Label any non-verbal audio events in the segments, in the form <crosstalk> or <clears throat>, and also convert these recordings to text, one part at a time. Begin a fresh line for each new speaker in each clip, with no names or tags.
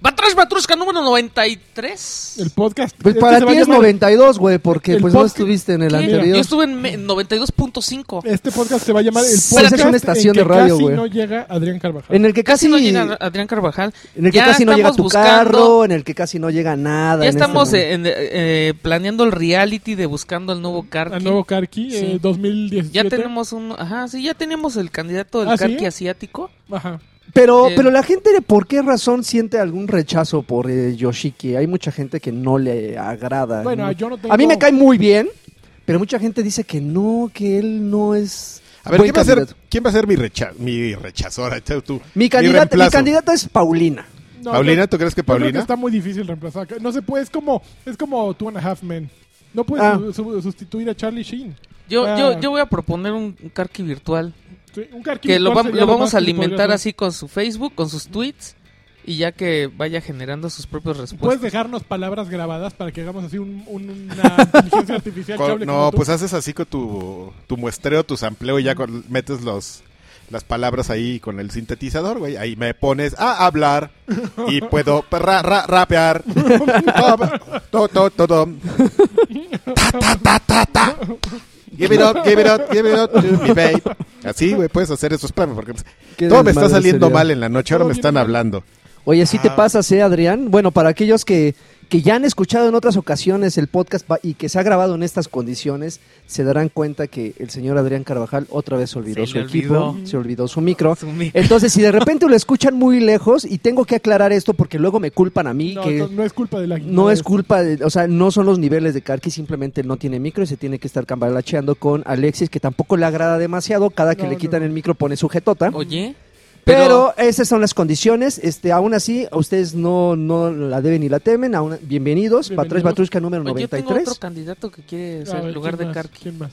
Batrash Matrusca número 93.
El podcast.
Pues
Este
para
se va
ti
a
es
llamar-
92, güey, porque
El
pues no
podcast-
estuviste en el
¿Qué?
anterior.
Yo estuve en me- en 92.5.
Este podcast se va a llamar el
Pues es
podcast
una estación
en que
de radio,
casi
güey.
no llega Adrián Carvajal.
En el que
Casi
casi,
no llega Adrián Carvajal.
en el que
Ya
casi no llega
estamos
tu
buscando-
carro, en el que casi no llega nada.
Ya
en este
estamos
momento.
en- eh, eh, planeando el reality de buscando el nuevo Karki.
Al nuevo Karki, eh,
Sí.
2017.
ya tenemos un. Ajá, sí, ya tenemos el candidato del
¿Ah, sí?
Karki asiático.
Ajá.
Pero,
eh,
pero la gente, ¿por qué razón siente algún rechazo por eh, Yoshiki? Hay mucha gente que no le agrada.
Bueno,
¿no?
yo no tengo...
A mí me cae muy bien, pero mucha gente dice que no, que él no es.
A ver,
buen
¿quién va a, ser,
candidato.
¿quién va a ser mi, recha mi rechazora? Tú, tú,
Mi candidata, mi
reemplazo.
candidata es Paulina.
No,
¿Paulina?
yo-
¿Tú crees que
yo creo
Paulina?
está muy difícil reemplazar. No se puede, es como, es como Two and a Half Men. No puedes
Ah.
su- su- sustituir a Charlie Sheen.
Yo,
Ah.
yo, yo voy a proponer un Karki virtual.
Sí, un Karki
Que lo,
virtual
vam-
sería
lo
más
vamos
que
a
podría
alimentar
ser.
así con su Facebook, con sus tweets. Y ya que vaya generando sus propias
Puedes
respuestas.
dejarnos palabras grabadas para que hagamos así un, un-
<laughs>
una inteligencia artificial que
Con-
hable como
no,
tú.
pues haces así con tu, tu muestreo, tu sampleo y ya con- metes los las palabras ahí con el sintetizador, güey. Ahí me pones a hablar
<laughs>
y puedo ra- ra- rapear. To- to- to- to. Ta, ta, ta, ta, ta. Give it up, give it up, give it up to me, babe. Así, güey, puedes hacer esos planes. Porque
Qué
todo me está
desmadre
saliendo
sería.
mal en la noche. Ahora
Todo
me
bien
están
mal.
hablando.
Oye, ¿sí te pasas, eh, Adrián? Bueno, para aquellos que, que ya han escuchado en otras ocasiones el podcast va- y que se ha grabado en estas condiciones, se darán cuenta que el señor Adrián Carvajal otra vez olvidó
Se
su
le
equipo,
olvidó.
se olvidó su micro.
Su micro.
Entonces, si de repente lo escuchan muy lejos, y tengo que aclarar esto porque luego me culpan a mí,
No,
que
no, no es culpa de la
no es culpa, de- o sea, no son los niveles de Karki, simplemente no tiene micro y se tiene que estar cambalacheando con Alexis, que tampoco le agrada demasiado, cada que
No,
le
no,
quitan
no.
el micro pone sujetota.
Oye.
¿Ah? Pero esas son las condiciones. Este, aún así, a ustedes no, no la deben ni la temen. Aún, bienvenidos.
Bienvenidos.
Patrés Batrusca número
Oye, yo tengo otro
93.
candidato que quiere
A
ser
ver,
lugar
¿quién
de
más?
Karki.
¿Quién más?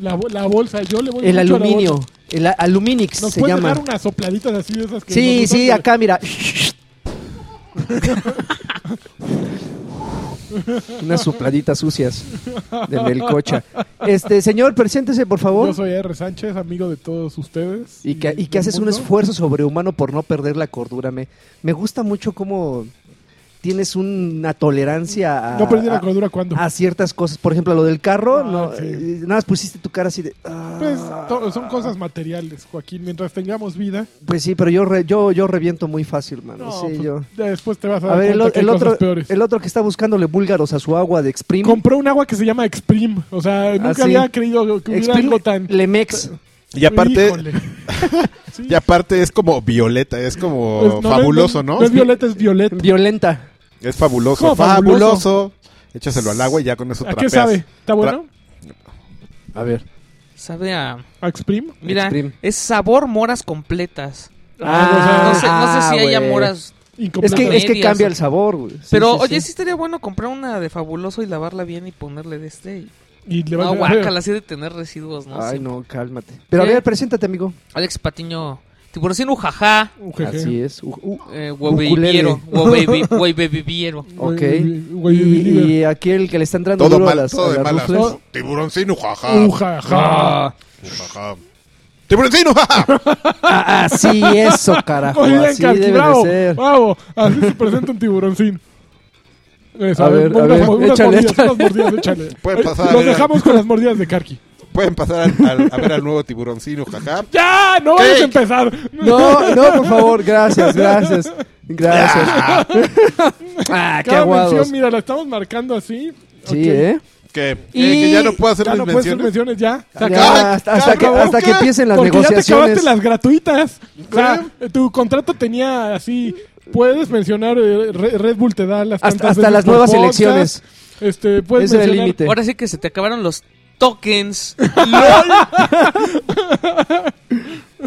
La, bo- la bolsa, yo le voy
El
mucho a la
aluminio.
bolsa.
El a- aluminix
¿Nos
se
puedes
llama.
dar unas sopladitas así de esas que
Sí,
nos gustan?
sí,
<laughs>
acá, mira. Unas sopladitas sucias de melcocha. Este, señor, preséntese, por favor.
Yo soy R. Sánchez, amigo de todos ustedes.
Y que, y
del
que haces un
mundo.
esfuerzo sobrehumano por no perder la cordura. Me, me gusta mucho cómo tienes una tolerancia a,
No perdí la
a-
cordura cuando.
a ciertas cosas. Por ejemplo, lo del carro,
Ah,
no,
sí.
eh, nada más pusiste tu cara así de... ah.
Pues to- son cosas materiales, Joaquín. Mientras tengamos vida,
Pues sí, pero yo, re- yo, yo reviento muy fácil, mano.
no,
sí,
pues,
yo.
ya después te vas a
A
dar
ver, el,
cuenta
o-
que hay
el
cosas
otro,
peores.
el otro que está buscándole búlgaros a su agua de Exprim.
Compró un agua que se llama Exprim. O sea, nunca
Ah, sí.
había creído que hubiera
Exprim
algo tan.
Lemex.
Y aparte, <laughs>
Híjole. Sí. <laughs>
y aparte es como violeta, es como
Pues, no,
fabuloso, ¿no?
No es violeta, es violeta.
Violenta.
Es fabuloso,
No,
fabuloso.
fabuloso.
Échaselo al agua y ya con eso
¿A
trapeas.
qué sabe? ¿Está bueno?
A ver.
Sabe a.
¿A Exprim?
Mira,
Extreme.
es sabor moras completas.
Ah,
No sé, no sé si haya
güey.
moras.
Es que, es que
Medias,
cambia
o-
el sabor, güey. Sí,
Pero,
sí,
oye, sí.
sí.
estaría bueno comprar una de fabuloso y lavarla bien y ponerle de este. y-
Y le vas
No,
a-
guácala, así de tener residuos, ¿no?
Ay,
Sí.
no, cálmate. Pero a
¿Qué?
ver, preséntate, amigo.
Alex Patiño, tiburoncino, jaja.
Ujeje.
Así es. U- u-
Eh,
Ukulele.
hueviviero,
<laughs>
huevi- hueviviero.
Güey,
ok.
güey, güey,
Y,
güey,
y aquel que le está entrando
Todo
duro a
mal,
las,
todo
a
de
las
malas.
rufles.
¿no? Tiburoncino, jaja.
Ujaja.
Jaja.
<laughs>
Tiburoncino, jaja.
Ah, Así eso,
<laughs>
carajo.
Muy bien,
así
Karki,
debe de
bravo,
ser.
bravo. Así se presenta un tiburoncín. Eso,
A ver, a ver, échale,
mordidas,
échale.
unas mordidas, échale.
<laughs> Pueden
Eh,
pasar,
Los
mira.
dejamos con las mordidas de
<laughs>
Karki.
Pueden pasar al- al- a ver al nuevo tiburoncino, jaja.
¡Ya! ¡No vamos
¿Qué?
a empezar!
No, no, por favor, gracias, gracias. <laughs> Gracias.
Ah,
Ah, qué
Cada
aguados.
mención, mira, la estamos marcando así.
Sí,
Ok.
¿eh?
que,
Y-
eh, que ya no puedo hacer
Ya
mis
no puedes hacer
menciones.
menciones ya. Se
Ya,
acabó.
hasta, hasta que,
cabrón,
hasta que
¿qué?
empiecen las
Porque ya te
negociaciones.
acabaste las gratuitas. O sea, tu contrato tenía así. Puedes mencionar eh, Re- Red Bull te da las
Hasta,
tantas
hasta
veces
las
por
nuevas
podcast.
elecciones.
Este, puedes
Ese era el
mencionar-
límite.
Ahora sí que se te acabaron los
<laughs>
tokens.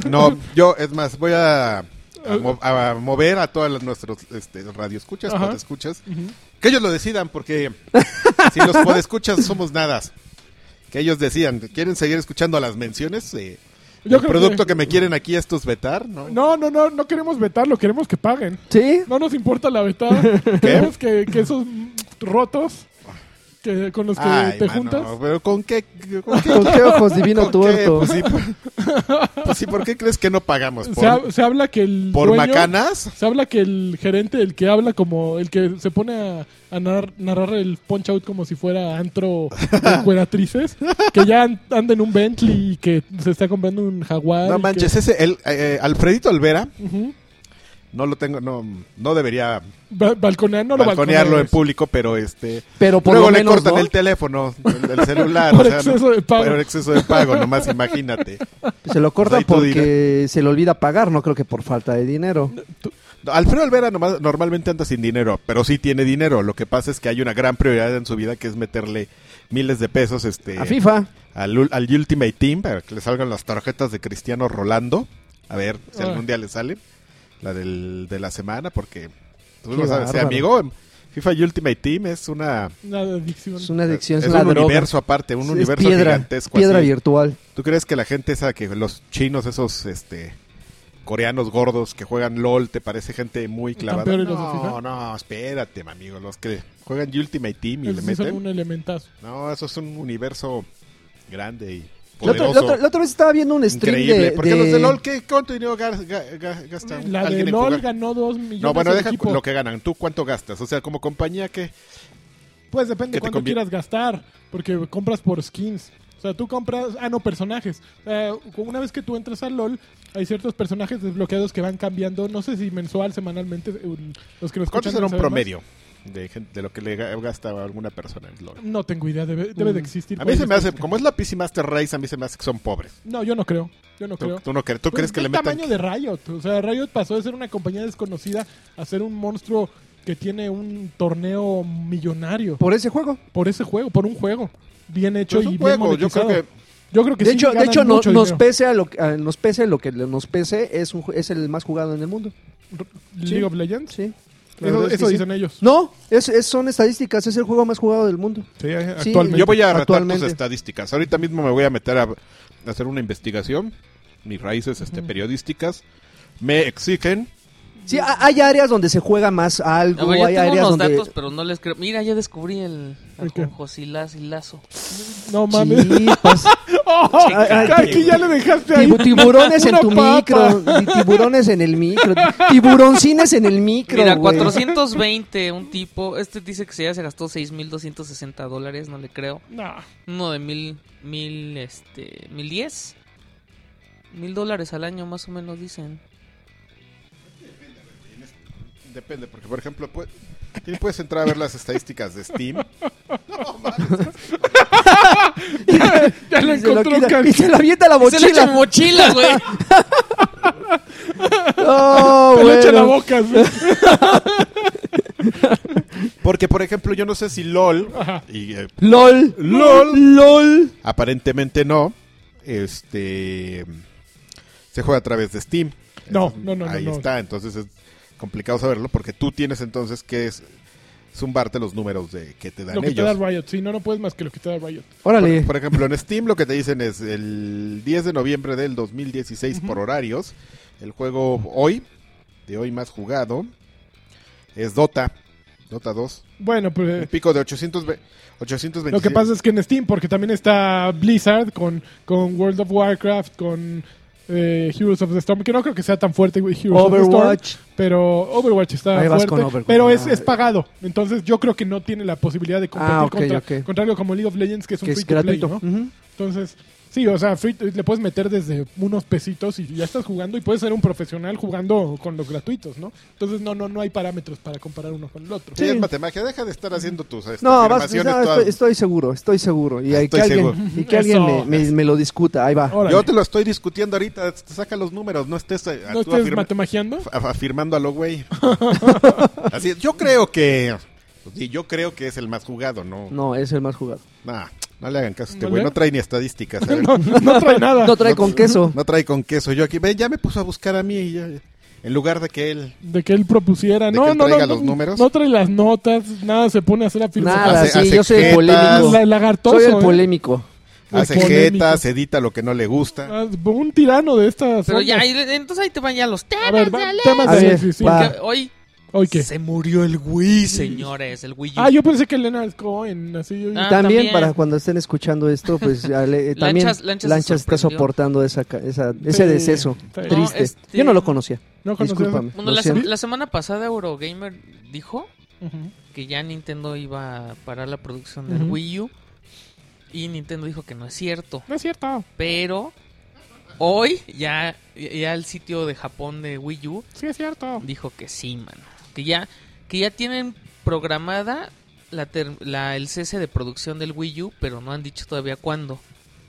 No, yo, es más, voy a, a mo- a mover a todas las- nuestros este, radioescuchas,
Ajá.
podescuchas. Que ellos lo decidan, porque <laughs> si los podescuchas somos nadas. Que ellos decidan, ¿quieren seguir escuchando las menciones? Eh,
Yo
el
creo
producto que...
que-
me quieren aquí estos vetar, ¿no?
No, no, no, no queremos vetarlo, queremos que paguen.
¿Sí? <laughs>
No nos importa la vetada. Queremos que, que esos rotos que- con los pues que
Ay,
te
mano,
juntas.
pero ¿con qué?
<laughs>
¿Con qué?
¿Con qué ojos divino
<laughs> ¿Con qué?
tuerto?
Pues sí, por- pues sí, ¿por qué crees que
<laughs>
no pagamos?
se,
pues ¿Por,
ha- se habla que el
por
dueño-
macanas?
Se habla que el gerente, el que habla como, el que se pone a, a narrar, narrar el punch out como si fuera antro
<laughs>
de cueratrices, que ya an- anda en un Bentley y que se está comprando un jaguar. y
No
que-
manches, ese, el, eh, eh, Alfredito Olvera,
Ujú.
no lo tengo, no, no debería
Ba- balconear, no lo
balconearlo en
balconees.
público, pero este...
Pero por
luego
lo
le
menos,
cortan
¿no?
el teléfono, el,
<laughs>
el celular.
Por
o sea, no-
exceso de pago.
Por exceso de pago,
<laughs>
nomás imagínate.
Se lo cortan
Pues ahí tú
porque se le olvida pagar, no creo que por falta de dinero.
No, Alfredo Olvera nomás- normalmente anda sin dinero, pero sí tiene dinero. Lo que pasa es que hay una gran prioridad en su vida que es meterle miles de pesos este,
A FIFA.
al, ul- al Ultimate Team para que le salgan las tarjetas de Cristiano Rolando. A ver si
Ah.
algún día le sale la del, de la semana, porque tú
Qué
no sabes, sí,
bárbaro.
amigo. em, FIFA Ultimate Team es una.
Una adicción.
Es una adicción, es,
es
una
un
droga.
universo aparte, un
Es
universo
piedra,
gigantesco.
Piedra
así.
virtual.
¿Tú crees que la gente esa que los chinos, esos este coreanos gordos que juegan LOL, te parece gente muy clavada?
peores los de
No,
FIFA?
no, espérate, mi amigo, los que juegan Ultimate Team y
Esos
le
sí son
meten.
un elementazo.
No, eso es un universo grande y
La otra,
poderoso.
la otra- la otra vez estaba viendo un stream
increíble.
de,
Porque
de-
los de LOL, ¿qué, ¿cuánto dinero gas- ga- ga- gasta
La de
alguien en
LOL
jugar?
ganó 2 millones
No, bueno,
el
deja
equipo.
lo que ganan. ¿Tú cuánto gastas? O sea, como compañía, ¿qué?
Pues depende
que te
cuánto
convie-
quieras gastar, porque compras por skins. O sea, tú compras, ah, no, personajes. Eh, una vez que tú entras al LOL, hay ciertos personajes desbloqueados que van cambiando, no sé si mensual, semanalmente, eh, los que nos
¿Cuánto
escuchan
será un
saben más.
promedio de, gen- de lo que le ga- gasta alguna persona en LOL?
No tengo idea, debe, debe de existir.
Mm, A mí se me hace,
como
como es la PC Master Race, a mí se me hace que son pobres.
No, yo no creo, yo no
¿Tú,
creo.
tú no crees, ¿tú
Pues,
crees que
ve
le
el
metan
tamaño de Riot, o sea, Riot pasó de ser una compañía desconocida a ser un monstruo que tiene un torneo millonario
por ese juego.
por ese juego, por un juego bien hecho
Pues un
y bien
juego, yo creo
monetizado.
que
Yo creo que
De
sí
hecho, de
ganan
hecho no-
mucho
nos
dinero.
pese a lo que a- nos pese lo que le- nos pese es un ju- es el más jugado en el mundo. Sí.
League of Legends.
Sí. La
Eso,
verdad es que
eso
sí.
dicen ellos.
No, es, es- son estadísticas, es el juego más jugado del mundo.
Sí, eh,
Sí,
actualmente.
yo voy a retar tus
Actualmente.
estadísticas. Ahorita mismo me voy a meter a a hacer una investigación. Mis raíces este, periodísticas me exigen.
Sí, ha- hay áreas donde se juega más algo,
No, yo
hay
tengo
áreas
unos
donde
datos, pero no les creo. Mira, ya descubrí el
¿El qué?
Josilas y Lazo.
No <laughs> mames.
Chispas. Ay, ay,
Aquí ya le dejaste ahí.
tibu- tiburones en
Una
tu
papa.
micro, y tiburones en el micro, tiburoncines en el micro.
Mira,
güey.
420, un tipo. Este dice que ya se gastó 6.260 dólares, no le creo.
No.
Uno de mil, mil, este, mil diez. Mil dólares al año, más o menos, dicen.
Depende, porque por ejemplo, pu- sí puedes entrar a ver las estadísticas de Steam. No, mames.
Ya lo
Y se lo
encontró
quita,
Can-
y se lo avienta a la
¡Se le echa mi
mochila.
mochila,
<laughs>
güey!
Oh,
Te lo echa a la
bueno.
boca. sí.
Porque por ejemplo, yo no sé si LOL, y eh,
LOL. LOL. LOL.
aparentemente no, este se juega a través de Steam.
No,
Entonces,
no, no, no,
Ahí
no.
está, entonces es complicado saberlo porque tú tienes entonces que es zumbarte los números de que te dan
Lo que te
ellos.
da Riot. Sí, no, no puedes más que lo que te da Riot.
Órale.
Por ejemplo, en Steam lo que te dicen es el 10 de noviembre del 2016 por horarios. El juego hoy, de hoy más jugado, es Dota. Dota 2.
Bueno,
Un
pues.
pico de 800, ve- 825.
Lo que pasa es que en Steam, porque también está Blizzard con, con World of Warcraft, con eh, Heroes of the Storm, que no creo que sea tan fuerte güey, Heroes of the
Overwatch.
Storm, pero Overwatch está
Ahí vas
fuerte,
con Overwatch.
pero es,
Ah.
es pagado, entonces yo creo que no tiene la posibilidad de competir
Ah, ok,
contra,
ok.
contra algo como League of Legends, que es un
Que es
free to play,
gratuito.
¿no? Pues
Ujú.
Entonces, sí, o sea, free to- le puedes meter desde unos pesitos y ya estás jugando y puedes ser un profesional jugando con los gratuitos, ¿no? Entonces, no, no, no hay parámetros para comparar uno con el otro.
Sí, es
Sí.
matemática, deja de estar haciendo tus este,
No, vas-
afirmaciones
no,
todas.
estoy, estoy seguro, estoy seguro. Y, hay
Estoy
que alguien,
seguro.
y que alguien me,
Eso.
me- me lo discuta. Ahí va.
Órale,
Yo te lo estoy discutiendo ahorita, saca los números, no estés, eh,
¿no
tú
estés
afirma-
matemagiando?
af- afirmando a
<laughs>
lo güey. Así es, yo creo que pues, sí, yo creo que es el más jugado, no.
No, es el más jugado.
Nah, no le hagan caso a este
¿No
güey,
le?
no trae ni
<laughs>
estadísticas. a
<laughs>
ver.
No, no trae nada.
No trae con queso.
No trae con queso. Yo aquí, ve, ya me puso a buscar a mí y ya- en lugar de que él
De que él propusiera.
De
no,
que él
no,
traiga
no,
los
no,
números.
No trae las notas, nada, se pone a hacer la
Nada,
filosofía.
Hace-
sí,
hace
yo soy el
jetas.
polémico.
La, el lagartoso.
Soy el
¿eh?
polémico.
El
hace
polémico.
jetas, edita lo que no le gusta.
Ah, Un tirano de estas.
Pero ya,
ondas.
ahí- entonces ahí te van ya los
A
temas
ver, va-
de Alex.
temas
A
de
ver, ah.
Alexis, sí.
va.
Que Hoy
Hoy qué.
Se murió el Wii, señores, el Wii U.
Ah, yo pensé que Elena Cohen, así. yo-
Ah,
también,
también.
para cuando estén escuchando esto, pues ale- eh, también
Lanchas- Lanchas se
está
sorprendió.
soportando esa, ca- esa- ese
Sí,
deceso
sí.
triste.
No, este-
Yo no lo conocía.
No conocías-
Discúlpame.
Bueno,
lo
la, se-
siento.
la semana pasada Eurogamer dijo
Ujú.
que ya Nintendo iba a parar la producción del
Ujú.
Wii U. Y Nintendo dijo que no es cierto.
No es cierto.
Pero hoy ya, ya el sitio de Japón de Wii U
Sí es cierto.
dijo que sí, mano. Que ya, que ya tienen programada la ter- la- el cese de producción del Wii U, pero no han dicho todavía cuándo.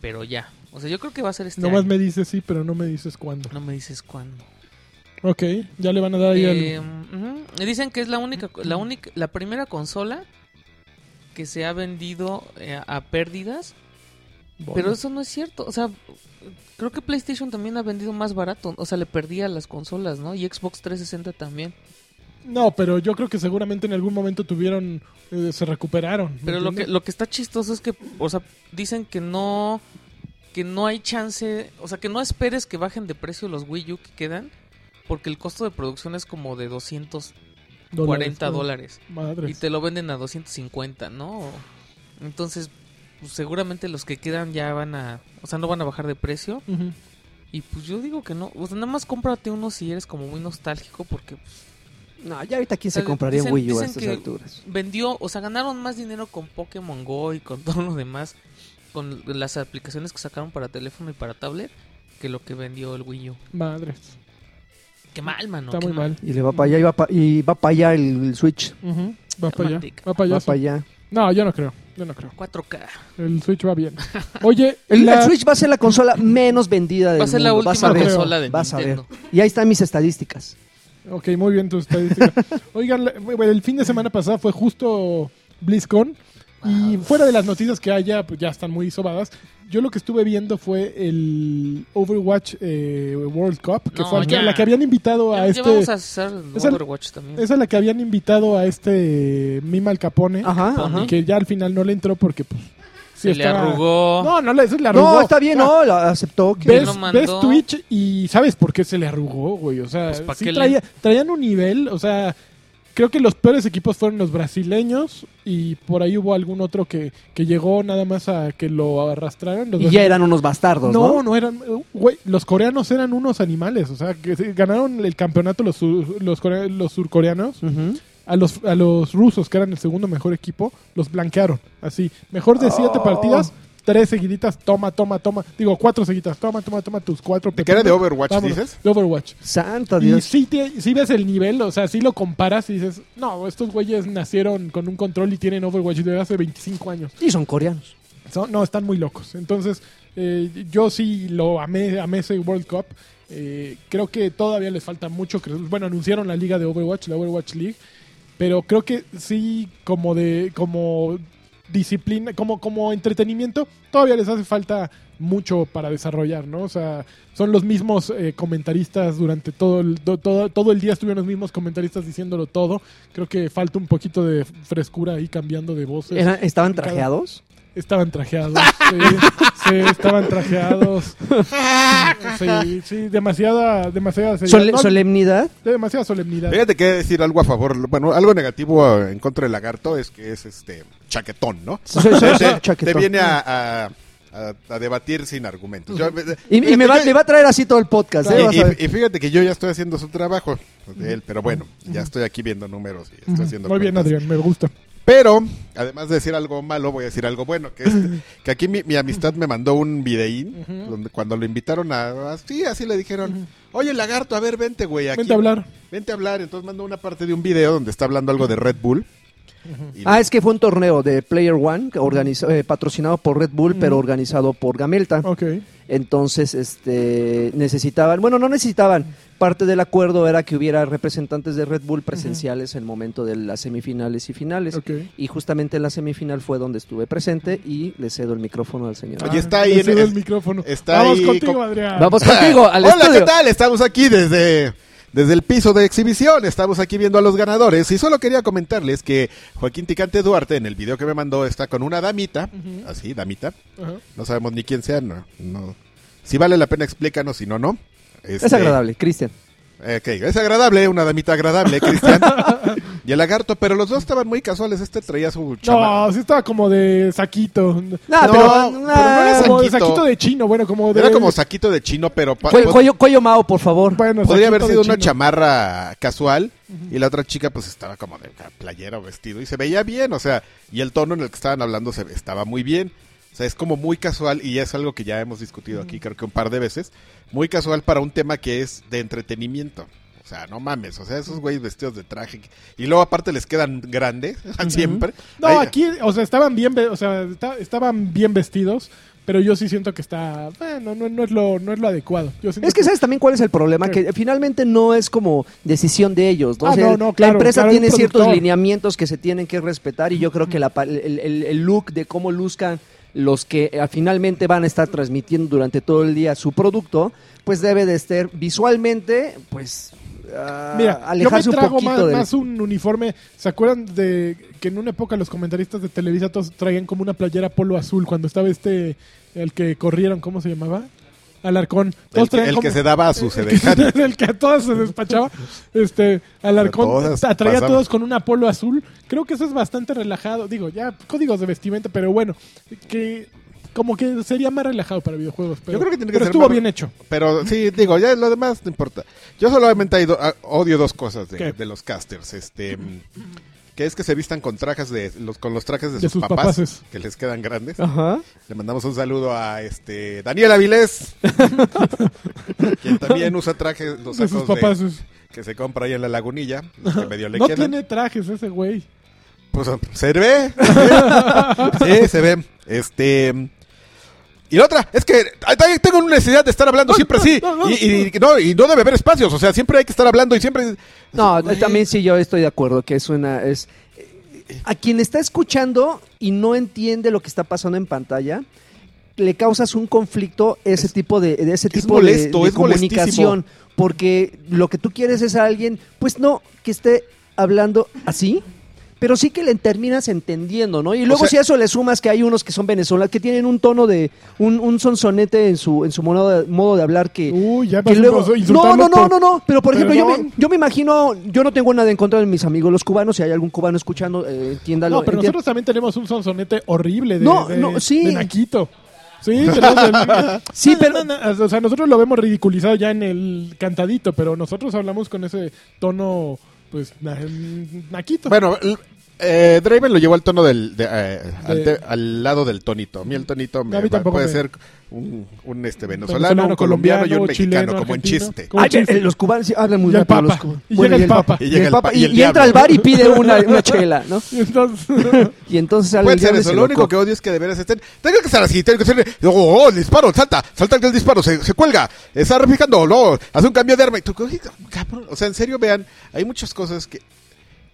Pero ya. O sea, yo creo que va a ser este
Nomás
año.
me dices sí, pero no me dices cuándo.
No me dices cuándo.
Ok, ya le van a dar ahí
Eh,
algo.
ujú. Dicen que es la única, la única, la primera consola que se ha vendido eh, a pérdidas,
Bueno.
pero eso no es cierto. O sea, creo que PlayStation también ha vendido más barato. O sea, le perdía a las consolas, ¿no? Y Xbox 360 también.
No, pero yo creo que seguramente en algún momento tuvieron, eh, se recuperaron.
Pero lo que,
¿entiendes?
lo que está chistoso es que, o sea, dicen que no, que no hay chance, o sea, que no esperes que bajen de precio los Wii U que quedan, porque el costo de producción es como de 240
Dólares, ¿no?
dólares.
Madres.
Y te lo venden a 250, ¿no? Entonces, pues, seguramente los que quedan ya van a... O sea, no van a bajar de precio.
Ujú.
Y pues yo digo que no. O sea, nada más cómprate uno si eres como muy nostálgico porque pues,
No, ya ahorita quién
O sea,
se compraría
dicen-
un Wii U a
dicen
estas
que-
alturas.
vendió... O sea, ganaron más dinero con Pokémon Go y con <laughs> todo lo demás. Con las aplicaciones que sacaron para teléfono y para tablet. Que lo que vendió el Wii U.
Madres.
Qué mal, mano.
Está
qué
muy mal.
Y le va para allá y va pa- y va para allá el, el Switch.
Ujú. Va para allá.
Matica.
Va para
Va
allá.
para allá.
No, yo no creo. Yo no creo.
4K.
El Switch va bien. Oye,
El,
la-
el Switch va a ser la consola menos vendida del
Va a ser la
mundo, vas a
última
ver,
consola de
vas a ver.
Nintendo.
Y ahí están mis estadísticas.
Ok, muy bien tu estadística. Oigan, la- bueno, el fin de semana pasado fue justo BlizzCon. Y fuera de las noticias que haya, pues ya están muy sobadas. Yo lo que estuve viendo fue el Overwatch eh, World Cup, que
No,
fue
ya.
la que habían invitado
Ya,
a
ya
este.
vamos a hacer el
es el-
Overwatch también.
Esa es la que habían invitado a este Mima al Capone.
Ajá,
Capone.
ajá.
Y que ya al final no le entró porque, pues. sí
Se le
estaba-
arrugó.
No, no le, se le arrugó.
No, está bien,
Ah,
no, la aceptó. que-
Ves,
lo mandó?
ves Twitch y sabes por qué se le arrugó, güey. O sea,
Pues, ¿pa'
sí
qué le-
traía- traían un nivel, o sea, creo que los peores equipos fueron los brasileños y por ahí hubo algún otro que, que llegó nada más a que lo arrastraran. Los
Y ya
brasileños.
eran unos bastardos, ¿no?
no, no, eran, eh, güey, los coreanos eran unos animales, o sea, que se- ganaron el campeonato los, sur- los, corea- los surcoreanos
Ujú.
a los, a los rusos, que eran el segundo mejor equipo, los blanquearon. Así, mejor de siete
Oh.
partidas, tres seguiditas, toma, toma, toma. Digo, cuatro seguiditas, toma, toma, toma, tus cuatro.
¿De qué era de
pepinos.
Overwatch,
Vámonos,
dices?
De Overwatch.
Santa
Y
Dios.
si, ves el nivel, o sea, si lo comparas y dices, no, estos güeyes nacieron con un control y tienen Overwatch de hace 25 años.
Y son coreanos.
Son- no, están muy locos. Entonces, eh, yo sí lo amé, amé ese World Cup. Eh, creo que todavía les falta mucho. cre- Bueno, anunciaron la liga de Overwatch, la Overwatch League. Pero creo que sí, como de, como disciplina, como, como entretenimiento, todavía les hace falta mucho para desarrollar, ¿no? O sea, son los mismos eh, comentaristas durante todo el, do- todo, todo el día estuvieron los mismos comentaristas diciéndolo todo. Creo que falta un poquito de frescura ahí cambiando de voces.
Eran- estaban
cada-
trajeados.
Estaban trajeados, sí, sí, estaban trajeados. Sí, sí, demasiada, demasiada seriedad.
Sole-
No, <laughs>
solemnidad.
demasiada solemnidad.
Fíjate que decir algo a favor, bueno, algo negativo eh, en contra del lagarto es que es este chaquetón, ¿no?
Sí, sí, sí,
Te-
sí,
te,
chaquetón.
te viene a, a- a- a debatir sin argumentos. Yo-
Y, y me, va,
Yo-
me va a traer así todo el podcast, ¿eh?
Y-
Vas
y,
a ver.
y fíjate que yo ya estoy haciendo su trabajo de él, pero bueno, ya estoy aquí viendo números y estoy haciendo
Muy bien,
cuentas.
Adrián, me gusta.
Pero, además de decir algo malo, voy a decir algo bueno,
<clears throat>
que, es que aquí mi, mi amistad me mandó un videín, donde cuando lo invitaron a... Sí, así le dijeron, oye, lagarto, a ver, vente, güey, aquí.
Vente a hablar.
Vente a hablar, entonces mandó una parte de un video donde está hablando algo de Red Bull. Y-
Ah, es que fue un torneo de Player One que organizó- eh, patrocinado por Red Bull, pero organizado por Gamelta.
Mm. Ok.
Entonces, este, necesitaban, bueno, no necesitaban. Parte del acuerdo era que hubiera representantes de Red Bull presenciales en el momento de las semifinales y finales.
Ok.
Y justamente en la semifinal fue donde estuve presente y le cedo el micrófono al señor.
Oye, está ahí
Ah, Le
en-
cedo el
es-
micrófono.
está
Vamos
ahí
contigo,
con-
Adrián.
Vamos contigo al
Hola,
estudio.
¿qué tal? Estamos aquí desde, desde el piso de exhibición. Estamos aquí viendo a los ganadores. Y solo quería comentarles que Joaquín Ticante Duarte, en el video que me mandó, está con una damita. Así, damita.
Ajá.
No sabemos ni quién sea. No, no. Si vale la pena, explícanos. Si no, no.
Es
Este,
agradable, Cristian.
Ok, es agradable, una damita agradable, Cristian. y el lagarto, pero los dos estaban muy casuales. Este traía su chama.
No, sí estaba como de saquito. No,
pero no era
Ah.
como de
saquito.
saquito de chino, bueno, como de...
Era como saquito de chino, pero pa- pues-
Cuello,
pod-
cuello- cuello Mao, por favor.
bueno,
podría haber
saquito
sido
de
una
chino.
chamarra casual. Y la otra chica, pues estaba como de playera o vestido. Y se veía bien, o sea, y el tono en el que estaban hablando se, estaba muy bien. O sea, es como muy casual y es algo que ya hemos discutido aquí, creo que un par de veces. Muy casual para un tema que es de entretenimiento. O sea, no mames, o sea, esos güeyes vestidos de traje. que- Y luego aparte les quedan grandes, <laughs> siempre.
No,
Ahí-
aquí, o sea, estaban bien, ve- o sea, esta- estaban bien vestidos, pero yo sí siento que está, bueno, no, no es lo, no es lo adecuado. Yo siento
Es que sabes también cuál es el problema,
Sí.
que eh, finalmente no es como decisión de ellos. ¿no?
Ah,
O sea,
no, no, claro,
la empresa
claro, hay un
tiene ciertos
productor.
lineamientos que se tienen que respetar y yo creo que la pa- el, el- el look de cómo luzcan los que eh, finalmente van a estar transmitiendo durante todo el día su producto, pues debe de ser visualmente, pues, ah,
Mira,
alejarse
yo me
un
trago
poquito
más,
del-
más un uniforme. ¿Se acuerdan de que en una época los comentaristas de Televisa todos traían como una playera polo azul cuando estaba este, el que corrieron, ¿cómo se llamaba? Alarcón.
El,
Todos
que-
traían
el
como-
que se
<laughs>
daba a su
el
semejantes.
que- el que a todas se despachaba. Este, Alarcón
A todas
atraía a
pasaba.
todos con un polo azul. Creo que eso es bastante relajado. Digo, ya códigos de vestimenta, pero bueno, que como que sería más relajado para videojuegos. Pero,
Yo creo que tiene que
pero
ser
estuvo
más-
bien hecho.
Pero sí, digo, ya lo demás no importa. Yo solamente hay do- a- odio dos cosas
¿Qué?
de, de los casters. Este, mm, que es que se vistan con trajes de los con los trajes de,
De
sus,
sus
papás
papaces.
que les quedan grandes.
Ajá.
Le mandamos un saludo a este
<laughs>
Daniel Avilés, quien también usa trajes los
de sus
sacos de-
papás. sus-
que se compra ahí en la lagunilla, los que medio
<laughs>
le
no
quedan.
tiene trajes ese güey.
Pues se ve. sí, <laughs> se ve. Este. Y la otra, es que ay, ay, tengo una necesidad de estar hablando siempre así.
no, no,
y, y- no, y no debe haber espacios. O sea, siempre hay que estar hablando y siempre. <laughs>
No,
Güey.
también sí yo estoy de acuerdo que es una es a quien está escuchando y no entiende lo que está pasando en pantalla le causas un conflicto ese tipo de, de ese
es
tipo de-
molesto,
de,
es
comunicación porque lo que tú quieres es a alguien pues no que esté hablando así pero sí que le terminas entendiendo, ¿no? Y luego
sea-
si a eso le sumas que hay unos que son venezolanos, que tienen un tono de, un, un sonsonete en su, en su modo de, modo de hablar que,
Uy, ya
que
pasó
luego-
por
no,
insultarlos
no, no,
por-
no, no, pero por ejemplo, yo me,
Perdón.
yo me imagino, yo no tengo nada en contra de mis amigos los cubanos, si hay algún cubano escuchando, eh, entiéndalo.
No, pero
entien-
nosotros también tenemos un sonsonete horrible de,
No,
de-
no, sí.
de Naquito. Sí, tenemos el-
Sí,
No,
pero-
no, no, no, O sea, nosotros lo vemos ridiculizado ya en el cantadito, pero nosotros hablamos con ese tono, pues, na- Naquito.
Bueno, l- eh, Draven lo llevó al tono del. de, eh, al,
De-
te- al lado del tonito. A mí el tonito me
A mí
va-
tampoco
puede
me-
ser un, un, este, venezolano,
Venezolano,
un colombiano y un
colombiano,
mexicano,
chileno,
como en
argentino.
chiste.
como
Ay,
chiste.
eh, los cubanos sí hablan muy
Y el
rápido.
Papa.
los cubanos.
Y llega el Papa.
Y, el Papa. Y-
el
y entra al
diablo.
bar y pide una, una chela, ¿no?
Entonces, <laughs>
Y entonces al
Puede ser
diablo
eso.
se
Lo único
co-
que odio es que de veras estén. Tengo que estar así. Tengo que ser. Oh, oh, disparo, salta, salta el disparo, se, se cuelga. Está replicando, no, hace un cambio de arma. Y tú, "Ay, cabrón". O sea, en serio, vean, hay muchas cosas que.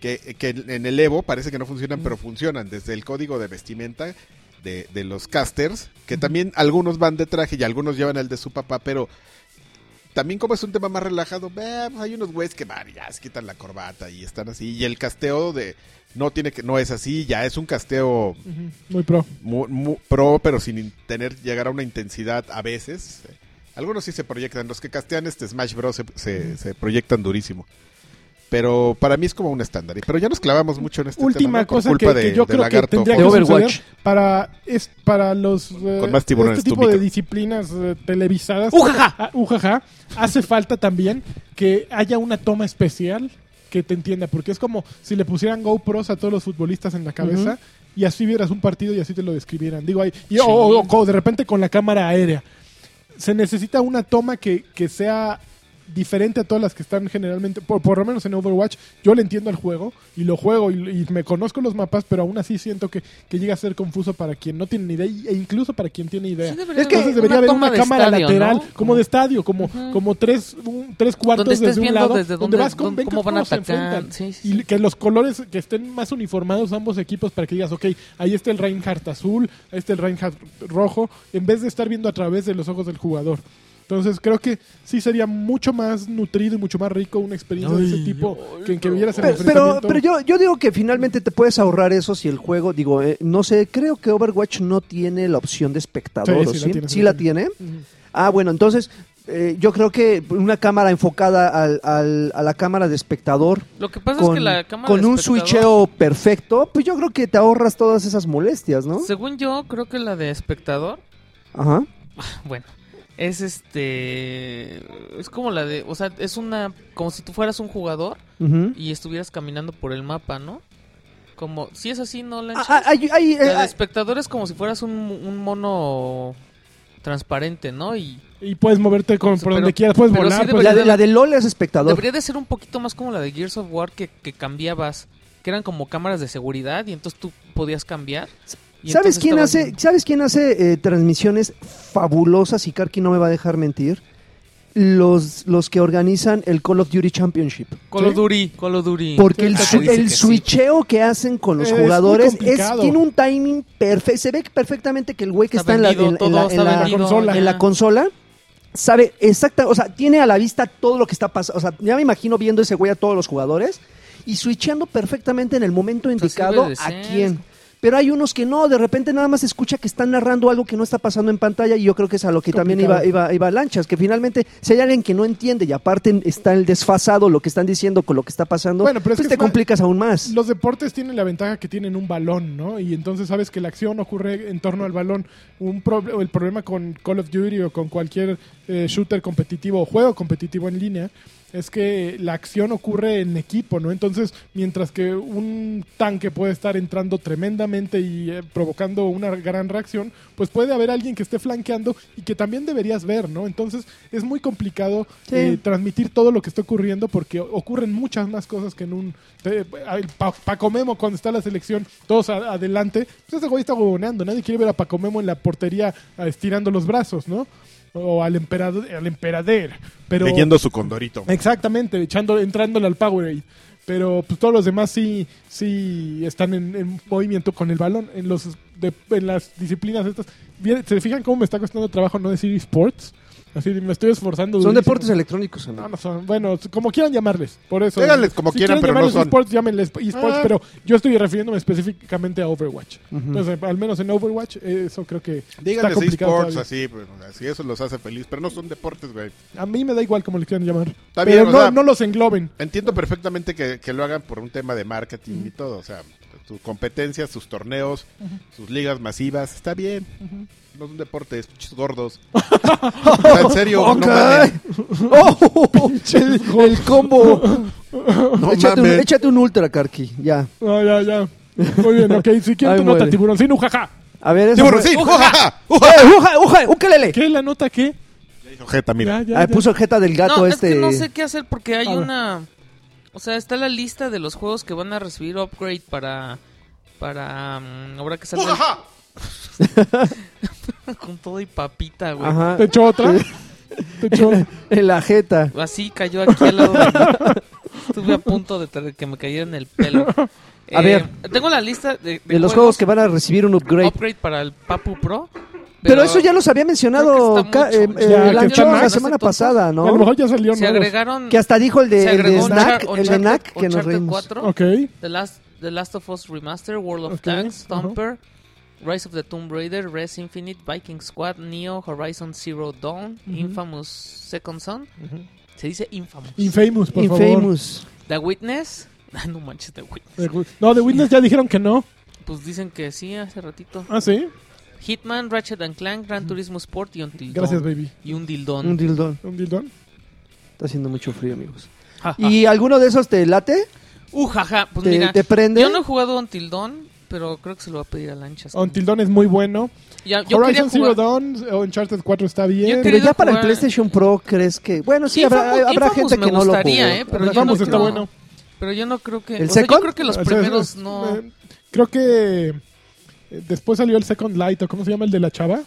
Que, que en el Evo parece que no funcionan,
Mm.
pero funcionan. Desde el código de vestimenta de, de los casters, que también algunos van de traje y algunos llevan el de su papá, pero también como es un tema más relajado, ve, pues hay unos güeyes que van y ya se quitan la corbata y están así. Y el casteo de no tiene que no es así, ya es un casteo
muy pro.
mu- mu- pro, pero sin in- tener llegar a una intensidad a veces. eh. Algunos sí se proyectan, los que castean este Smash Bros. se, se- se proyectan durísimo. Pero para mí es como un estándar. y- Pero ya nos clavamos mucho en este tema,
Última
¿no? Por
cosa que,
culpa de-
que yo creo
de
que
Lagarto
tendría que
Fox.
De Overwatch.
suceder para, es, para los eh,
Con más tiburones
este
tú,
tipo de
Mika.
disciplinas eh, televisadas.
¡Ujaja!
Ah, ujaja. Hace falta también que haya una toma especial que te entienda, porque es como si le pusieran GoPros a todos los futbolistas en la cabeza y así vieras un partido y así te lo describieran. Digo, ahí, y, o- o- o de repente con la cámara aérea. Se necesita una toma que, que sea diferente a todas las que están generalmente, por, por lo menos en Overwatch, yo le entiendo al juego y lo juego y, y me conozco los mapas, pero aún así siento que, que llega a ser confuso para quien no tiene ni idea y- e incluso para quien tiene idea.
Sí, debería
Es que
Entonces debería haber
toma
una
de
cámara
estadio,
lateral,
¿no?
como de estadio, como,
Ujú.
como tres, un- tres cuartos
Donde estés
desde un
viendo
lado,
desde
donde
dónde-
vas con
dónde-
ven
cómo van a
se
atacar.
enfrentan.
Sí, sí,
Y
sí.
que los colores que estén más uniformados ambos equipos para que digas, ok, ahí está el Reinhardt azul, ahí está el Reinhardt rojo, en vez de estar viendo a través de los ojos del jugador. Entonces creo que sí sería mucho más nutrido y mucho más rico una experiencia de ese tipo que en que vieras el
Pero, pero,
enfrentamiento.
pero yo, yo digo que finalmente te puedes ahorrar eso si el juego, digo, eh, no sé, creo que Overwatch no tiene la opción de espectador,
Sí,
¿o
sí la
sí?
tiene, sí
¿Sí
la
la tiene?
Ujú.
Ah, bueno, entonces eh, yo creo que una cámara enfocada al- al- a la cámara de espectador
Lo que pasa
con,
es que la cámara
con
de
un
espectador-
switcheo perfecto, pues yo creo que te ahorras todas esas molestias, ¿no?
Según yo, creo que la de espectador,
Ajá.
bueno, es este es como la de, o sea, es una como si tú fueras un jugador
ujú.
y estuvieras caminando por el mapa, ¿no? Como si es así no la
Ah, ah, hay- hay- eh,
La de
ah,
espectador es como si fueras un, un mono transparente, ¿no? Y
Y puedes moverte con, por
Pero-
donde quieras, puedes
pero sí
volar.
debe-
puedes-
la, de, la de LOL es espectador.
debería de ser un poquito más como la de Gears of War que, que cambiabas, que eran como cámaras de seguridad y entonces tú podías cambiar. y
¿Sabes
entonces
quién,
estabas-
hace, ¿Sabes quién hace eh, transmisiones fabulosas? Y Karki no me va a dejar mentir. Los, los que organizan el Call of Duty Championship.
Call of Duty, Call of Duty. Ah,
Porque el,
Sí,
su-
dice
el
que sí.
switcheo que hacen con los
Es muy
jugadores es,
complicado.
tiene un timing perfecto. Se ve perfectamente que el güey que
Está
está, en la-
vendido,
en la-
todo
en la-
está
en la,
vendido,
consola.
ajá.
en la consola sabe exacta, o sea, tiene a la vista todo lo que está pasando. O sea, ya me imagino viendo ese güey a todos los jugadores y switcheando perfectamente en el momento
sea,
indicado
sirve de
a
sesgo.
quién. Pero hay unos que no, de repente nada más escucha que están narrando algo que no está pasando en pantalla y yo creo que es a lo que también iba,
Complicado.
iba, iba Lanchas, que finalmente si hay alguien que no entiende y aparte está el desfasado lo que están diciendo con lo que está pasando,
Bueno, pero es
pues
que
te
es más-
complicas aún más.
Los deportes tienen la ventaja que tienen un balón, ¿no? Y entonces sabes que la acción ocurre en torno al balón. Un prob- el problema con Call of Duty o con cualquier eh, shooter competitivo o juego competitivo en línea es que la acción ocurre en equipo, ¿no? Entonces, mientras que un tanque puede estar entrando tremendamente y eh, provocando una gran reacción, pues puede haber alguien que esté flanqueando y que también deberías ver, ¿no? Entonces, es muy complicado
Sí.
eh, transmitir todo lo que está ocurriendo porque ocurren muchas más cosas que en un te- a- Pa- Paco Memo cuando está la selección todos a- adelante pues ese güey está huevoneando nadie quiere ver a Paco Memo en la portería ah, estirando los brazos no o al emperador al emperader pero
Leyendo su condorito.
exactamente echando entrándole al Powerade pero pues todos los demás sí sí están en, en movimiento con el balón en los de- en las disciplinas estas Bien, se fijan cómo me está costando trabajo no decir sports así me estoy esforzando
Son
durísimo.
deportes electrónicos, amigo.
No, no son. Bueno, como quieran llamarles. Por eso.
Díganles como
Si
quieran, pero no
llamarles
son.
esports, llámenles esports,
Ah.
pero yo estoy refiriéndome específicamente a Overwatch. Entonces, al menos en Overwatch, eh, eso creo que está
Díganles
complicado.
esports
todavía.
así, pues, así eso los hace feliz, pero no son deportes, güey.
A mí me da igual como le quieran llamar.
Está
pero
bien, o
no,
sea-
no los engloben.
Entiendo perfectamente que, que lo hagan por un tema de marketing y todo, o sea, sus competencias, sus torneos, sus ligas masivas, está bien. No son deportes, pinches
<laughs>
gordos. O sea, en serio,
Ok.
no mames.
¡Oh! el, el combo. échate, un,
mames.
échate un ultra, Karki. Ya.
No, Ah, ya, ya. Muy bien, ok. Si quieren
Ay,
tu nota,
muere.
tiburón. Sí, no, jaja.
A ver, esa
Tiburón,
fue-
sí, ujaja, ujaja.
¡Eh, uja, uja, ukelele!
¿Qué? ¿La nota qué?
Ojeta, mira.
Ya, ya, ya.
Ah, puso el jeta del gato
no,
este.
es que no sé qué hacer porque hay
A ver.
una... O sea, está la lista de los juegos que van a recibir upgrade para... Para... mm, ahora que sale
Ujaja.
el- <laughs> con todo y papita, güey.
Ajá.
¿Te echó otra? ¿Te echó?
En la jeta.
Así cayó aquí al lado. de mí. Estuve a punto de tra- que me cayera en el pelo.
<laughs>
Eh,
A ver.
Tengo la lista de, de
De los juegos que van a recibir un upgrade.
upgrade para el Papu Pro.
Pero, eso ya los había mencionado
creo que está
Ka- eh,
mucho.
eh,
Ya, que
Lancho
están más.
la semana pasada,
A lo
<laughs> ¿no?
mejor ya salió
se
nuevos.
agregaron...
Que hasta dijo el
se
de, el de
agregó
Snack,
Unchar-
el de
Uncharted-
Snack, que nos
Uncharted
reímos.
4,
Ok.
The Last, The Last of Us Remaster, World of
Ok,
Tanks,
ajá.
Thumper, Rise of the Tomb Raider, Res Infinite, Viking Squad, Neo, Horizon Zero Dawn,
Ujú.
Infamous Second Son. Se dice Infamous.
Infamous, por
Infamous.
The Witness. <laughs> Ah, no manches, The Witness.
favor. Eh, No, de Witness ya dijeron que no.
Pues dicen que sí hace ratito.
Ah, sí.
Hitman, Ratchet and Clank, Gran Turismo Sport y un dildón.
Gracias, baby.
Y un dildón.
Un dildón.
¿Un dildón?
Está haciendo mucho frío, amigos.
Ja, ja.
¿Y alguno de esos te late?
Uh, jaja. Pues
¿Te,
mira,
te prende?
yo no he jugado un dildón, pero creo que se lo va a pedir a Lanchas.
Un tildón es muy bueno.
Ya, yo
Horizon
quería
Zero
jugar.
Dawn, o Uncharted 4 está bien.
Yo
Pero
quería-
ya para el
jugar-
PlayStation Pro, ¿crees que...? Bueno, sí, habrá,
Infamous-
habrá
Infamous
gente
me
que no lo jugó.
gustaría, ¿eh? Pero
Pero
yo
vamos,
no
está
creo-
bueno.
Pero yo no creo que.
¿El
o sea, yo
Second?
creo que los
O sea,
primeros
es-
no.
eh, creo que eh, después salió el Second Light, o ¿cómo se llama el de la chava?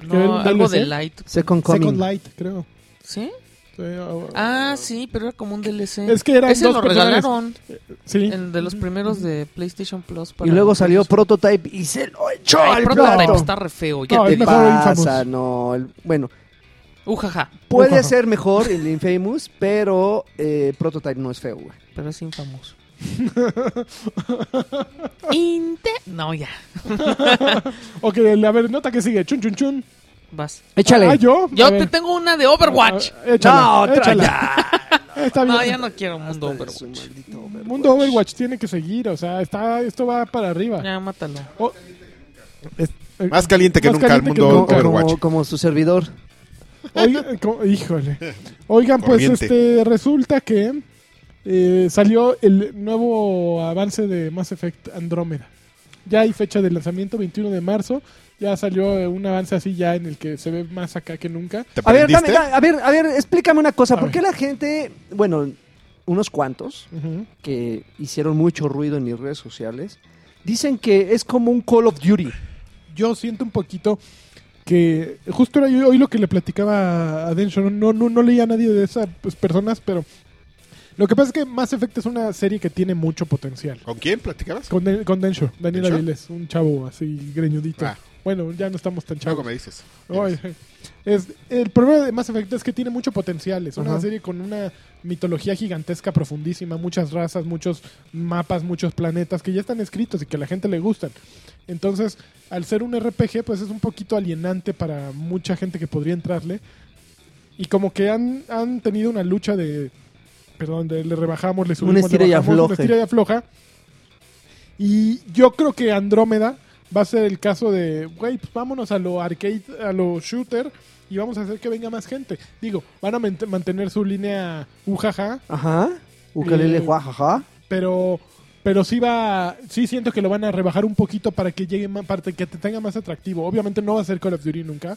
que era
no
un
algo
DLC.
de Light.
Second Coming.
Second Light, creo.
¿Sí?
Sí, o-
Ah, sí, pero era como un DLC.
Es que eran
Ese
dos
lo
personajes.
regalaron.
sí.
El de los primeros de PlayStation Plus. para-
Y luego salió Prototype y se lo echó
Ay,
al
Prototype
plato.
está re feo.
¿Qué
Ya
No,
te
es
te
digo.
mejor
pasa?
Infamous.
No, el- bueno,
Uh, jaja.
puede
Ujaja.
ser mejor el Infamous, pero eh, Prototype no es feo, güey.
Pero es
<laughs>
infamos. Inte- no, ya.
Ok, el- a ver, nota que sigue. Chun, chun, chun.
Vas.
Échale.
Ah, yo.
Yo
A
te
ver.
tengo una de Overwatch.
Ah, échala,
No, otra
échala. <laughs> Está bien.
No, ya no quiero mundo
Su
Overwatch.
maldito Overwatch.
Mundo Overwatch tiene que seguir, o sea, está, esto va para arriba.
Ya, mátalo.
Oh, es- eh,
Más caliente que
Más
nunca
caliente
el
que
mundo
nunca,
Overwatch.
Como, como su servidor.
oiga- eh, co- híjole. Oigan, pues
Corriente.
este resulta que eh, salió el nuevo avance de Mass Effect Andrómeda. Ya hay fecha de lanzamiento, 21 de marzo. Ya salió eh, un avance así ya en el que se ve más acá que nunca.
¿Te
A ver, dame,
prendiste?
da- a ver, a ver, explícame una cosa.
A
¿Por
ver.
qué la gente, bueno, unos cuantos
Ujú.
que hicieron mucho ruido en mis redes sociales, dicen que es como un Call of Duty?
yo siento un poquito que justo era yo- hoy lo que le platicaba a Densho, no, no, no leía a nadie de esas pues, personas, pero lo que pasa es que Mass Effect es una serie que tiene mucho potencial.
¿Con quién platicabas?
Con, Den- con Densho, Daniel
¿Densho?
Aviles, un chavo así greñudito.
Ah.
Bueno, ya no estamos tan
Luego
chavos.
me dices.
Ay, eh, es, el problema de Mass Effect es que tiene mucho potencial. Es una
Ajá.
serie con una mitología gigantesca, profundísima, muchas razas, muchos mapas, muchos planetas que ya están escritos y que a la gente le gustan. Entonces, al ser un RPG, pues es un poquito alienante para mucha gente que podría entrarle. Y como que han, han tenido una lucha de. Perdón, de le rebajamos, le subimos,
estira
le
y
bajamos,
afloje.
una estira y afloja. Y yo creo que Andrómeda va a ser el caso de, güey, pues vámonos a lo arcade, a lo shooter y vamos a hacer que venga más gente. Digo, van a ment- mantener su línea ujaja,
Ajá. Ukelele,
Eh,
guajaja.
pero pero sí va sí siento que lo van a rebajar un poquito para que llegue más, para que te tenga más atractivo. Obviamente no va a ser Call of Duty nunca.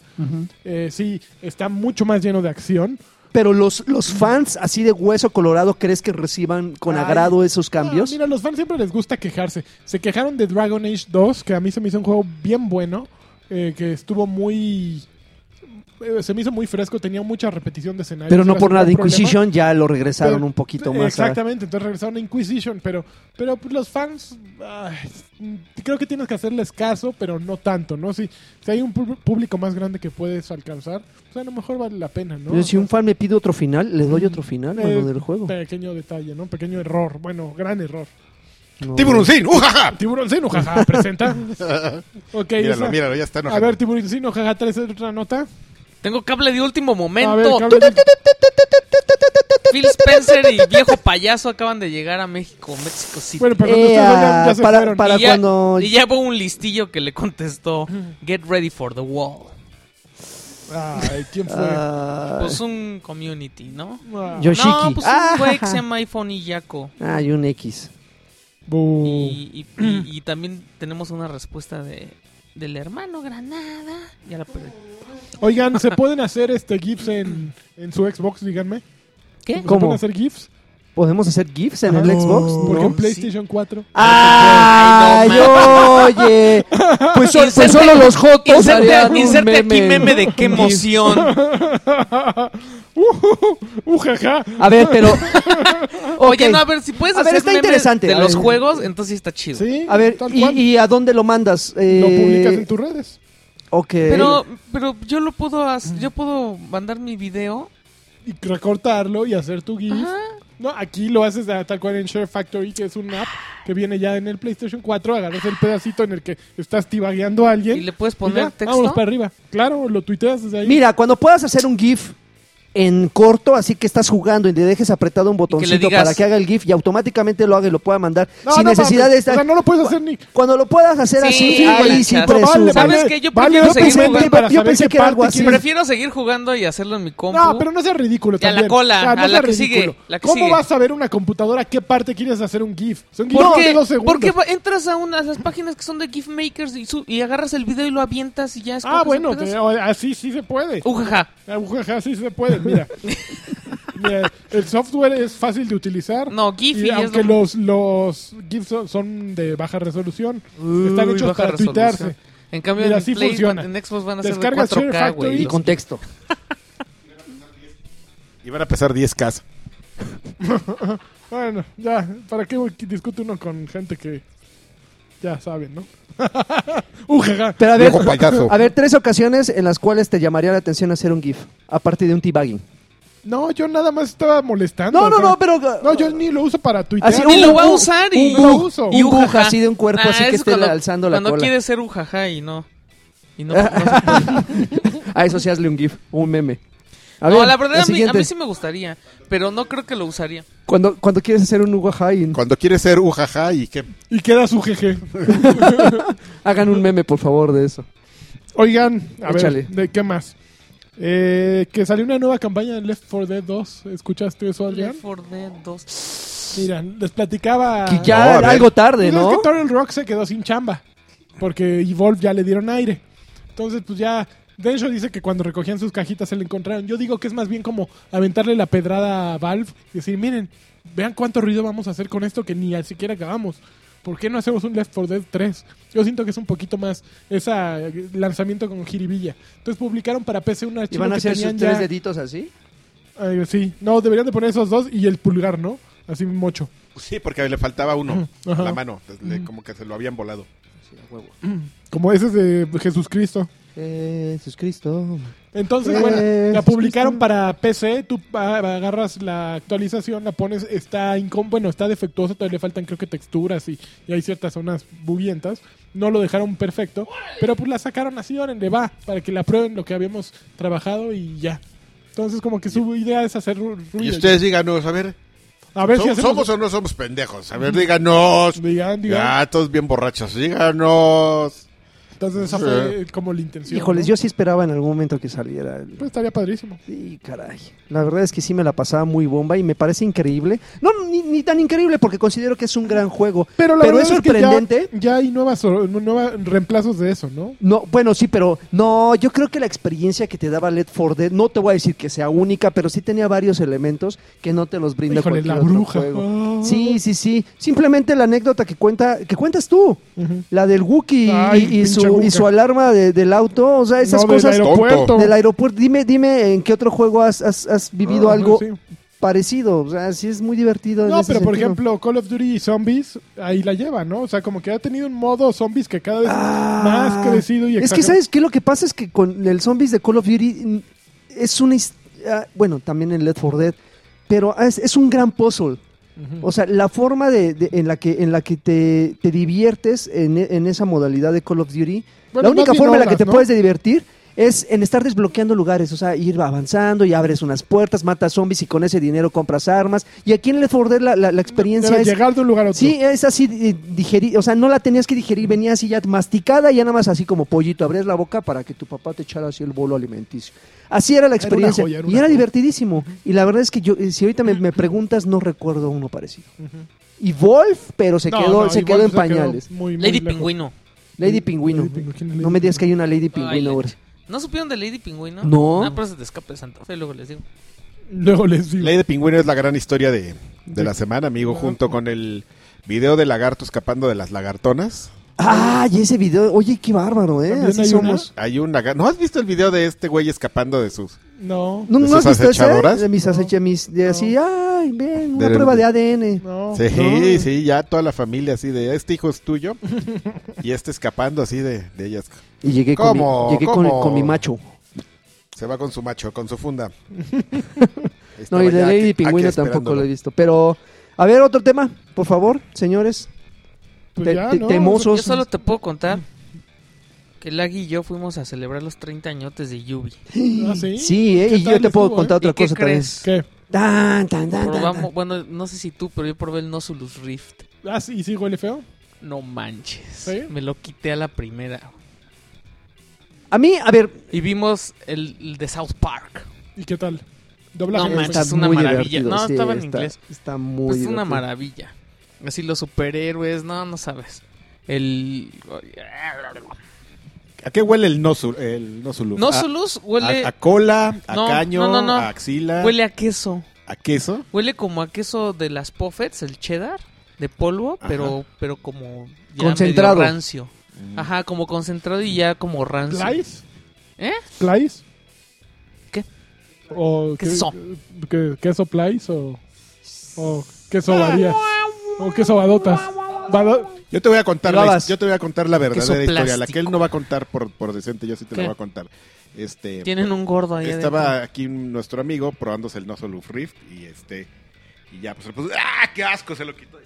Eh, sí, está mucho más lleno de acción.
Pero los, los fans así de hueso colorado, ¿crees que reciban con
Ay.
agrado esos cambios?
Ah, mira, los fans siempre les gusta quejarse. Se quejaron de Dragon Age 2, que a mí se me hizo un juego bien bueno, eh, que estuvo muy... eh, Se me hizo muy fresco, tenía mucha repetición de escenarios.
pero no
era
por
sin
nada,
ningún problema.
Inquisition ya lo regresaron
Pero- eh,
un poquito más. a-
Exactamente, entonces regresaron a Inquisition, pero, pero pues, los fans, ay, creo que tienes que hacerles caso, pero no tanto, ¿no? Si, si hay un pub- público más grande que puedes alcanzar, pues a lo mejor vale la pena, ¿no?
Yo, si un fan me pide otro final, le doy otro final
Eh,
mano, del juego.
Pequeño detalle, ¿no? Pequeño error, bueno, gran error.
No.
¡Tiburoncín! ¡Ujaja!
Tiburoncino,
<laughs>
jaja, presenta. ok,
Míralo,
esa-
míralo, ya está enojado.
A ver, Tiburoncino, jaja, traes otra nota.
Tengo cable de último
A ver,
momento.
cable-
Phil Spencer y viejo payaso acaban de llegar a México, México City.
bueno, pero
Eh,
ustedes dos ya, ya
ah,
se
para-
fueron.
para-
y ya,
cuando-
y ya hubo un listillo que le contestó, get ready for the wall.
Ay, ¿quién fue?
Ah,
Pues un community, ¿no?
Ah,
Yoshiki.
No, pues
Ah,
un güey que
jaja.
se llama iPhone y
<laughs>
Yaco.
Ah, y un X. Uh.
bu.
Y, y- y- y también tenemos una respuesta de, del hermano Granada. Ya la perdí.
Oigan, ¿se pueden hacer este GIFs en, en su Xbox? Díganme.
¿Qué?
¿Se pueden
¿Cómo?
hacer GIFs? Ah,
¿Podemos hacer GIFs en el
No,
Xbox?
Porque
No.
en PlayStation 4.
¡Ay,
Ay, no
oye! Pues, so- pues
Inserte-
solo los jotos
Inserte,
harían un
inserte aquí meme de
<laughs>
qué emoción.
Uh, uh, jaja.
A ver,
<laughs>
pero...
Oye,
Ok.
no, a ver, si puedes
A ver,
hacer
está
memes
interesante.
de
A
los
ver.
juegos, entonces sí está chido.
Sí,
A ver,
tal
¿y,
cual.
y a dónde lo mandas? Eh,
Lo publicas en tus redes.
Ok.
Pero, pero yo lo puedo hacer, yo puedo mandar mi video.
Y recortarlo y hacer tu GIF.
Ajá.
No, aquí lo haces a- tal cual en Share Factory, que es una app que viene ya en el PlayStation 4. Agarras el pedacito en el que estás tibagueando a alguien.
Y le puedes
y ya,
poner
Vámonos
texto.
para arriba. Claro, lo tuiteas desde ahí.
Mira, cuando puedas hacer un GIF en corto, así que estás jugando y le dejes apretado un
le
botoncito
digas-
para que haga el GIF y automáticamente lo haga y lo pueda mandar
No,
sin
no
necesidad
mames,
de estar...
O sea, no lo puedes hacer ni.
Cuando lo puedas hacer
Sí,
así,
sí,
ahí
vale,
sí
chas.
presume.
¿Sabes qué? Yo prefiero
vale,
seguir
documentar
jugando.
para
Yo
saber
pensé
qué
que era
parte
algo así.
quieres.
Prefiero seguir jugando y hacerlo en mi compu.
No, pero no seas ridículo
Y a la
también.
cola,
no
a la
seas
que sigue,
ridículo.
la que
¿Cómo
sigue.
vas a ver una computadora qué parte quieres hacer un GIF? Son GIF
Porque,
de dos segundos.
porque va- entras a unas las páginas que son de GIF Makers y, su- y agarras el video y lo avientas y ya es
ah, bueno, te- o- así sí se puede.
Ujaja.
Aguja, sí se puede, mira. Mira, el software es fácil de utilizar.
No, GIF y
Y
es
aunque
lo-
los, los GIFs son- son de baja resolución, están
Uy,
hechos
baja
para
resolución.
tuitearse.
En cambio,
Mira,
en,
así
Play,
funciona.
en Xbox van a ser de
Descargas Share
4K,
Factory
güey.
Y
Los-
con texto.
Y van a pesar 10K.
Bueno, ya, ¿para qué discute uno con gente que ya saben, no? <laughs> Uh, Ujaja.
Pero a ver,
Viejo payaso.
a ver, tres ocasiones en las cuales te llamaría la atención hacer un GIF, aparte de un debugging.
No, yo nada más estaba molestando.
No,
o
no,
sea,
no, pero...
Ah, No, yo ni lo uso para tuitear.
Así,
Ni
un-
lo voy a
un-
usar y...
un-
no.
lo uso.
y
un
ujaja.
buja así de un cuerpo así
Ah,
que
es
esté
cuando-
alzando la
Cuando
cola.
quieres ser ujaja y no... Y no, no se puede.
<laughs> A eso sí hazle un GIF, un meme. A
no,
ver,
la verdad, a mí, a
siguiente.
mí sí me gustaría, pero no creo que lo usaría.
cuando, cuando quieres hacer un Uguajay,
Cuando quieres ser ujaja y que
Y queda su jeje.
hagan un meme, por favor, de eso.
Oigan, a
Échale.
ver, ¿de qué más? Eh, que salió una nueva campaña de Left 4 Dead 2. ¿Escuchaste eso, Adrián?
Left 4 Dead 2.
Mira, les platicaba...
Que ya
No, a
era
ver.
algo tarde,
Pues es
¿no?
que Turtle Rock se quedó sin chamba. Porque Evolve ya le dieron aire. Entonces, pues ya. Densho dice que cuando recogían sus cajitas se le encontraron. Yo digo que es más bien como aventarle la pedrada a Valve y decir, miren, vean cuánto ruido vamos a hacer con esto que ni al siquiera acabamos. ¿Por qué no hacemos un Left 4 Dead 3? Yo siento que es un poquito más ese lanzamiento con jiribilla. Entonces publicaron para PC una
¿Y
archivo
van a
que
hacer sus
tenían
tres
ya...
deditos así?
Ay, sí, no, deberían de poner esos dos y el pulgar, ¿no? Así mocho.
Pues Sí, porque le faltaba uno,
Ajá.
la mano, pues, le- como que se lo habían volado.
Sí, a huevo.
Como ese de Jesucristo.
Jesucristo.
Entonces,
Eh,
bueno, la
Jesucristo.
publicaron para PC, tú a- agarras la actualización, la pones, está incom bueno, está defectuosa, todavía le faltan creo que texturas y, y hay ciertas zonas buguientas, no lo dejaron perfecto, pero pues la sacaron así, le va, para que la prueben lo que habíamos trabajado y ya. Entonces, como que su idea es hacer ru- ruido.
Y ustedes díganos, a ver,
a ver
¿so-
si Pues hacemos...
¿somos o no somos pendejos? A ver, díganos.
Digan, digan.
Gatos bien borrachos, díganos.
Entonces, esa fue eh, como la intención.
Híjoles,
¿no?
yo sí esperaba en algún momento que saliera. el-
Pues estaría padrísimo.
Sí, caray. La verdad es que sí me la pasaba muy bomba y me parece increíble. No, ni, ni tan increíble porque considero que es un gran juego.
Pero la
Pero
verdad
es
es, que ya-
sorprendente.
ya, hay nuevas, or- nuevas reemplazos de eso, ¿no?
No, bueno, sí, pero no, yo creo que la experiencia que te daba Led for Dead, no te voy a decir que sea única, pero sí tenía varios elementos que no te los brinda
Híjole,
cualquier
la
otro
bruja.
juego.
Ah.
Sí, sí, sí. Simplemente la anécdota que cuenta, que cuentas tú,
Ujú.
la del Wookiee
Ay,
y, y
pinche
su, y
Wookiee.
su alarma de- del auto, o sea, esas
No, del
cosas
aeropuerto.
del aeropuerto. Dime, dime, ¿en qué otro juego has, has- has vivido
Ajá,
algo
Ah, sí.
parecido? O sea, sí es muy divertido. en
No,
ese
pero por
sentido.
ejemplo, Call of Duty y Zombies, ahí la lleva, ¿no? O sea, como que ha tenido un modo zombies que cada vez
Ah.
más crecido y
Es que,
exagerado.
¿sabes qué? Lo que pasa es que con el Zombies de Call of Duty mm, es una... his- ah, Bueno, también en Left 4 Dead, pero es, es un gran puzzle.
Ujú.
O sea, la forma de, de- en la que, en la que te, te diviertes en, e- en esa modalidad de Call of Duty,
Bueno,
la
más
única
bien
forma en la que
olas,
te
¿no?
puedes divertir es en estar desbloqueando lugares, o sea, ir avanzando y abres unas puertas, matas zombies y con ese dinero compras armas. Y aquí en Left 4 Dead la, la- la experiencia
Era
es
llegar de un lugar a otro.
Sí, es así eh, digerí, o sea, no la tenías que digerir, venía así ya masticada y ya nada más así como pollito, abrías la boca para que tu papá te echara así el bolo alimenticio. Así era la
una
experiencia
joya, era
y
una
era
joya.
divertidísimo. Y la verdad es que yo, eh, si ahorita me, me preguntas, no recuerdo uno parecido. Y Wolf, pero se
No,
quedó,
no,
se
igual
quedó en pañales.
muy, muy
Lady
lejos.
Pingüino.
Lady Pingüino.
Lady Pingüino, ¿quién es
No
Lady
me digas que hay una Lady
Ay,
Pingüino
la
ahora.
ch- ¿No supieron de Lady Pingüino?
No.
No, pero se te escapa de Santa Fe, luego les digo.
Luego les digo.
Ley de Pingüino es la gran historia de, de
Sí.
la semana, amigo, junto con el video de lagarto escapando de las lagartonas.
Ah, y ese video, oye, qué bárbaro, ¿eh?
¿También
Así
hay una?
somos.
Hay un lagarto. ¿No has visto el video de este güey escapando de sus...
No,
¿No,
¿De
no has
sus
visto ese?
acechadoras?
De mis
No.
acecha- mis- de así, ay, ven, una
Del-
prueba de ADN.
no.
Sí,
Oh. no.
sí, ya toda la familia así de, este hijo es tuyo
<laughs>
y este escapando así de, de ellas.
Y llegué, con mi,
¿Cómo?
llegué con-
¿Cómo?
con mi macho.
Se va con su macho, con
<laughs>
su funda.
No,
Estaba
y de
ya
Lady
aquí- aquí
Pingüino tampoco
esperándolo.
lo he visto. Pero, a ver, otro tema, por favor, señores.
Pues
Te-
ya,
te-
¿no?
temosos.
Yo solo te puedo contar que Lagui y yo fuimos a celebrar los 30 añotes de Yubi.
Ah, ¿sí?
Sí, eh,
¿Qué
y yo
tal
te puedo
estuvo,
contar
eh?
¿Y
otra
qué
cosa también.
crees?
¿Qué?
Tan, tan, tan, tan,
Probamos,
tan.
bueno, no sé si tú, pero yo probé el Nosulus Rift.
Ah, sí, sí, huele feo.
No manches.
¿Sí?
Me lo quité a la primera.
A mí, a ver,
Y vimos el, el de South Park.
¿Y qué tal?
No
Doblaje.
manches,
está
es una
muy
maravilla.
divertido.
No,
sí,
estaba en
está-
inglés.
Está muy
Pues es una
divertido.
maravilla. Así los superhéroes, no, no sabes. El...
¿A qué huele el nosul? El nosuluf?
Nosulus
A-
huele...
a, a cola, a
No,
caño,
no, no, no.
a axila,
Huele a queso.
a queso.
Huele como a queso de las Puffets, el cheddar, de polvo,
Ajá.
pero pero como ya
Concentrado.
medio rancio.
Mm.
Ajá, como concentrado y ya como rancio.
¿Slice?
¿Eh?
¿Slice?
¿Qué?
¿O qué-
Queso.
qué- ¿Queso plies o, o queso varías? ¿O queso badotas? Bado-
Yo te voy a contar, la,
Babas.
his- yo te voy a contar la verdadera historia, la
plástico.
que él no va a contar por, por decente, yo sí te
¿Qué?
la voy a contar. Este
Tienen un gordo ahí
estaba
adentro.
aquí nuestro amigo probándose el Nosoluf Rift y este y ya pues se lo puso, ah, qué asco, se lo quitó.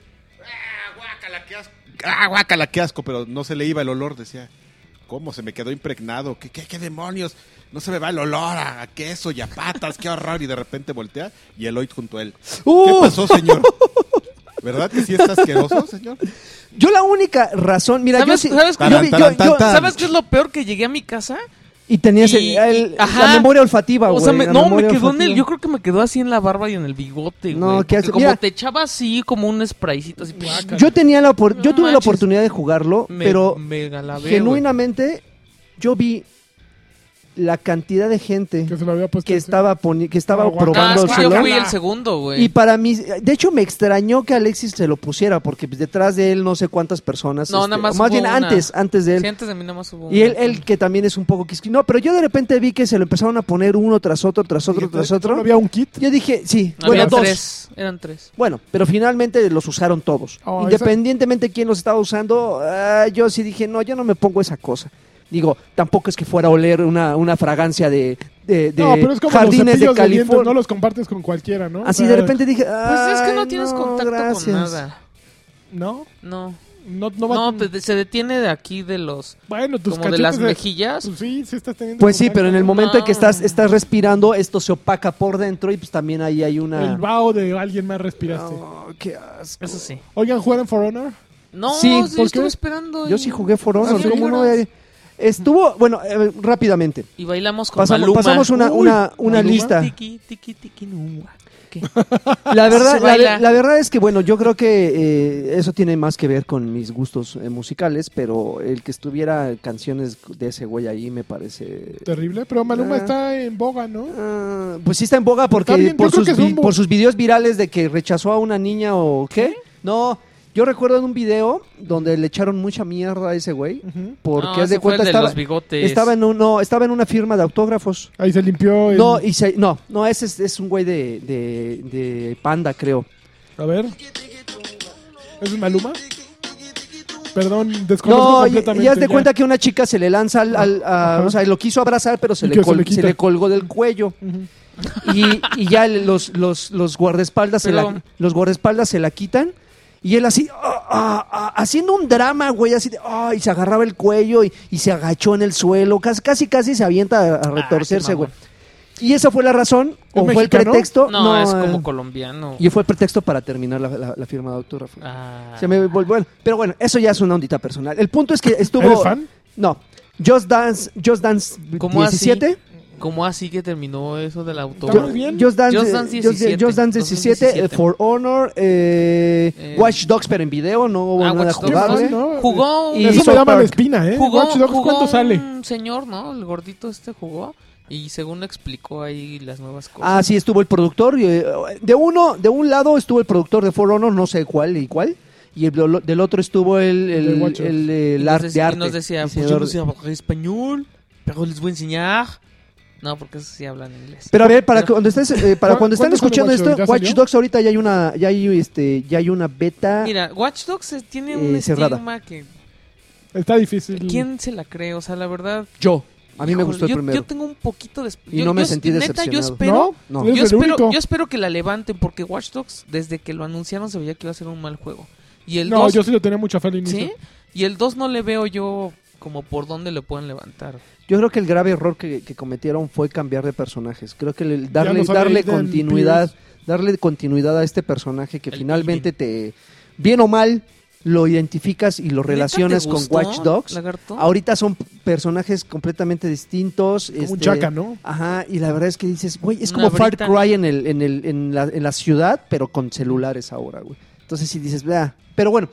Ah, guácala, qué asco. Ah, guácala, qué asco, pero no se le iba el olor, decía. ¿Cómo? Se me quedó impregnado. ¿Qué, qué, qué demonios? No se me va el olor a queso y a patas. ¡Qué horror! Y de repente voltea y Eloy junto a él. ¿Qué
¡Uh!
pasó, señor? ¿Verdad que sí está asqueroso, señor?
Yo la única razón, mira, yo
¿Sabes-
sí-
sabes-
yo vi- yo- yo-
Tan.
¿Sabes qué es lo peor? Que llegué a mi casa.
y tenías el-
Y-
el-
ajá.
la memoria olfativa, Ah, güey.
o sea, me-
la
no, me
memoria
quedó en el.
olfativa.
Yo creo que me quedó así en la barba y en el bigote, güey.
No, ¿qué
porque
hace?
Como
Mira.
te echaba así, como un spraycito así.
Guácala.
Yo tenía la opor- yo
No
tuve la
manches.
oportunidad de jugarlo,
me,
pero
me galabé,
genuinamente yo vi la cantidad de gente
Que se lo había puesto.
que
en-
estaba poni- que estaba
Ah,
güey. Ah,
guacala.
probando el
es que yo
celular.
fui el segundo, güey.
Y pues, para mí, de hecho me extrañó que Alexis se lo pusiera, porque pues, detrás de él no sé cuántas personas. este,
No, nada más
más
hubo
bien
una.
antes, antes de él.
Sí, antes de mí nada más hubo
Y él,
una.
él que también es un poco quisqui- No, pero yo de repente vi que se lo empezaron a poner uno tras otro, tras otro,
Fíjate,
tras
¿no
otro.
había un kit.
Yo dije, sí,
Había
bueno, dos.
tres. Eran tres.
Bueno, pero finalmente los usaron todos.
Oh,
Independientemente de quién los estaba usando, ah, yo sí dije, no, yo no me pongo esa cosa. Digo, tampoco es que fuera a oler una, una fragancia de, de- de
no, pero es como los
jardines de
cepillos de, dientes,
California.
no los compartes con cualquiera, ¿no?
Así
O
de
sea,
repente dije,
Pues es que no
"Ay,
tienes contacto
gracias".
con nada.
No,
No.
no, no va.
No, te- se detiene de aquí de los.
bueno, tus
como de
cachetes
las mejillas.
Pues sí, sí estás teniendo.
Pues sí,
contacto.
pero en el momento en
No.
que estás, estás respirando, esto se opaca por dentro y pues también ahí hay una...
El vaho de alguien más respiraste.
Oh, qué asco.
Eso sí.
Oigan, ¿juegan For Honor?
No,
Sí,
yo
¿por
estuve
qué?
esperando.
Yo
y-
sí jugué For
Ah,
Honor,
¿sí?
¿cómo no voy a- Estuvo, bueno, eh, rápidamente.
Y bailamos con
Pasamos,
Maluma.
pasamos una,
Uy,
una, una
Maluma.
lista.
Tiki, tiki, tiki, nua. ¿Qué?
La verdad,
Se
la,
baila.
la verdad es que, bueno, yo creo que eh, eso tiene más que ver con mis gustos eh, musicales, pero el que estuviera canciones de ese güey ahí me parece...
Terrible. Pero Maluma
Ah.
está en boga, ¿no?
Ah, pues sí está en boga porque
Está bien, yo
por,
creo
sus
que son
vi-
bo-
por sus videos virales de que rechazó a una niña o qué. No, yo recuerdo en un video donde le echaron mucha mierda a ese güey
Ujú.
<laughs> porque
No,
haz de
ese fue el
cuenta
de
estaba,
los bigotes.
estaba en un- no, estaba en una firma de autógrafos.
Ahí se limpió. El...
No, y se- no, no, ese es, es un güey de, de- de Panda, creo.
A ver. ¿Es Maluma? Perdón, desconozco
No, y,
completamente.
y haz
ya.
de cuenta que una chica se le lanza al, al- a-
Ajá.
o sea, lo quiso abrazar, pero se
Y
le,
que se
col-
le
se,
quita.
le colgó del cuello.
Ujú.
y, y ya le- los, los, los guardaespaldas se
Pero-
la, los guardaespaldas se la quitan y él así ah, ah, ah, haciendo un drama güey así de, ah, y se agarraba el cuello y, y se agachó en el suelo casi casi, casi se avienta a, a retorcerse
Ah, qué
güey
mamón.
y esa fue la razón o fue el
mexicano?
pretexto
No, es como
eh,
colombiano.
y fue el pretexto para terminar la, la- la firma de autógrafo
Ah.
se me volvió bueno, pero bueno eso ya es una ondita personal el punto es que estuvo
¿Eres fan?
no Just Dance Just Dance
¿Cómo así?
17
¿Cómo así que terminó eso del autor?
Yo- Muy bien.
Just Dance,
Just Dance
eh, Just-
17,
Just Dance 17, eh,
2017.
For Honor, eh,
Eh,
Watch Dogs, pero en video, no hubo
Ah,
nada
Watch Dogs,
jugable.
¿no? No,
Jugó
Y
un-
Eso
South
me llama la
Park.
espina, ¿eh?
jugó,
Watch Dogs,
jugó
¿cuándo
un
sale?
señor, ¿no? El gordito este jugó y según explicó ahí las nuevas cosas.
Ah, sí, estuvo el productor. y, eh, de uno, de un lado estuvo el productor de For Honor, no sé cuál y cuál. Y el del- del otro estuvo el, el,
De Watch Dogs.
el, eh,
Y
el
nos
arte
dec-
de arte.
Y nos decía, pues yo
diseñador
no
de-
sé hablar español, pero les voy a enseñar. No, porque eso sí hablan inglés.
Pero a ver, para
Pero-
cuando estés, eh, para
¿Cu-
cuando están
cuándo sale
escuchando
Watch
esto,
Dogs? ¿Ya
Watch
salió?
Dogs ahorita ya hay una, ya hay este, ya hay una beta.
Mira, Watch Dogs eh, tiene
Eh,
un
cerrada.
estigma que...
Está difícil.
¿Quién se la cree? O sea, la verdad...
yo, a mí me gustó el
yo,
primero.
Yo tengo un poquito de... esp-
Y
yo-
no me
yo-
sentí
neta, yo
decepcionado.
espero...
¿No?
No. Pues
¿Eres
Yo
el
espero,
único?
yo espero que la levanten porque Watch Dogs desde que lo anunciaron se veía que iba a ser un mal juego. Y el
No,
2,
yo sí le tenía mucha fe al inicio.
¿sí? Y el 2 no le veo yo como por dónde le pueden levantar.
Yo creo que el grave error que, que cometieron fue cambiar de personajes. Creo que el darle,
no sale
darle
Aiden
continuidad, darle continuidad a este personaje que
El
finalmente te, bien o mal, lo identificas y lo relacionas
¿Neta te gustó,
con Watch Dogs.
Lagarto?
Ahorita son p- personajes completamente distintos.
Como un
este,
chaca, ¿no?
Ajá, y la verdad es que dices, güey, es
Una
como Far
brita.
Cry en, el, en, el, en, la, en la ciudad, pero con celulares ahora, güey. Entonces sí dices, vea. Pero bueno,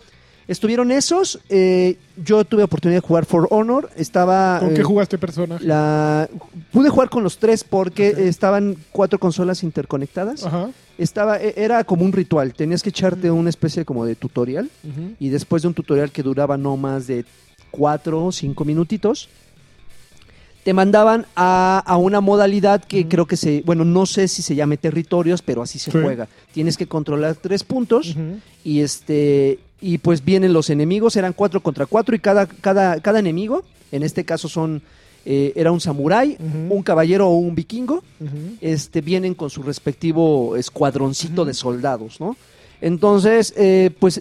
estuvieron esos. eh, yo tuve oportunidad de jugar For Honor. Estaba.
¿Con
eh,
qué jugaste personaje?
la pude jugar con los tres porque
Ok. Ah.
estaban cuatro consolas interconectadas.
Ajá.
Estaba e- era como un ritual, tenías que
Mm.
echarte una especie como de tutorial
Ujú.
y después de un tutorial que duraba no más de cuatro o cinco minutitos te mandaban a, a una modalidad que creo que se, bueno, no sé si se llame territorios, pero así se
Sí.
juega. Tienes que controlar tres puntos
Ujú.
y este y pues vienen los enemigos eran cuatro contra cuatro y cada cada cada enemigo en este caso son eh, era un samurái
Ujú.
un caballero o un vikingo
Ujú.
este vienen con su respectivo escuadroncito de soldados no entonces eh, pues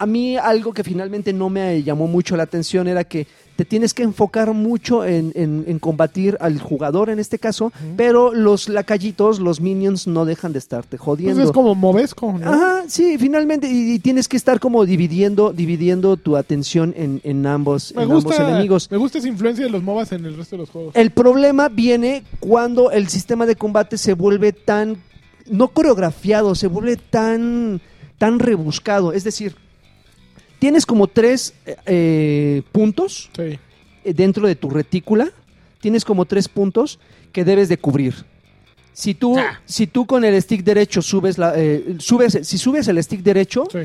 a mí algo que finalmente no me llamó mucho la atención era que te tienes que enfocar mucho en, en- en combatir al jugador en este caso, pero los lacallitos, los minions, no dejan de estarte jodiendo.
Entonces Pues es como Movesco, ¿no?
Ajá, sí, finalmente, y, y tienes que estar como dividiendo, dividiendo tu atención en, en ambos,
me
en
gusta,
ambos enemigos. Eh.
Me gusta esa influencia de los MOBAs en el resto de los juegos.
El problema viene cuando el sistema de combate se vuelve tan, no coreografiado, se vuelve tan, tan rebuscado. Es decir, tienes como tres eh, eh, puntos
Sí.
eh, dentro de tu retícula, tienes como tres puntos que debes de cubrir. Si tú,
Ah.
si tú con el stick derecho subes, la, eh, subes, si subes el stick derecho,
Sí.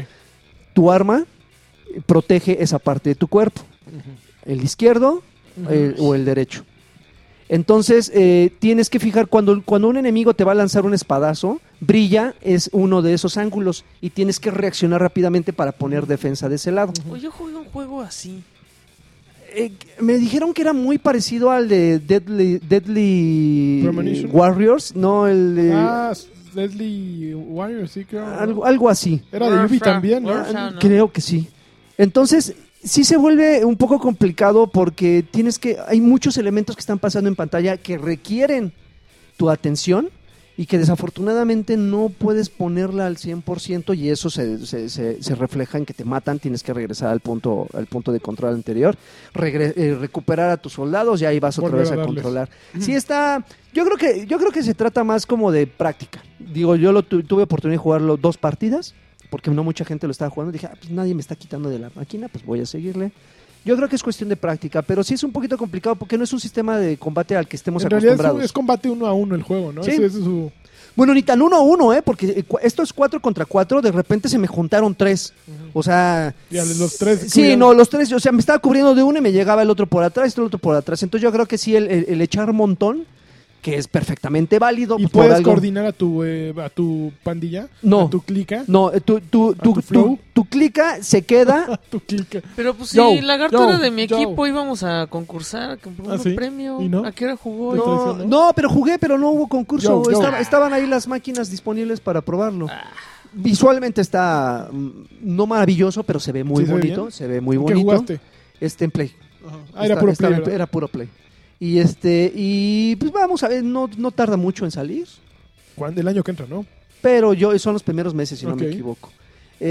tu arma eh, protege esa parte de tu cuerpo. El izquierdo eh, o el derecho. Entonces, eh, tienes que fijar, cuando, cuando un enemigo te va a lanzar un espadazo, brilla es uno de esos ángulos y tienes que reaccionar rápidamente para poner defensa de ese lado.
Oye, yo jugué un juego así.
Eh, me dijeron que era muy parecido al de Deadly, Deadly
Premonition.
Warriors, no el de-
Ah, Leslie Warrior, sí, creo. ¿no?
algo, algo así.
Era de Yubi también, ¿no?
Warfra- Warfra, ¿no?
Creo que sí. Entonces, sí se vuelve un poco complicado porque tienes que. Hay muchos elementos que están pasando en pantalla que requieren tu atención y que desafortunadamente no puedes ponerla al 100% y eso se, se- se- se refleja en que te matan, tienes que regresar al punto, al punto de control anterior, regre- eh, recuperar a tus soldados y ahí vas otra
Volver
vez
a
a,
darles.
controlar. Sí está, yo creo que yo creo que se trata más como de práctica. Digo, yo lo tu- tuve oportunidad de jugarlo dos partidas porque no mucha gente lo estaba jugando, dije, ah, pues nadie me está quitando de la máquina, pues voy a seguirle. Yo creo que es cuestión de práctica, pero sí es un poquito complicado porque no es un sistema de combate al que estemos
En realidad es,
acostumbrados.
un- es combate uno a uno el juego, ¿no?
Sí.
Ese- ese es su...
Bueno, ni tan uno a uno, ¿eh? Porque eh, cu- esto es cuatro contra cuatro, de repente se me juntaron tres. O sea...
Y a los tres
Sí,
incluyen-
no, los tres, o sea, me estaba cubriendo de uno y me llegaba el otro por atrás, el otro por atrás. Entonces yo creo que sí, el, el- el echar montón, que es perfectamente válido.
¿Y
pues, por
puedes
algo-
coordinar a tu, eh, a tu pandilla?
No.
¿A tu clica? <laughs>
No, eh, tu, tu,
¿A
tu,
tu
tu-
flow?
tu clica se queda...
tu clica.
Pero pues
Yo,
sí, Lagarto
yo,
era de mi
yo.
equipo, íbamos a concursar, que por
¿Ah,
un
sí?
premio.
¿Y no?
¿A qué hora jugó?
No.
No, no, pero jugué, pero no hubo concurso.
Yo, yo.
Estaba- estaban ahí las máquinas disponibles para probarlo. Visualmente está mm, no maravilloso, pero se ve muy
¿Sí se ve
bonito.
bien?
se ve muy
¿En ¿Qué
bonito.
jugaste?
Este en play.
Ajá. Ah, era
Está-
puro
está-
player. ¿verdad?
era puro play. Y este, y pues vamos a ver, no, no tarda mucho en salir,
¿Cuándo? El año que entra, ¿no?
pero yo son los primeros meses, si no me
Ok.
equivoco.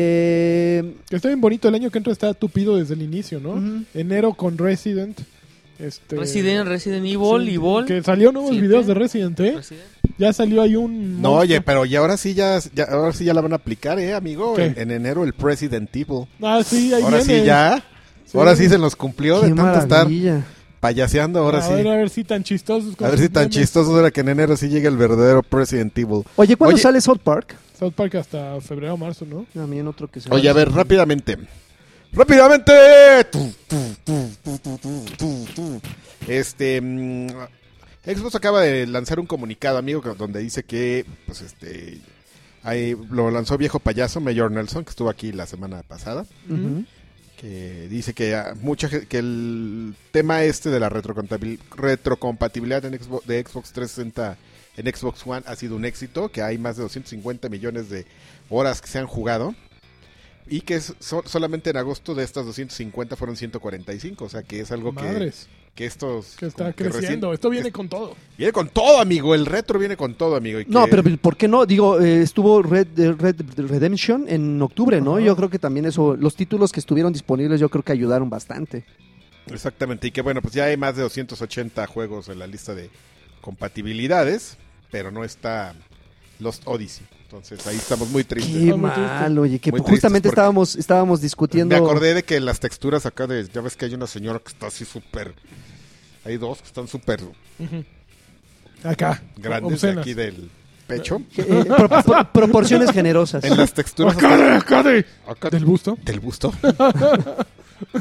Eh,
Que está bien bonito. El año que entra está tupido desde el inicio, ¿no?
Ujú.
Enero con Resident. Este,
Resident, Resident Evil,
sí,
Evil.
Que salió nuevos
Siete.
videos de Resident, ¿eh?
Resident.
Ya salió ahí un...
No,
monstruo.
oye, pero ya ahora sí ya, ya- ahora sí ya la van a aplicar, eh, amigo.
¿Qué?
En, en enero el President Evil.
Ah, sí, ahí
Ahora
viene.
sí ya. Ahora sí se nos cumplió
qué
de tanto estar
maravilla.
payaseando, ahora
a
sí.
Ver, a ver si tan chistosos. como
A ver si
sus
tan
memes.
chistoso era que en enero sí llega el verdadero President Evil.
Oye, ¿cuándo
Oye.
sale South Park?
South Park hasta febrero o marzo, ¿no?
También otro que sale.
Oye, a ver, rápidamente. ¡Rápidamente! Tu, tu, tu, tu, tu, tu, tu, tu. Este. mm, Xbox acaba de lanzar un comunicado, amigo, que- donde dice que, pues este. Ahí lo lanzó viejo payaso, Mayor Nelson, que estuvo aquí la semana pasada.
Ujú.
que dice que ah, mucha ge- que el tema este de la retrocontabil- retrocompatibilidad en Xbox, de Xbox 360 en Xbox One ha sido un éxito, que hay más de 250 millones de horas que se han jugado y que es- so- solamente en agosto de estas 250 fueron 145, o sea que es algo que,
Madres,
que estos
que está
como que recién-
creciendo. Esto viene
que
con todo.
viene con todo, amigo, el retro viene con todo, amigo. y
No,
que-
pero ¿por qué no? Digo, eh, estuvo Red, eh, Red Redemption en octubre, ¿no?
Ajá.
Yo creo que también eso, los títulos que estuvieron disponibles, yo creo que ayudaron bastante.
Exactamente, y que bueno, pues ya hay más de 280 juegos en la lista de compatibilidades, pero no está Lost Odyssey. Entonces ahí estamos muy tristes.
Qué
Ah, muy triste.
mal, oye, que
Muy
justamente
tristes porque-
estábamos, estábamos discutiendo. eh,
Me acordé de que las texturas acá de. Ya ves que hay una señora que está así súper. Hay dos que están súper
Acá.
grandes de
Obscenas.
aquí del pecho.
Eh, eh, pro- pro- proporciones
Ah,
generosas.
En las texturas
Acá de- acá de-
acá
ah, Del busto. <laughs>
del busto.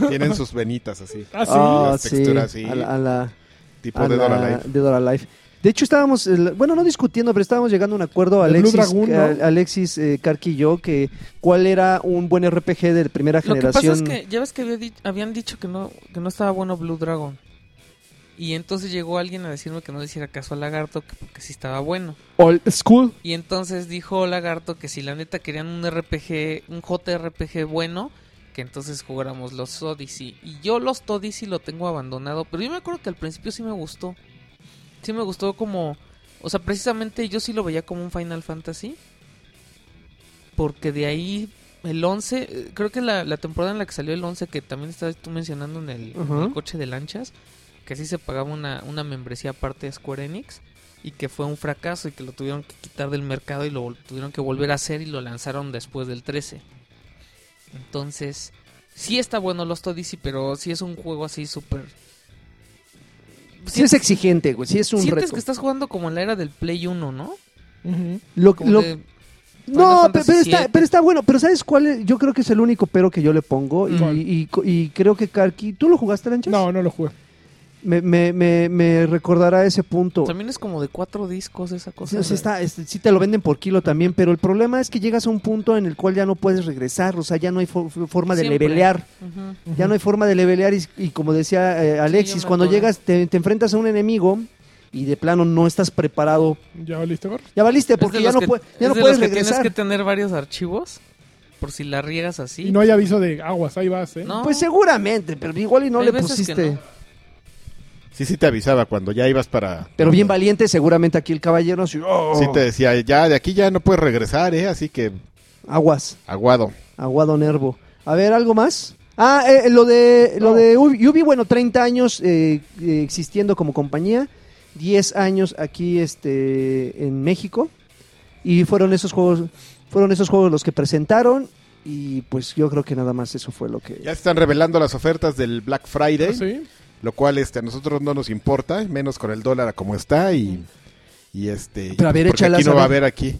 Tienen sus venitas así.
Ah, sí.
Ah,
las
sí,
texturas, sí.
A la, a la-
Tipo
a
de
la-
Dora Life.
de Dora Life. De hecho, estábamos, eh, la- bueno, no discutiendo, pero estábamos llegando a un acuerdo,
De Blue
Alexis,
Dragoon, ¿no?
a- Alexis eh, Karki y yo, que cuál era un buen RPG de primera
Lo que pasa
generación.
es que ya ves que había di- habían dicho que no, que no estaba bueno Blue Dragon. Y entonces llegó alguien a decirme que no le hiciera caso al lagarto, que porque sí estaba bueno.
Old School.
Y entonces dijo Lagarto que si la neta querían un RPG, un JRPG bueno, que entonces jugáramos los Odyssey. Y yo los Odyssey lo tengo abandonado, pero yo me acuerdo que al principio sí me gustó. Sí me gustó como... O sea, precisamente yo sí lo veía como un Final Fantasy. Porque de ahí el 11, eh, creo que la, la temporada en la que salió el 11, que también estabas tú mencionando en el, en el
Ujú.
coche de lanchas, que sí se pagaba una, una membresía aparte de Square Enix y que fue un fracaso y que lo tuvieron que quitar del mercado y lo vol- tuvieron que volver a hacer y lo lanzaron después del 13. Entonces, sí está bueno Lost Odyssey, pero sí es un juego así súper...
Sí es exigente, güey. Sí es un
Sientes
reto.
que estás jugando como en la era del Play 1, ¿no?
Ujú.
Lo-
Como
lo-
de-
No, pe-
Fantasy
pero, está,
VII.
pero está bueno. Pero ¿sabes cuál? es? Yo creo que es el único pero que yo le pongo. Y,
¿Cuál?
y- y creo que Karki... ¿Tú lo jugaste, Lanchas?
No, no lo jugué.
Me, me, me, me recordará ese punto.
También es como de cuatro discos esa
O
cosa.
sea, sí, está, este, sí te lo venden por kilo también, pero el problema es que llegas a un punto en el cual ya no puedes regresar, o sea, ya no hay fo- forma de
Siempre.
levelear.
Ujú.
Ya no hay forma de levelear y, y como decía eh, Alexis,
me
cuando
acuerdo.
llegas te, te enfrentas a un enemigo y de plano no estás preparado.
¿Ya valiste, Gor?
Ya valiste
Es de
porque ya
los
no,
que-
pue-
es
ya no
de
puedes
los que Tienes
regresar.
que tener varios archivos por si la riegas así.
Y no hay aviso de aguas, ahí vas, ¿eh?
No.
Pues seguramente, pero igual y no
Hay
le
veces que
pusiste.
no.
Sí, sí te avisaba cuando ya ibas para...
Pero bien valiente seguramente aquí el caballero. así, ¡oh!
Sí te decía, ya de aquí ya no puedes regresar, ¿eh? Así que
Aguas,
aguado.
aguado nervo. A ver, ¿algo más? Ah, eh, eh, lo de lo
No.
de Ubi, Ubi, bueno, 30 años eh, eh, existiendo como compañía, 10 años aquí este en México y fueron esos juegos fueron esos juegos los que presentaron y pues yo creo que nada más eso fue lo que
Ya se están revelando las ofertas del Black Friday,
¿Ah, Sí.
lo cual este, a nosotros no nos importa, menos con el dólar a como está y, y este...
Pero a ver,
porque
échalas,
aquí no
a
va a
ver.
haber aquí.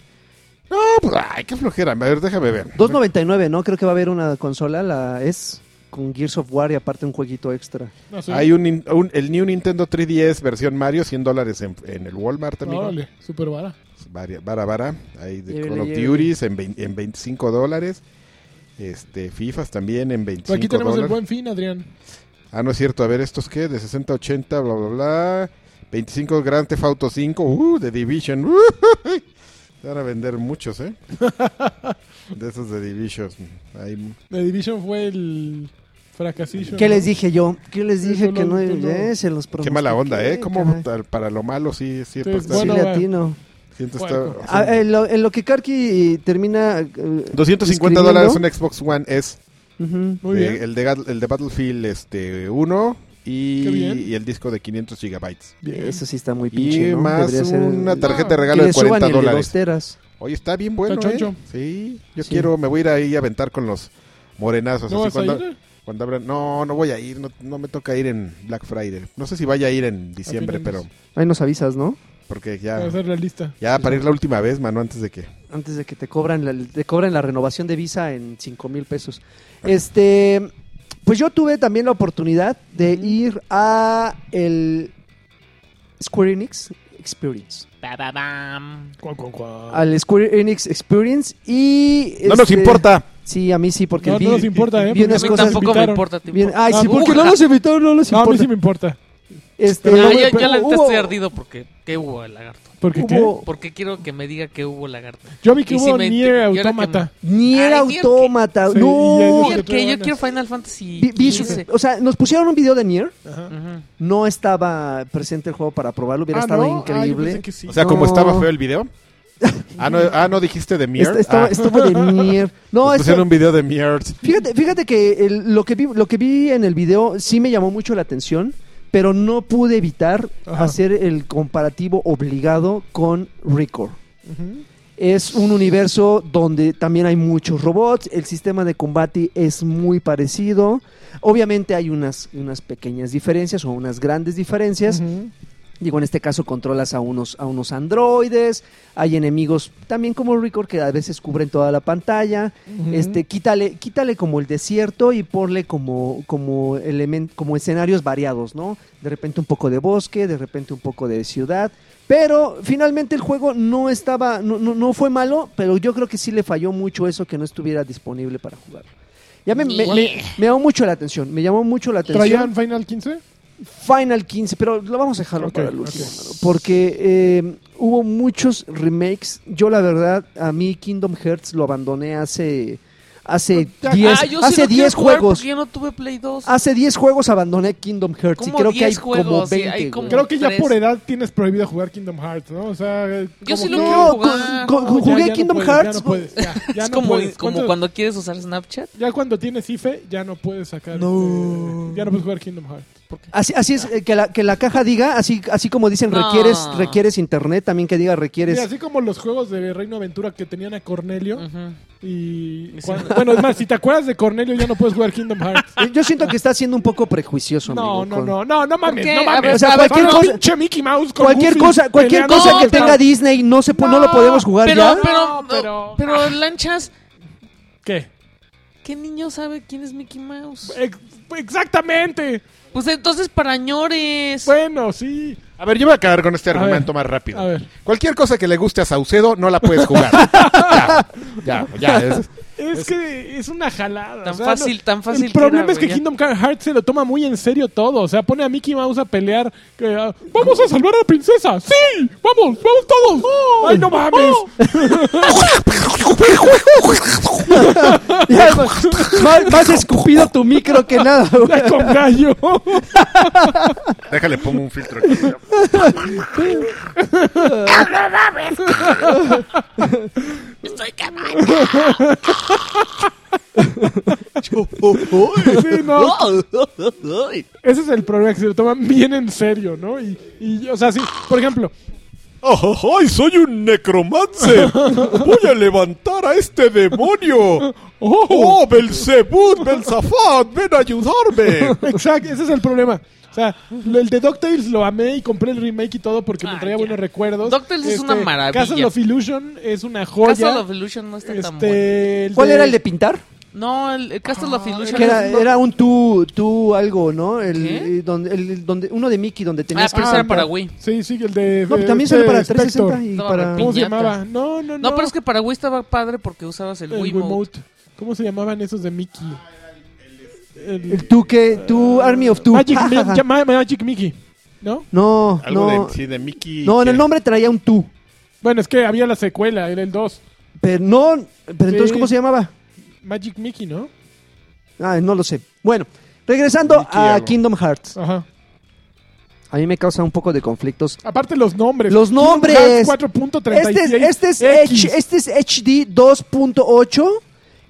No, pues, ay, qué flojera. A ver, déjame ver.
2.99, ¿no? Creo que va a haber una consola, la es con Gears of War y aparte un jueguito extra.
No sé.
Hay un, in- un- el New Nintendo 3DS versión Mario, 100 dólares en, en el Walmart, amigo.
Órale, súper vara.
Varia- Vara, vara. Hay de
Llévele,
Call of
llévele.
Duty en, vein- en 25 dólares. Este, FIFAs también en 25
Pero aquí tenemos el
dólares.
buen fin, Adrián.
Ah, no es cierto. A ver, ¿estos qué? De 60 a 80, bla, bla, bla. 25 Grand Theft Auto 5. Uh, The Division. Uh, <laughs> van a vender
<laughs>
muchos, ¿eh? De esos de Division. Hay-
The Division fue el fracasillo.
¿Qué les dije yo? ¿Qué les
Sí,
dije
tú
que
lo-
no?
tú lo-
eh, se los
qué mala onda, ¿eh?
pronostiqué,
Como
caray.
para lo malo sí, sí,
Sí,
pues,
Sí
está-
bueno,
le
va.
atino.
siento
Puerco.
está-
Ah, en, lo, en lo que Karki termina. eh,
250
escribiendo.
dólares un Xbox One S.
Ujú.
Muy
de-
bien.
El, de, Gat- el de Battlefield este 1
Qué
y,
bien.
y el disco de 500 gigabytes.
Bien.
Eso sí está muy
Y
pinche. ¿no?
más
Debería ser- Ah,
una tarjeta de
No,
regalo
que
de
le suban
40
el de dos
dólares.
teras.
Oye, está bien bueno,
Está
¿eh?
choncho.
Sí, yo
Sí.
quiero, me voy a ir ahí a aventar con los morenazos.
¿No
así
vas a
cuando,
ir?
cuando abran- no, no voy a ir, no, no me toca ir en Black Friday. No sé si vaya a ir en diciembre,
finales.
pero
Ahí nos avisas, ¿no?
porque
Para
ya,
hacer la lista.
ya para ir la última vez, mano, antes de que...
Antes de que te cobran la, te cobran la renovación de visa en 5 mil pesos. Este. Pues yo tuve también la oportunidad de ir a el Square Enix Experience.
Ba, ba, bam.
Cuan, cuan, cuan.
Al Square Enix Experience y.
No nos
este,
importa.
Sí, a mí sí, porque
no,
vi-
no nos importa, ¿eh?
vi
Porque
A
unas
mí
no nos
cosas
tampoco
invitaron.
me importa. uh, ¿te
Bien,
importa?
ay, sí,
Ah,
porque
burra.
no
<laughs>
los invitaron, no los
No, a mí
importa.
sí me importa.
Este,
Pero
No,
no,
yo,
pero
yo la neta
hubo-
estoy ardido porque ¿qué hubo el lagarto?
Porque
Hubo-
qué?
Porque quiero que me diga que hubo lagarto.
yo vi que
y si
hubo
me-
Nier
y ahora que me-
Automata.
Ni era
Ay, Nier,
autómata.
Sí, ya
no.
es
Nier,
que
que yo
ganas.
quiero Final Fantasy
Vi- vi-
15.
o sea, nos pusieron un video de Nier.
Ajá.
Ujú.
No estaba presente el juego para probarlo. Hubiera estado
Ah, yo
increíble.
pensé que sí.
O sea,
No.
como estaba feo
<laughs>
el video. Ah, no, ah, no dijiste de Mirror.
Est- Este, estaba- Estuvo de
<laughs>
Nier. No, es que-
Ah. pusieron un video de Mirror.
fíjate, fíjate que el- lo que vi, lo que vi en el video sí me llamó mucho la atención, pero no pude evitar
Ajá.
hacer el comparativo obligado con Record.
Ujú.
Es un universo donde también hay muchos robots, el sistema de combate es muy parecido. Obviamente hay unas, unas pequeñas diferencias o unas grandes diferencias.
Ujú.
Digo, en este caso controlas a unos, a unos androides, hay enemigos también como Record que a veces cubren toda la pantalla.
Ujú.
Este, quítale, quítale como el desierto y ponle como, como, element, como escenarios variados, ¿no? De repente un poco de bosque, de repente un poco de ciudad. Pero finalmente el juego no estaba, no, no, no fue malo, pero yo creo que sí le falló mucho eso que no estuviera disponible para jugar. Ya me, me- me- me llamó mucho la atención, me llamó mucho la atención.
¿Traían Final 15?
Final 15, pero lo vamos a dejarlo
Ok,
para el último.
ok.
mano, Porque eh, hubo muchos remakes. Yo, la verdad, a mí Kingdom Hearts lo abandoné hace. hace
Ah,
10
ah, yo sí
hace
lo quiero
10
jugar
juegos. Ah,
porque yo no tuve Play 2.
Hace 10 juegos abandoné Kingdom Hearts y
¿Cómo
creo que hay
10
como
juegos? Sí,
20.
hay
güey.
como-
Creo que ya
Tres.
por edad tienes prohibido jugar Kingdom Hearts, ¿no? O sea,
Yo sí
como
lo
que-
quiero
No,
jugar.
con- con-
Ya-
jugué
ya no
Kingdom
puedes,
Hearts.
Ya no puedes, ya, ya
es
no
como,
puedes.
como
¿Cuánto-
cuando quieres usar Snapchat.
Ya cuando tienes IFE, ya no puedes sacar.
No.
eh, ya no puedes jugar Kingdom Hearts.
Así, así es, eh, que la, que la caja diga, así, así como dicen,
No.
requieres, requieres internet, también que diga requieres.
Mira, así como los juegos de Reino Aventura que tenían a Cornelio.
Ujú.
Y.
Sí. <laughs>
cuando- bueno, es más, si te acuerdas de Cornelio, ya no puedes jugar Kingdom
<laughs>
Hearts.
Eh, Yo siento que está siendo un
<laughs>
poco prejuicioso,
No,
amigo,
no,
con-
no, no, no mames,
qué?
no
A
mames.
ver,
o sea, cualquier
Solo
cosa-
pinche Mickey Mouse con
Cualquier
Goofy
cosa, cualquier
peleando.
cosa que
No, pero-
tenga Disney no se pu- Pues no, lo podemos jugar
Pero,
ya.
pero,
No, pero-
pero, Lanchas,
¿Qué?
¿qué niño sabe quién es Mickey Mouse?
Ex- exactamente.
Pues entonces para ñores.
Bueno, sí.
A ver, yo voy a acabar con este
ver,
argumento más rápido.
a ver.
Cualquier cosa que le guste a Saucedo no la puedes
<laughs>
jugar. ya, ya, ya. es-
Es que es una jalada.
Tan
o sea,
fácil, tan fácil
El
que
problema
era,
es que
güey, ya.
Kingdom Hearts se lo toma muy en serio todo. O sea, pone a Mickey Mouse a pelear. que, ah, ¡Vamos a salvar a la princesa! ¡Sí! ¡Vamos! ¡Vamos todos! ¡Oh! ¡Ay, <laughs> no mames!
Ya, güey. más, más escupido tu micro que nada, güey.
<laughs> ¡Ay, ¡Con gallo!
<laughs>
Déjale, pongo un filtro aquí.
Sí, no. Ese es el problema, que se lo toman bien en serio, ¿no? Y, y o sea, sí, por ejemplo,
¡Ay, soy
<laughs>
un necromancer! ¡Voy a levantar a este demonio!
¡Oh!
Belzebud, Belzafat! ¡Ven a ayudarme!
Exacto, ese es el problema. O sea, lo- el de DuckTales lo amé y compré el remake y todo porque me
Ah,
traía
ya.
buenos recuerdos. Este,
DuckTales es una maravilla.
Castle of Illusion es una joya.
Castle of Illusion no está tan bueno.
Este, el
¿Cuál era el de pintar?
No, el, el Castle of Illusion
Que era, eh,
es un-
era un tú, tú algo, ¿no? El,
¿Qué?
eh, donde, el- el donde, uno de Mickey donde
Ah,
tenías.
pero
Ah,
ese era
no.
para Wii.
Sí, sí, el de...
no, pues
de-
también sale
este,
para 360
Spectre.
y
Estaba
para.
¿Cómo se
Piñata.
llamaba? No,
<laughs>
no, no.
No, pero es que para Wii estaba padre porque usabas el,
El
Wiimote.
Wiimote. ¿Cómo se llamaban esos de Mickey? El-
El tú que, tú Army of Two.
Magic,
<laughs> Ja, ja,
Mi-
ja.
llama- Magic Mickey, ¿no?
No,
Algo
no.
de, sí, de Mickey.
No, en
que-
el nombre traía un tú.
Bueno, es que había la secuela, era el 2.
Pero no, pero entonces
Sí.
¿cómo se llamaba?
Magic Mickey, ¿no?
Ah, no lo sé. Bueno, regresando
Mickey
a
algo.
Kingdom Hearts.
Ajá.
A mí me causa un poco de conflictos.
Aparte los nombres.
Los
Kingdom
nombres.
Hearts
Este
4.36.
es, este es,
X.
H- este es HD 2.8.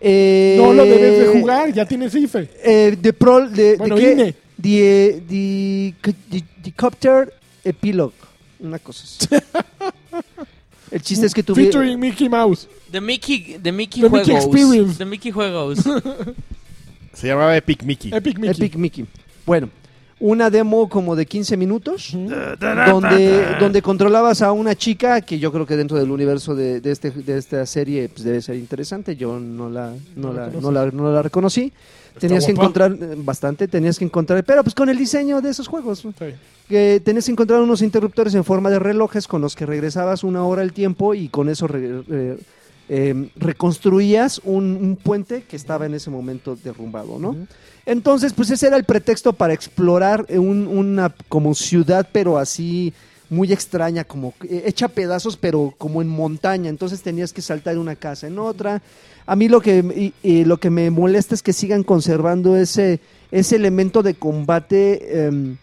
eh,
No lo debes de jugar, ya tienes IFE.
Eh, de pro, de,
Bueno,
de qué?
INE.
De, de, de- de Copter Epilogue. Una
<laughs>
cosa así. El chiste es que tuve...
Featuring Mickey Mouse.
De Mickey, de Mickey
The Mickey
Juegos.
Experience.
De Mickey Juegos.
<laughs>
Se llamaba Epic Mickey.
Epic Mickey.
Epic Mickey. Bueno, una demo como de 15 minutos,
Ujú.
donde, donde controlabas a una chica que yo creo que dentro del universo de, de este, de esta serie pues, debe ser interesante. Yo no la,
No
no
la
la,
conoces.
no la, no la reconocí. Tenías que
guapa.
encontrar eh, bastante, tenías que encontrar, pero pues con el diseño de esos juegos, ¿no?
Sí.
que tenías que encontrar unos interruptores en forma de relojes con los que regresabas una hora al tiempo y con eso re- re- eh, reconstruías un, un puente que estaba en ese momento derrumbado, ¿no?
Ujú.
Entonces, pues ese era el pretexto para explorar eh, un- una como ciudad, pero así muy extraña, como eh, hecha a pedazos, pero como en montaña. Entonces tenías que saltar de una casa en otra. A mí lo que, y- y lo que me molesta es que sigan conservando ese, ese elemento de combate. em,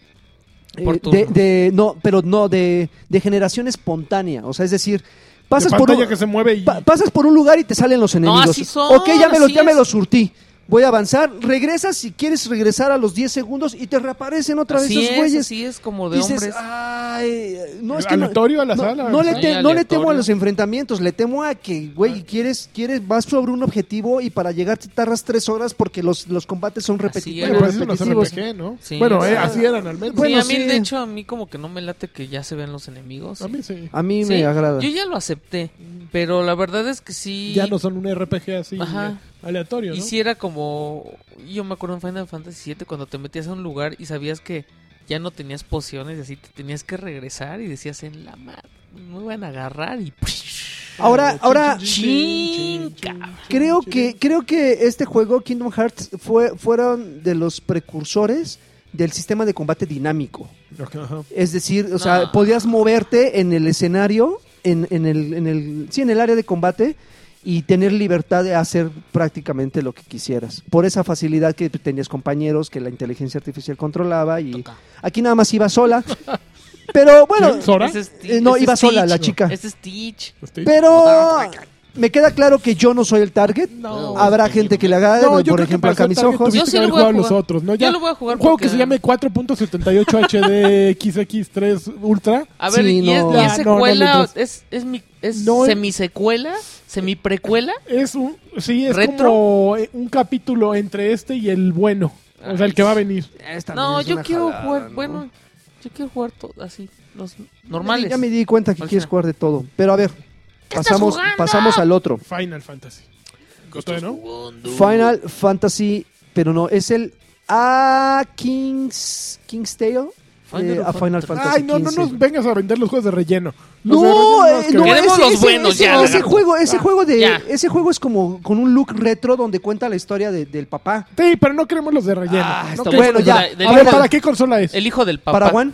eh,
Por
de,
turnos.
de- no, pero no, de, de generación espontánea. O sea, es decir, pasas
de
por
pantalla
un,
que se mueve y...
pa- pasas por un lugar y te salen los enemigos.
así son,
ok, ya me los,
así
ya me
es.
los surtí. Voy a avanzar, regresas si quieres regresar a los 10 segundos y te reaparecen otra vez
así
esos
es,
güeyes.
así es como de
Dices, "Ah,
hombres.
"Ay, no es que no,
Aleatorio a la
no-
sala.
no le,
Sí,
te- no le temo a
aleatorio.
los enfrentamientos, le temo a que, güey, quieres, quieres, vas sobre un objetivo y para llegar te tardas tres horas porque los, los combates son repeti-
era.
Bueno, pues esos son los
repetitivos.
RPG, ¿no?
Sí.
bueno, eh,
Ah.
así eran al menos.
Sí,
bueno,
a mí,
sí.
de hecho, a mí como que no me late que ya se vean los enemigos.
A mí sí.
A mí
Sí,
me agrada.
Yo ya lo acepté, pero la verdad es que sí.
Ya no son un RPG así
Ajá.
eh, aleatorio, ¿no?
Y si era como. Yo me acuerdo en Final Fantasy VII cuando te metías a un lugar y sabías que ya no tenías pociones y así te tenías que regresar y decías en la madre. Me van a agarrar y.
Ahora-
Eh,
ahora-
chin, chin,
Chin,
chin, chin,
Creo
chin,
que,
chin.
creo que este juego, Kingdom Hearts, fue, fueron de los precursores del sistema de combate dinámico.
Ajá.
Es decir, o sea,
No.
podías moverte en el escenario, en, en el, en el, sí, en el área de combate, y tener libertad de hacer prácticamente lo que quisieras. Por esa facilidad que tú tenías compañeros, que la inteligencia artificial controlaba y aquí nada más iba sola. Pero bueno,
¿Quién? ¿Sora?
Ese es Ti-
eh, no,
ese
iba
es
sola
Stitch.
la chica.
Ese es Stitch.
Este-
Pero me queda claro que yo no soy el target.
No.
Habrá gente que le agrade,
No, yo creo
por
que
ejemplo,
para
acá a
ser
mis
target
ojos.
Yo sí
tuviste que
lo
haber
voy a
jugado los
jugar.
otros, ¿no?
Yo
Ya,
lo voy a jugar
un juego que
porque-
se llame 4.78 HD XX3 Ultra.
A ver,
Sí,
¿y, es,
no.
y es
Ah, no,
secuela?
no, no, no.
¿Es, es, mi, es
No, es-
semisecuela? ¿Semiprecuela?
Es un, sí, es
¿Retro?
como eh, un capítulo entre este y el bueno. O sea, el que va a venir.
No, yo quiero jugar, bueno, yo quiero jugar to- así, los normales.
Ya me di cuenta que
O
quieres
sea.
jugar de todo. Pero a ver, pasamos,
jugando?
pasamos al otro.
Final Fantasy. Ustedes, ¿no?
Final Fantasy, pero no, es el A King's, King's Tale.
Final
eh, a Final
Fantasy.
Fantasy
Ay, no, no
15.
nos vengas a vender los juegos de relleno. Los de
No,
relleno los
eh,
que
no,
ven.
Queremos
ese,
los
ese-
buenos,
ese-
ya,
ese
lagarto.
juego, ese juego de,
ya.
ese juego es como con un look retro donde cuenta la historia de- del papá.
Sí, pero no queremos los de relleno.
Ah,
No
está
queremos-
bueno, ya.
De- de-
A ver,
de-
¿para qué consola es?
El hijo del papá.
Paraguán,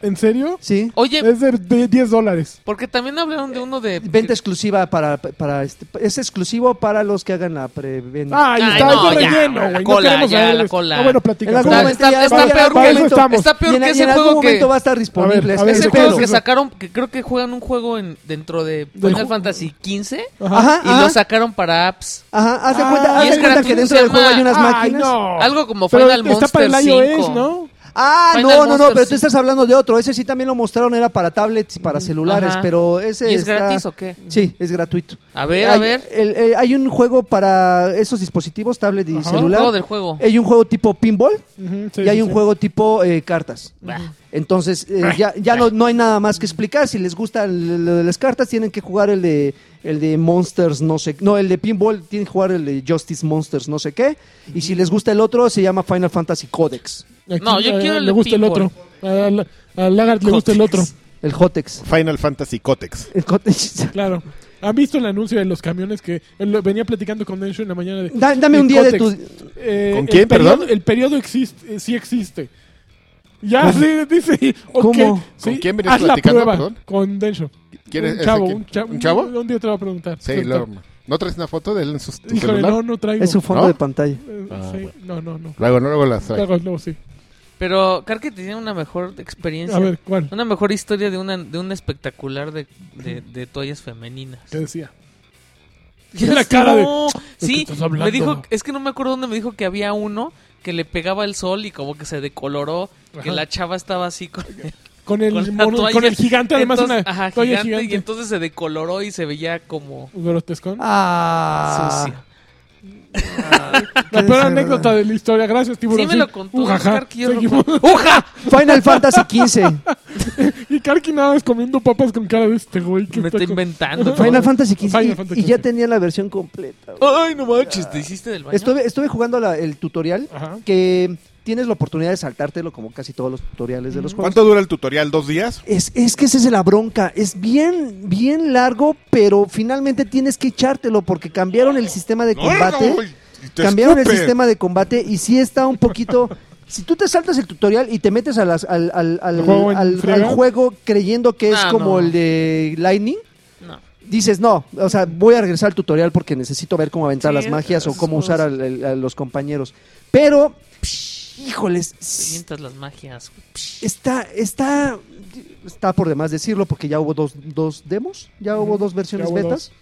¿En serio?
sí.
Oye,
Es de, de 10 dólares.
porque también hablaron de uno de...
eh,
Venta exclusiva para, para este- es exclusivo para los que hagan la preventa.
Ah, ahí
Ay,
está,
no,
es de
ya,
relleno,
la
güey. No
cola,
queremos
ya,
saber
la
eso.
cola.
Ah, bueno, platica.
En
Está-
algún
Para-
momento
está-
ya-
está
para-
peor
para
que-
eso estamos.
Está
Y
peor
en,
que
y
ese
en algún
juego que...
momento va a estar disponible.
a
este
ver,
Ese
ese
juego
juego
que
es-
sacaron, que creo que juegan un juego en, dentro de
Del
Final
ju- Ah,
Fantasy XV
Ajá.
Ajá,
y lo
ajá,
sacaron para apps.
ajá. Haz de
Ah,
cuenta, haz
y
de
es
cuenta que
gratuito,
dentro
se
del juego hay
llama-
unas
Ay,
máquinas.
no.
Algo como
Pero
Final Monster
Está para el iOS,
5.
¿no?
Ah,
Final
no, no, no,
Monster,
pero
sí.
tú estás hablando de otro. Ese sí también lo mostraron, era para tablets y para celulares,
Ajá.
pero ese
¿Y es
está-
gratis o qué?
Sí, es gratuito.
A ver,
hay,
a ver.
el- eh, hay un juego para esos dispositivos, tablet y
Ajá.
El
celular.
juego del juego.
Eh,
Hay un juego tipo pinball
Ujú, sí,
y hay
sí,
un
sí.
juego tipo eh, cartas.
Bah.
Entonces, eh, ya, ya no, no hay nada más que explicar. Si les gusta el- lo de las cartas, tienen que jugar el de, el de Monsters, no sé. No, el de Pinball, tienen que jugar el de Justice Monsters, no sé qué. Y si les gusta el otro, se llama Final Fantasy Codex.
Aquí,
No, yo
a-
eh,
quiero el
Le gusta el
pinball.
otro. A, la- a Lagart le gusta el otro.
El Jotex.
Final Fantasy Cotex.
El Jotex. <laughs>
Claro. ¿Han visto el anuncio de los camiones que él lo- venía platicando con Densho en la mañana? De,
Da- dame un
el
día de
Cotex.
tu.
Eh,
¿Con
el
quién,
periodo-
perdón?
El periodo existe, eh, sí existe. Ya, sí, dice. ok,
¿Cómo?
sí,
¿Con quién venías
haz la
platicando,
prueba
perdón?
Con Densho.
¿Quién es
un
ese
chavo,
quién?
un chavo.
¿Un chavo?
Un día te va a preguntar.
Sí,
Suelta.
lo- ¿No traes una foto de él en su tu
Híjole,
celular?
no, no traigo.
Es su fondo
¿No?
de pantalla.
Eh,
Ah,
sí,
bueno.
No, no, no.
Luego, no, luego las traes.
Luego, luego, sí.
Pero creo que tiene una mejor experiencia.
A ver, ¿cuál?
Una mejor historia de, una, de un espectacular de, de- de toallas
<laughs>
femeninas.
¿Qué decía?
Ya
Es la
estuvo.
cara de- ¿De qué
Sí,
estás hablando?
me dijo, es que no me acuerdo dónde me dijo que había uno que le pegaba el sol y como que se decoloró, que
Ajá.
la chava estaba así con,
Con el,
<laughs> con la
mono-
toalla.
con el gigante, además,
Entonces,
una
ajá,
toalla
gigante,
gigante.
y entonces se decoloró y se veía como
Grotescón.
Ah.
sucia.
La peor anécdota de la historia. Gracias, tiburón.
Sí me lo contó
Uh,
Ujaja.
Oscar, que yo no
Seguimos.
<laughs> ¡Uja!
Final Fantasy 15.
<laughs> Y Karki nada más comiendo papas con cara de este güey. que
Me
está
está
con-
inventando. todo.
Final Fantasy 15.
Final
y-
Fantasy
y ya
15.
tenía la versión completa. güey.
Ay, no manches, te hiciste del baño.
Estuve, estuve jugando la- el tutorial
Ajá.
que tienes la oportunidad de saltártelo como casi todos los tutoriales de los juegos.
¿Cuánto dura el tutorial? ¿Dos días?
Es, es que esa es la bronca. Es bien, bien largo, pero finalmente tienes que echártelo porque cambiaron el sistema de combate. Cambiaron el sistema de combate y sí está un poquito... Si tú te saltas el tutorial y te metes a las- al, al- al-
¿El juego en
al- al
friega?
juego creyendo que es
Ah,
como
no.
el de Lightning,
No.
dices, no, o sea, voy a regresar al tutorial porque necesito ver cómo aventar
Sí,
las magias o
esas
cómo
cosas.
usar al- al- a los compañeros. Pero, híjoles,
Te sientas las magias. güey.
Está, está, está por demás decirlo porque ya hubo dos, dos demos, ya hubo
Ujú,
dos versiones
ya hubo
betas.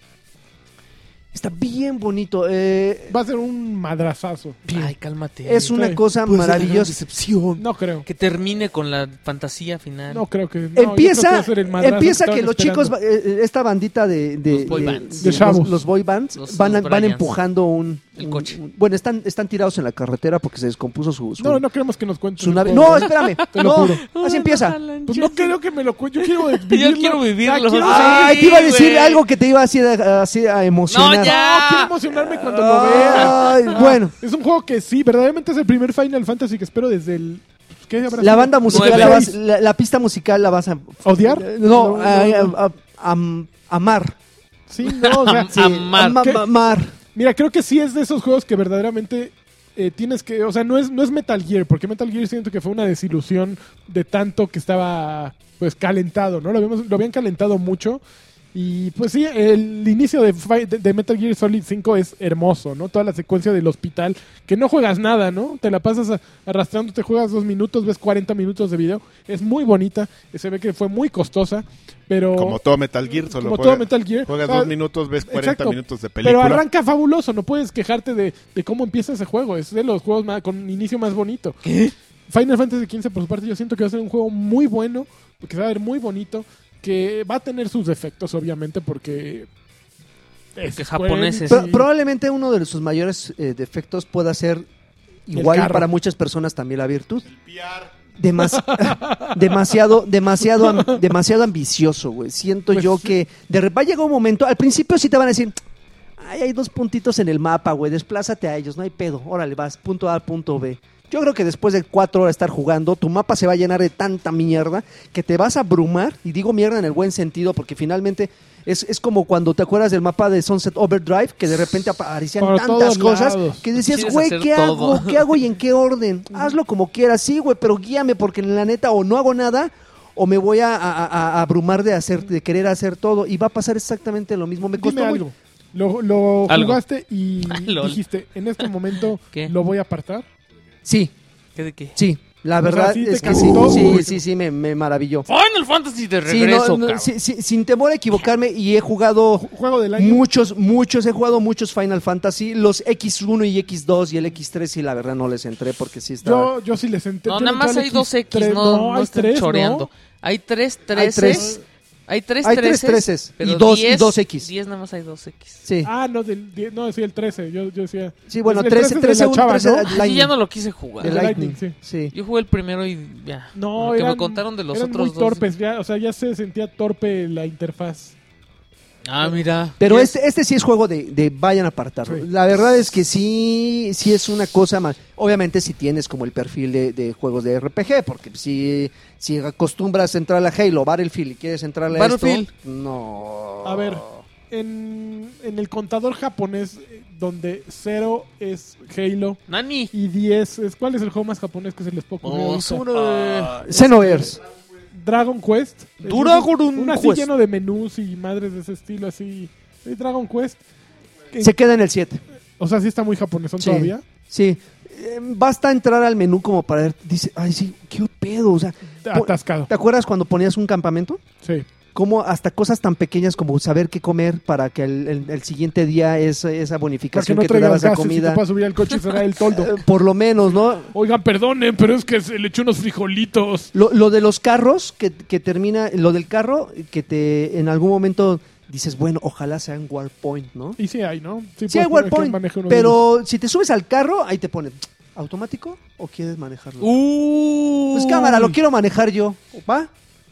Está bien bonito. eh,
Va a ser un madrazazo.
Ay, cálmate. Pues,
es una
sí.
cosa maravillosa.
decepción.
No creo.
Que termine con la fantasía final. <laughs>
No creo que. no, yo creo que va
empieza
a ser el madrazo
empieza que
estaban
los
esperando.
chicos, va- eh, eh, esta bandita de, de-
Los boy
de-
bands.
de
De chavos.
los, los boy bands,
Los-
van,
los
a- van
Bryans.
empujando un,
El
un-
coche.
un- bueno, están, están tirados en la carretera porque se descompuso su, su,
No, no queremos que nos cuenten.
su
el
nave.
juego.
No, espérame.
<laughs> Te lo
no,
juro.
así empieza.
Pues no creo que me lo cuenten. Yo quiero
<laughs>
vivirlo.
quiero vivirlo.
Ya quiero-
Ah,
Ay, te iba a
Sí,
decir
güey.
algo que te iba así a, así a emocionar.
No, ya.
No, quiero emocionarme cuando
Ah.
lo vea.
Ay, bueno.
Ah, Es un juego que sí, verdaderamente es el primer Final Fantasy que espero desde el. ¿Qué habrá
La
sido?
banda musical,
Nueve.
la, vas- la- la pista musical la vas a...
¿Odiar?
Eh,
No,
No,
no,
a-
no.
a- a- am- amar.
Sí, no, o
<laughs>
sea,
Sí. Amar.
ama-
¿Qué?
amar.
Mira, creo que sí es de esos juegos que verdaderamente eh, tienes que. O sea, no es, no es Metal Gear, porque Metal Gear siento que fue una desilusión de tanto que estaba pues calentado, ¿no? Lo, habíamos- lo habían calentado mucho. Y pues sí, el inicio de, Fi- de- de Metal Gear Solid 5 es hermoso, ¿no? Toda la secuencia del hospital, que no juegas nada, ¿no? Te la pasas a- arrastrando, te juegas dos minutos, ves 40 minutos de video. Es muy bonita, se ve que fue muy costosa, pero...
Como todo Metal Gear, solo
como
juega-
todo Metal Gear. ah,
juegas
O sea,
dos minutos, ves 40
exacto.
minutos de película.
Pero arranca fabuloso, no puedes quejarte de, de cómo empieza ese juego. Es de los juegos más- con un inicio más bonito. Final Fantasy XV, por su parte, yo siento que va a ser un juego muy bueno, que se va a ver muy bonito, que va a tener sus defectos, obviamente, porque... Es
Porque
Square
japoneses.
Enix y-
Pro- probablemente uno de sus mayores eh, defectos pueda ser igual
carro.
para muchas personas también la virtud. Demas- <laughs> demasiado, demasiado, am- demasiado ambicioso, güey. Siento
Pues
yo
sí.
que de repente llega un momento, al principio sí te van a decir, ay, hay dos puntitos en el mapa, güey, desplázate a ellos, no hay pedo, órale, vas, punto A, punto B. Yo creo que después de cuatro horas de estar jugando, tu mapa se va a llenar de tanta mierda que te vas a abrumar, y digo mierda en el buen sentido, porque finalmente es, es como cuando te acuerdas del mapa de Sunset Overdrive, que de repente aparecían
Por
tantas
todos
cosas
lados.
que decías,
Quieres
güey,
hacer
¿qué
todo".
hago? ¿Qué hago y en
<laughs>
qué orden? Hazlo como quieras, sí, güey, pero guíame porque en la neta o no hago nada o me voy a, a- a- a abrumar de hacer de querer hacer todo y va a pasar exactamente lo mismo. Me
Dime
costó muy-
algo. Lo, lo
Algo. Ah,
jugaste
<laughs>
y
Lol.
dijiste, en este momento
<laughs> ¿Qué?
lo voy a apartar.
Sí,
¿Qué de qué?
sí. La
O sea,
verdad
sí te
es que sí,
cautivó, güey.
sí, sí, sí, me, me maravilló.
Final Fantasy de
Sí, no,
regreso,
no,
cabrón.
sí, sí, sin temor a equivocarme y he jugado
Juego del año.
muchos, muchos, he jugado muchos Final Fantasy, los X1 y X2 y el X3 y la verdad no les entré porque sí estaba...
Yo, yo sí les entré.
No,
yo
nada
le
más
eché al
hay dos X,
X3,
no, no,
hay
están
tres, ¿no?
choreando. Hay tres
Hay
treces.
tres.
Hay tres
Hay tres
treces.
treces, y dos- y
diez-
dos X.
Diez nada más hay dos X.
Sí.
Ah, no, del, die- no, sí, el 13. Yo, yo decía.
Sí, bueno,
el
13,
es de
13,
la
un
chava,
13
¿no?
de
Yo
Lightning.
ya no lo quise jugar.
De
El Lightning,
Lightning,
sí.
Sí.
Yo jugué el primero y ya.
No,
lo que
eran-
me contaron de los
eran
otros
muy
dos.
torpes, ya, o sea, ya se sentía torpe la interfaz.
Ah, mira.
Pero
Y
este, este sí es juego de, de vayan a apartarlo.
Sí.
La verdad es que sí, sí es una cosa más. Obviamente si tienes como el perfil de, de juegos de RPG, porque si, si acostumbras a entrar a Halo, Battlefield y quieres entrar a
Battlefield.
esto, no.
A ver. En, en el contador japonés, eh, donde 0 es Halo
Nani.
y 10 es. ¿Cuál es el juego más japonés que se les puede ocurrir?
Oh,
ahorita?
Sura.
Ah,
eh,
Xenoverse.
Dragon Quest. Es un-
Dragon
Un así
Quest.
lleno de menús y madres de ese estilo, así. Eh, Dragon Quest. que-
Se queda en el 7.
o sea, sí está muy japonesón
Sí.
todavía.
Sí. Eh, Basta entrar al menú como para ver, dice, ay sí, qué pedo, o sea, Pon-
Atascado.
¿te acuerdas cuando ponías un campamento?
Sí.
Como hasta cosas tan pequeñas como saber qué comer para que el, el- el siguiente día esa, esa
Para que
bonificación
no
que te
traigas
dabas a
gases y te
comida.
puedas subir al coche y cerrar el toldo.
<laughs>
Eh, Por lo menos, ¿no?
Oigan, perdonen, pero es que se le echó unos frijolitos.
Lo, lo de los carros que, que termina, lo del carro que te en algún momento dices, bueno, ojalá sea un Warpoint, ¿no?
Y sí pues, hay, ¿no?
Sí
puedes poner
hay
que
Warpoint,
maneje uno de ellos.
pero si te subes al carro, ahí te pone, ¿automático o quieres manejarlo?
Uh.
Pues cámara, lo quiero manejar yo, ¿va?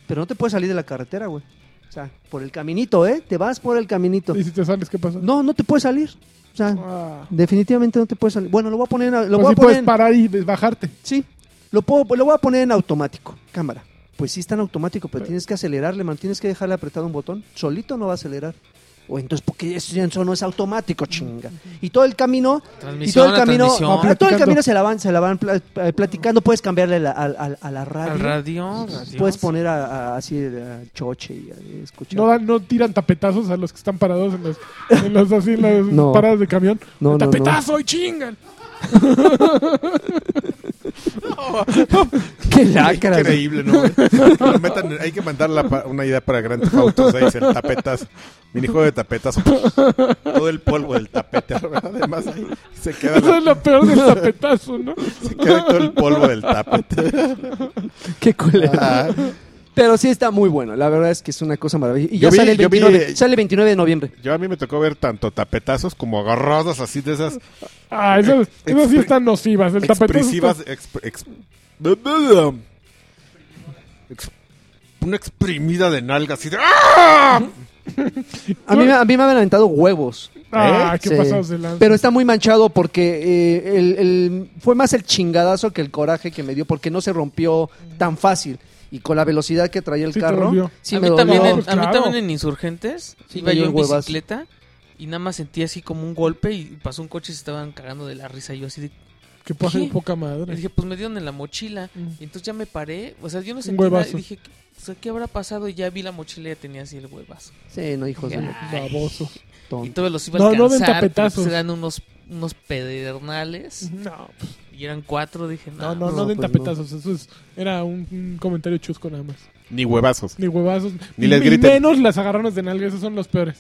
Pero no te puedes salir de la carretera, güey. O sea, por el caminito, ¿eh? Te vas por el caminito.
¿Y si te sales qué pasa?
No, no te puedes salir. O sea,
Ah.
definitivamente no te puedes salir. Bueno, lo voy a poner, en-
Pues
lo voy
sí
a poner
puedes
en-
parar y bajarte.
Sí, lo, puedo, lo voy a poner en automático, cámara. Pues sí está en automático, pero tienes que acelerarle, man. Tienes que dejarle apretado un botón. Solito no va a acelerar. O entonces, porque eso no es automático, chinga. Y todo el camino, y todo
Transmisión,
el
la
camino,
transmisión.
a todo el
Platicando.
camino se la van, se la van pla- eh, platicando. Puedes cambiarle la- al- al- a, la radio.
Al radio. radio.
Puedes poner a- a- así a choche y a- eh, escuchar.
No, dan- no tiran tapetazos a los que están parados en los, en los así, en las
No.
paradas de camión.
No, no,
¡Tapetazo y chingan!
<laughs>
<laughs>
Qué
Ah,
lacras, güey.
Increíble, ¿no? güey? Lo metan en- hay que mandar la pa- una idea para Grand Theft Auto 6, el tapetas, minijuego de tapetas. Todo el polvo del tapete, ¿verdad? Además, ahí se queda,
Eso es
la-
lo peor del tapetazo, ¿no?
se queda todo el polvo del tapete.
Qué culera.
Ah,
Pero sí está muy bueno. La verdad es que es una cosa maravillosa. Y
Yo
ya
vi-
sale, el
yo vi lo
29,
de-
sale el 29 de noviembre.
yo a mí me tocó ver tanto tapetazos como agarradas así de esas
Ah, esas, esas sí están nocivas. El tapetazo. está-
expresivas. exp- exp- Ex- una exprimida de nalga así de. ¡Ah!
A mí, me- a mí me han aventado huevos.
Ah,
¿Eh?
qué
Sí.
pasados de lanza.
Pero está muy manchado porque eh, el- el- fue más el chingadazo que el coraje que me dio porque no se rompió tan fácil. Y con la velocidad que traía el
Sí te
carro,
dolió.
sí
a,
me
mí también
dolió.
en,
Pues
a mí
claro.
también en Insurgentes
Sí,
iba
me
yo
dio
en
un huevazo.
bicicleta y nada más sentí así como un golpe y pasó un coche y se estaban cagando de la risa. Y yo así de,
Que pase
¿Qué?
poca
Y
madre.
dije, pues me dieron en la mochila.
Mm.
Y entonces ya me paré. O sea, yo no
Un
sentí nada. Y
huevazo.
dije, ¿qué, o sea, ¿qué habrá pasado? Y ya vi la mochila y ya tenía así el huevazo.
Sí, no, hijos de
Ya. Ay.
Baboso.
Y
tonto.
todos los iba
No,
a
no den
alcanzar. pero
tapetazos.
pues eran unos, unos pedernales.
No, pues
Y eran cuatro. Dije, no,
no, no,
no,
no den
pues
tapetazos. Eso es, era un, un comentario chusco nada más.
Ni huevazos.
Ni huevazos.
Ni
y,
les
y
griten.
menos las agarrones de nalga. Esos son los peores.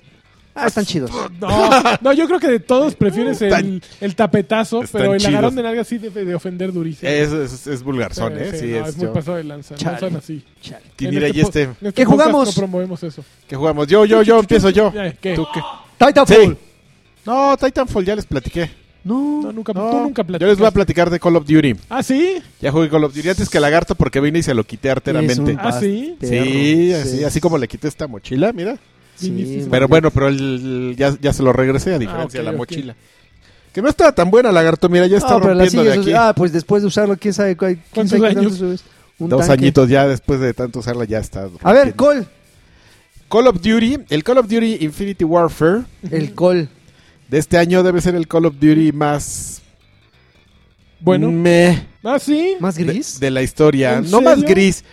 Ah, están chidos.
<laughs>
No, no, yo creo que de todos prefieres el,
Están-
el tapetazo,
están
pero el agarrón
chidos.
de nalga sí debe de ofender durísimo.
Es, es, es vulgarzón,
Sí,
¿eh?
sí,
Sí,
no,
es,
es muy
yo-
pasado de lanza.
Chale.
No son así.
Chale.
En
Tinira y
po-
este.
en
¿Qué
podcast
jugamos?
No promovemos eso.
¿Qué jugamos? Yo, yo, yo, empiezo yo.
Ya, ¿Qué?
¿Tú qué?
Titanfall.
Sí. No, Titanfall ya les platiqué.
No.
No, nunca,
No,
tú nunca
Yo les voy
platicaste.
a platicar de Call of Duty.
Ah, sí.
Ya jugué Call of Duty antes que Lagarto porque vine y se lo quité arteramente.
Ah, sí.
Sí, así, así como le quité esta mochila, mira.
Sí,
Viniste.
Pero bueno, pero el- ya, ya se lo regresé a diferencia
Ah, ok,
de la
ok.
mochila. Que no estaba tan buena, Lagarto. Mira, ya está
Ah, pero la
rompiendo de
sigues
aquí.
usi- Ah, pues después de usarlo, quién sabe cuál- quién
¿Cuántos
sabe qué tanto
años?
subes. Un
Dos
tanque.
añitos ya después de tanto usarla, ya está.
A ver,
rompiendo.
Col.
Call of Duty, el Call of Duty Infinity Warfare
El Col.
de este año debe ser el Call of Duty más
Bueno.
meh
Ah, sí.
¿Más
de-
gris?
De, la historia. No
¿En
más
serio?
gris.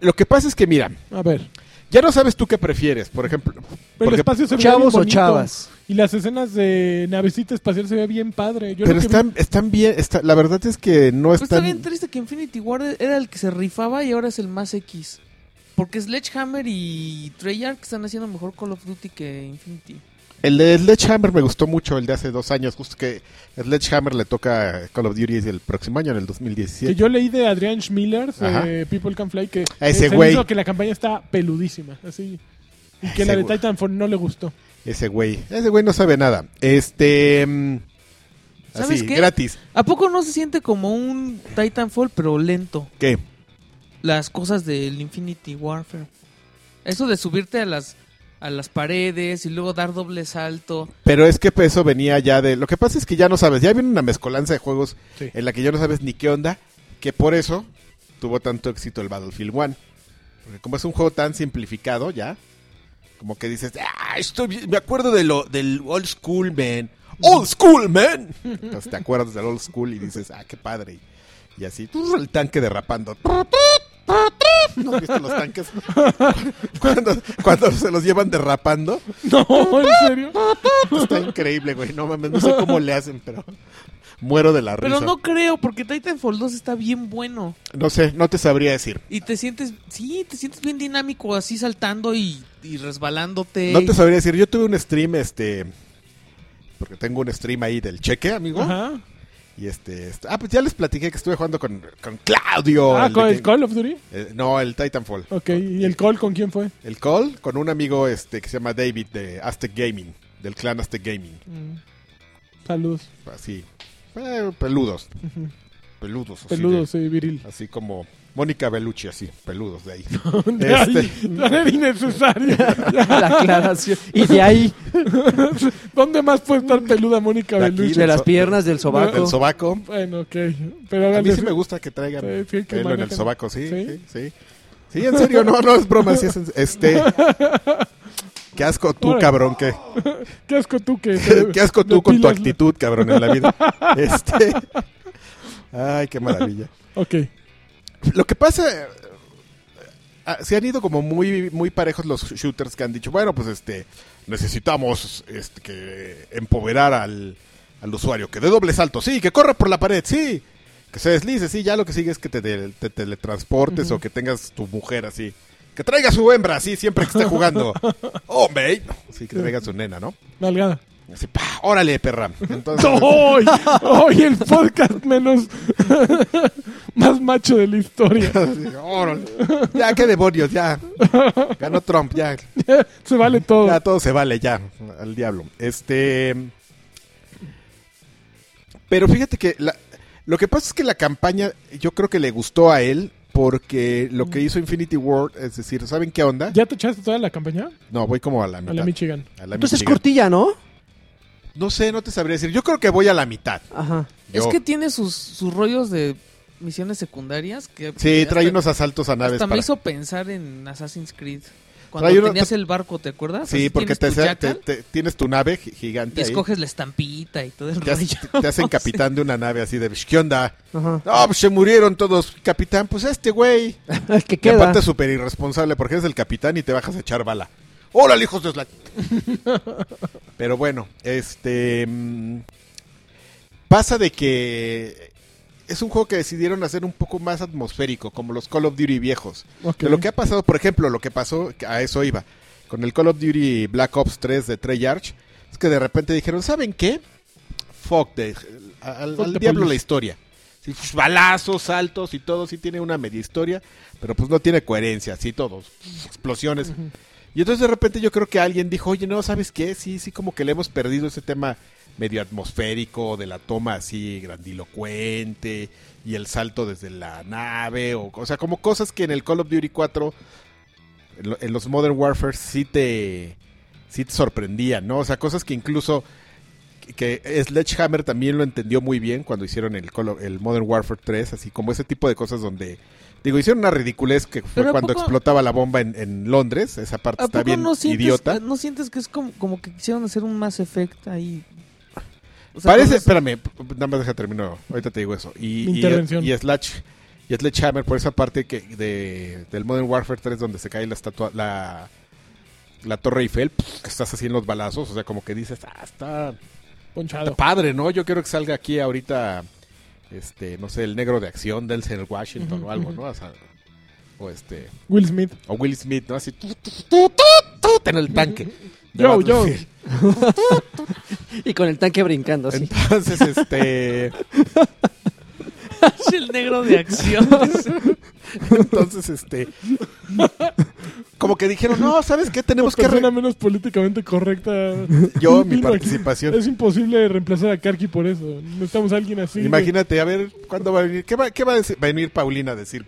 Lo que pasa es que, mira,
A ver.
ya no sabes tú qué prefieres, por ejemplo.
Pero el
Porque-
espacio se veía bien
¿Chavos o
bonito. <laughs>
chavas?
Y las escenas de navecita espacial se ve bien padre. Yo
pero
lo que Pues
están, están bien, está- la verdad es que
Pero
no
Pues está
están...
bien triste que Infinity Ward era el que se rifaba y ahora es el más X. Porque Sledgehammer y Treyarch están haciendo mejor Call of Duty que Infinity.
El de Sledgehammer me gustó mucho, el de hace dos años, justo que Sledgehammer le toca Call of Duty el próximo año, en el
Que
2017.
yo leí de Adrián Schmiller,
Ajá.
de People Can Fly, que
A ese
eh, se
güey.
hizo que la campaña está peludísima, así. Y que
Ese
la de
güey.
Titanfall no le
<laughs>
gustó.
Ese güey, ese güey no sabe nada. Este... mm,
¿Sabes
así,
qué?
gratis.
¿A poco no se siente como un Titanfall pero lento?
¿Qué?
Las cosas del Infinity Warfare. Eso de subirte a las, a las paredes y luego dar doble salto.
Pero es que eso venía ya de... Lo que pasa es que ya no sabes, ya viene una mezcolanza de juegos
Sí.
en la que ya no sabes ni qué onda, que por eso tuvo tanto éxito el Battlefield 1. Porque como es un juego tan simplificado ya, como que dices, ah, estoy bien- me acuerdo de lo, del old school, man. Old school, man. Entonces te acuerdas del old school y dices, ah, qué padre. Y, y así, tú el tanque derrapando. ¿No has visto los tanques? <laughs> Cuando, cuando se los llevan derrapando,
No, en serio. <laughs>
está increíble, güey. No mames, no sé cómo le hacen, pero muero de la risa.
Pero no creo, porque Titanfall 2 está bien bueno.
No sé, no te sabría decir.
Y te sientes, sí, te sientes bien dinámico así saltando y, y resbalándote.
No te sabría decir, yo tuve un stream, este, porque tengo un stream ahí del cheque, amigo.
Ajá.
Y este, est- ah, pues ya les platiqué que estuve jugando con, con Claudio.
Ah,
de
¿con el
que-
Call of Duty?
eh, no, el Titanfall.
Ok, ¿y el Call con quién fue?
El Call con un amigo este que se llama David de Aztec Gaming, del clan Aztec Gaming.
Saludos.
Así, eh, peludos,
Ujú.
peludos. así
Peludos,
de-
sí,
<laughs>
viril.
así como Mónica Bellucci, así,
<laughs>
peludos de ahí. Este.
Ay, era innecesario.
<laughs>
La aclaración. Y de ahí,
¿Dónde más puede estar peluda Mónica
De aquí,
Bellucci?
de las piernas, del sobaco.
El sobaco.
Bueno, ok. Pero
A
háganle
mí sí me gusta que traigan
Sí, sí, que
pelo en el
manejen.
sobaco, sí,
Sí.
sí, sí. Sí, en serio, no, no es broma, sí es en- este... Qué asco tú,
Órale.
cabrón, qué,
Qué asco tú que...
<laughs> qué asco tú con tu
depilas la-
actitud, cabrón, en la vida. <laughs> Este... Ay, qué maravilla.
Ok.
Lo que pasa... eh, ah, Se han ido como muy, muy parejos los shooters que han dicho, bueno, pues este, necesitamos este, que empoderar al, al usuario, que dé doble salto, sí, que corra por la pared, sí, que se deslice, sí, ya lo que sigue es que te, te- te teletransportes o que tengas tu mujer así, que traiga su hembra así siempre que esté jugando, hombre, sí, que traiga su nena, ¿no?
Nalgada.
Así, pa, órale, perra.
<laughs>
Entonces,
Hoy, hoy el podcast menos <laughs> más macho de la historia.
<laughs>
<laughs>
así, órale. ya, qué demonios, ya, ganó Trump, ya,
Se vale todo.
Ya todo se vale, ya, al diablo. Este. Pero fíjate que la- lo que pasa es que la campaña, yo creo que le gustó a él, porque lo que hizo Infinity War, es decir, ¿saben qué onda?
¿Ya te echaste toda la campaña?
No, voy como a la
A
mitad.
la Michigan.
A la
Entonces
Michigan.
cortilla, ¿no?
No sé, no te sabría decir. Yo creo que voy a la mitad.
Ajá.
Es
Yo-
que tiene sus, sus rollos de misiones secundarias que...
Sí,
hasta-
trae unos asaltos a naves.
Hasta
para-
me hizo pensar en Assassin's Creed. Cuando
Trae uno-
tenías el barco, ¿te acuerdas?
Sí,
Así
porque
tienes
te,
tu
hace- te-
jacal
te- tienes tu nave gi- gigante
y
ahí.
escoges la estampita y todo el
Te,
rollo. <laughs>
has- te hacen capitán de una nave así de... ¿Qué onda?
Ajá. <laughs>
No, pues se murieron todos. Capitán, pues este güey.
que
Que
queda.
aparte es súper irresponsable porque eres el capitán y te bajas a echar bala. ¡Hola, hijos de
<laughs>
Slack! Pero bueno, este. mm, Pasa de que. Es un juego que decidieron hacer un poco más atmosférico, como los Call of Duty viejos.
Ok.
De lo que ha pasado, por ejemplo, lo que pasó, que a eso iba, con el Call of Duty Black Ops 3 de Treyarch, es que de repente dijeron, ¿saben qué? Fuck, the- al,
Fuck
al
the
diablo
police.
la historia. Sí, pf, balazos, saltos y todo, sí tiene una media historia, pero pues no tiene coherencia, sí, todos, pf, explosiones. Y entonces de repente yo creo que alguien dijo, oye, no, ¿sabes qué? Sí, sí, como que le hemos perdido ese tema medio atmosférico de la toma así grandilocuente y el salto desde la nave, o, o sea, como cosas que en el Call of Duty 4, en, lo- en los Modern Warfare sí te, sí te sorprendían, ¿no? O sea, cosas que incluso que Sledgehammer también lo entendió muy bien cuando hicieron el, Call of- el Modern Warfare 3, así como ese tipo de cosas donde... Digo, hicieron una ridiculez que fue
Pero ¿a
cuando
poco-
explotaba la bomba en, en Londres. Esa parte
¿A
está
poco
bien
no sientes,
idiota.
¿No sientes que es como, como que quisieron hacer un Mass Effect ahí? O sea,
Parece,
cosas-
espérame, p- p- nada más deja termino, ahorita te digo eso. Y,
Mi
y-
intervención.
y Slash y Sledgehammer por esa parte que de, del Modern Warfare 3 donde se cae la estatua, la, la Torre Eiffel, pf, que estás así en los balazos, o sea, como que dices, ah, está, está
Ponchado.
padre, ¿no? Yo quiero que salga aquí ahorita, este, no sé, el negro de acción, Denzel Washington
Ujú,
o algo,
ujú.
¿no? O, sea, o este,
Will Smith.
o Will Smith, ¿no? Así, tu, tu, tu, tu, tu, en el tanque.
Yo, yo.
Y con el tanque brincando así.
<laughs> Entonces, este...
el negro de
<laughs>
acción.
Entonces, este. Como que dijeron, no, ¿sabes qué? Tenemos que.
persona
re-
menos políticamente correcta.
<laughs> Yo,
<laughs>
mi
Imagina-
participación.
Es imposible reemplazar a Karki por eso. Necesitamos a alguien así.
Imagínate, a ver, ¿cuándo va a venir? ¿Qué va, qué va a decir? Va a venir Paulina a decir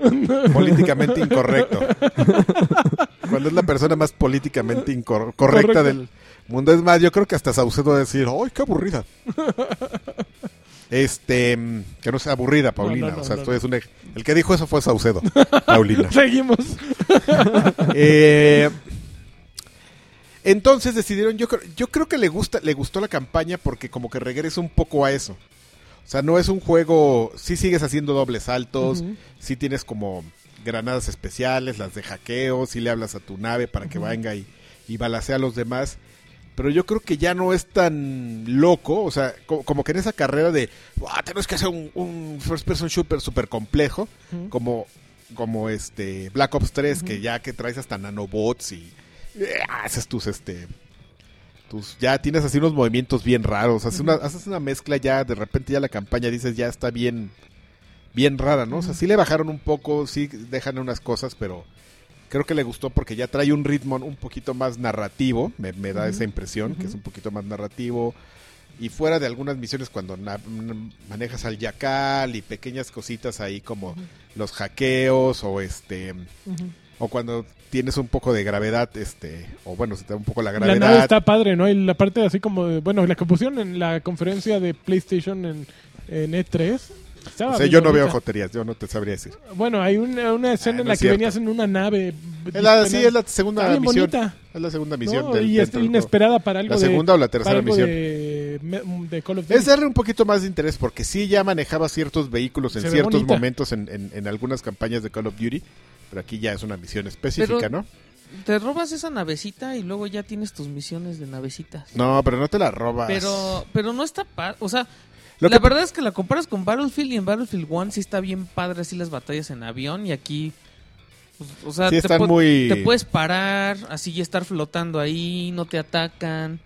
políticamente incorrecto. Cuando es la persona más políticamente incorrecta
Correcta.
del mundo. Es más, yo creo que hasta Saucedo va a decir, ¡ay, qué aburrida! Este, mm, que no sea aburrida, Paulina.
No, no, no,
o sea,
no,
esto
no.
es un ej- El que dijo eso fue Saucedo, Paulina.
<laughs> Seguimos.
Eh, entonces decidieron, yo creo, yo creo que le gusta, le gustó la campaña porque como que regresa un poco a eso. O sea, no es un juego, sí sigues haciendo dobles saltos,
Ujú.
sí tienes como granadas especiales, las de hackeo, sí le hablas a tu nave para que venga y, y balacea a los demás. Pero yo creo que ya no es tan loco, o sea, co- como, que en esa carrera de, "Buah, tenemos que hacer un, un first person shooter súper complejo,
Ujú.
como, como este Black Ops 3, que ya que traes hasta nanobots y eh, haces tus, este, tus, ya tienes así unos movimientos bien raros, haces una, haces una mezcla ya, de repente ya la campaña dices, ya está bien, bien rara, ¿no? O sea, sí le bajaron un poco, sí dejan unas cosas, pero creo que le gustó porque ya trae un ritmo un poquito más narrativo, me, me da esa impresión, que es un poquito más narrativo. Y fuera de algunas misiones cuando na- n- manejas al yacal y pequeñas cositas ahí como los hackeos o este o cuando tienes un poco de gravedad este o bueno se te da un poco la
La
gravedad
nave está padre, ¿no? Y la parte así como de, bueno, la que pusieron en la conferencia de PlayStation en, en E3. estaba
o sea
bien
yo no veo
bonita.
joterías yo no te sabría decir
Bueno, hay una, una escena
Ah,
en
no
la
es
que
cierto.
venías en una nave.
es la, sí es la segunda
Está bien
misión
bonita.
es la segunda
¿no?
misión del-
y
dentro
este,
del juego.
inesperada para algo
la
de-
segunda o la
para
tercera
algo
misión
de, me- de Call of Duty.
Es darle un poquito más de interés porque sí ya manejaba ciertos vehículos en
Se ve
ciertos
bonita.
momentos en, en- en algunas campañas de Call of Duty, pero aquí ya es una misión específica,
Pero-
¿no?
Te robas esa navecita y luego ya tienes tus misiones de navecitas.
No, pero no te la robas.
Pero, pero no está pa- O sea,
Lo
la
que-
verdad es que la comparas con Battlefield y en Battlefield 1 sí está bien padre así las batallas en avión y aquí... pues, o sea,
Sí,
te,
están
pue-
muy-
te puedes parar, así y estar flotando ahí, no te atacan.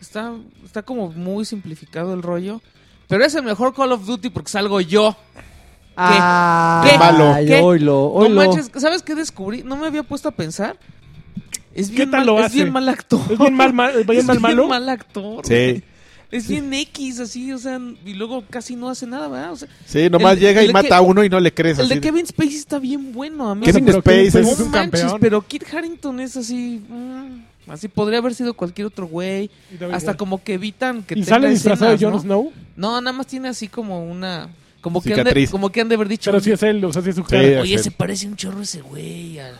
Está, está como muy simplificado el rollo. Pero es el mejor Call of Duty porque salgo yo.
Ah,
¿Qué?
Malo.
ay,
¿Qué?
oilo,
No
oilo.
manches, ¿sabes qué descubrí? No me había puesto a pensar. Es
¿Qué
bien,
tal
mal,
lo
es
hace?
bien mal actor.
Es bien mal, mal,
<laughs>
bien
Es
mal
bien
malo.
mal actor.
Sí,
Es bien X, así, o sea, y luego casi no hace nada, ¿verdad? O sea,
sí, nomás
El-
llega
el
y
de
mata
que-
a uno y no le crees.
el de
así de-
Kevin Spacey está bien bueno, a mí.
Kevin
pero
Space
Kevin
es-
es un
No manches,
campeón.
pero Kit Harrington es así. mm, así podría haber sido cualquier otro güey.
Y da
Hasta
igual.
como que evitan que
y
tenga
sale disfrazado de
escenas,
Jon
¿no?
Snow,
No, nada más tiene así como una. Como que, han de,
Cicatriz.
como que han de haber dicho.
pero sí es él, o sea, sí es su
Sí,
cara.
Oye,
es
se
él.
parece un chorro ese güey. al-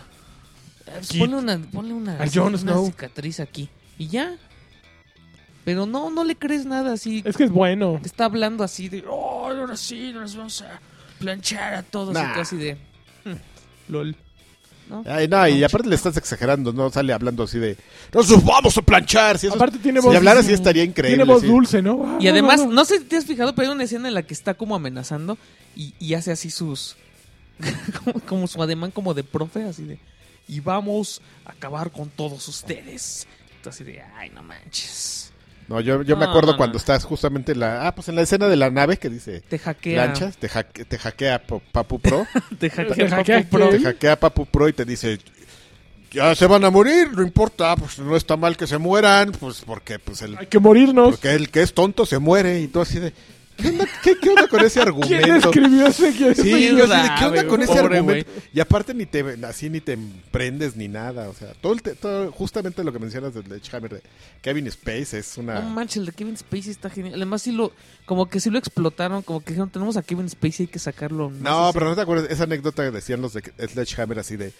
Ah, pues
Kit.
Ponle una, ponle una,
A Jon
una
Snow.
cicatriz aquí. Y ya. Pero no, no le crees nada así.
Es que es bueno.
Te está hablando así de, oh, ahora sí, nos vamos a planchar a todos.
Nah.
Y tú así de,
LOL.
¿no?
Ay, no, y aparte le estás exagerando, no sale hablando así de ¡Nos vamos a planchar! Si eso-
Aparte tiene
si
voz.
hablara así estaría increíble.
Tiene voz
sí.
dulce, ¿no?
Y además, no sé si te has fijado, pero hay una escena en la que está como amenazando y, y hace así sus. <laughs> como, como su ademán como de profe, así de. Y vamos a acabar con todos ustedes. Tú así de, ay, no manches.
No, yo, yo me
No,
acuerdo
no, no.
cuando estás justamente en la... Ah, pues en la escena de la nave que dice...
Te hackea.
Lanchas, te, hacke- te hackea Po-
<laughs>
Papu Pro.
<laughs> Te hackea.
Te hackea
Pro.
te
¿Qué?
hackea Papu Pro y te dice... Ya se van a morir, no importa, pues no está mal que se mueran, pues porque pues el,
Hay que morirnos.
porque el que es tonto se muere y todo así de... ¿Qué onda, qué- qué onda con
<laughs>
ese
¿Quién
argumento?
escribió ese
<laughs>
guión?
Sí,
Sí,
yo así de,
sabe,
¿qué onda
güey,
con ese
pobre
argumento? Y aparte ni te así ni te emprendes ni nada, o sea, todo, el te- todo- justamente lo que mencionas del Sledgehammer de Kevin Space es una
No manches, el de Kevin Spacey está genial. Además, sí lo, como que sí lo explotaron, como que dijeron, tenemos a Kevin Spacey, hay que sacarlo.
No,
sé si- Ah,
pero no te acuerdas esa anécdota que decían los de Sledgehammer así de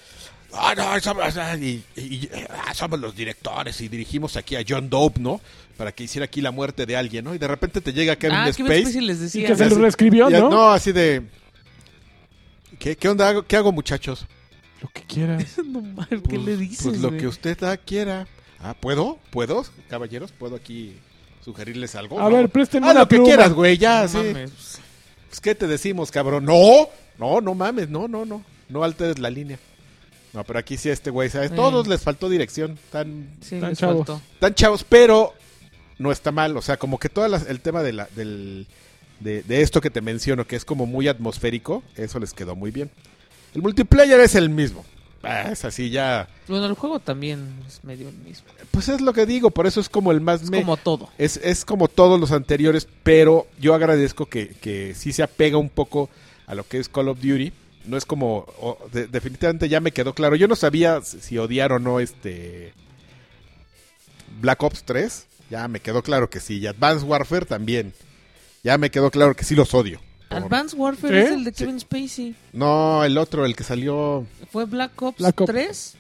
Ah, no, somos, ah, y- y- y- ah, somos los directores y dirigimos aquí a John Doe, ¿no? Para que hiciera aquí la muerte de alguien, ¿no? Y de repente te llega Kevin
ah,
Space.
Kevin Spacey les
Y
decía.
que se
así-
lo reescribió,
y a-
¿no?
así de ¿Qué, qué onda? hago- ¿Qué hago, muchachos?
Lo que <laughs> quieras.
No mames, ¿qué
Pues-
le dices?
Pues lo
güey?
que usted ah, quiera. Ah, ¿puedo? ¿Puedo? Caballeros, ¿puedo aquí sugerirles algo?
A
No.
ver, préstenme
Ah,
una
lo que
pluma.
quieras, güey, ya,
No
Ah, sí.
mames.
Pues, ¿qué te decimos, cabrón? ¡No! No, no mames, no, no, no. No alteres la línea. No, pero aquí sí este güey, ¿sabes?
Sí.
Todos les faltó dirección. Tan,
Sí,
Tan
les
chavos.
faltó.
tan chavos, pero no está mal. O sea, como que todo el tema de, la, del, de, de esto que te menciono, que es como muy atmosférico, eso les quedó muy bien. El multiplayer es el mismo. Ah, es así ya...
Bueno, el juego también es medio el mismo.
Pues es lo que digo, por eso es como el más...
Es
me-
como todo.
Es, es como todos los anteriores, pero yo agradezco que, que sí se apega un poco a lo que es Call of Duty. No es como. o- de- definitivamente ya me quedó claro. Yo no sabía si si odiar o no este. Black Ops 3. Ya me quedó claro que sí. Y Advanced Warfare también. Ya me quedó claro que sí los odio. Por-
Advanced Warfare
¿Sí?
es el de Kevin Spacey.
No, el otro, el que salió.
Fue Black Ops
Black Ops.
3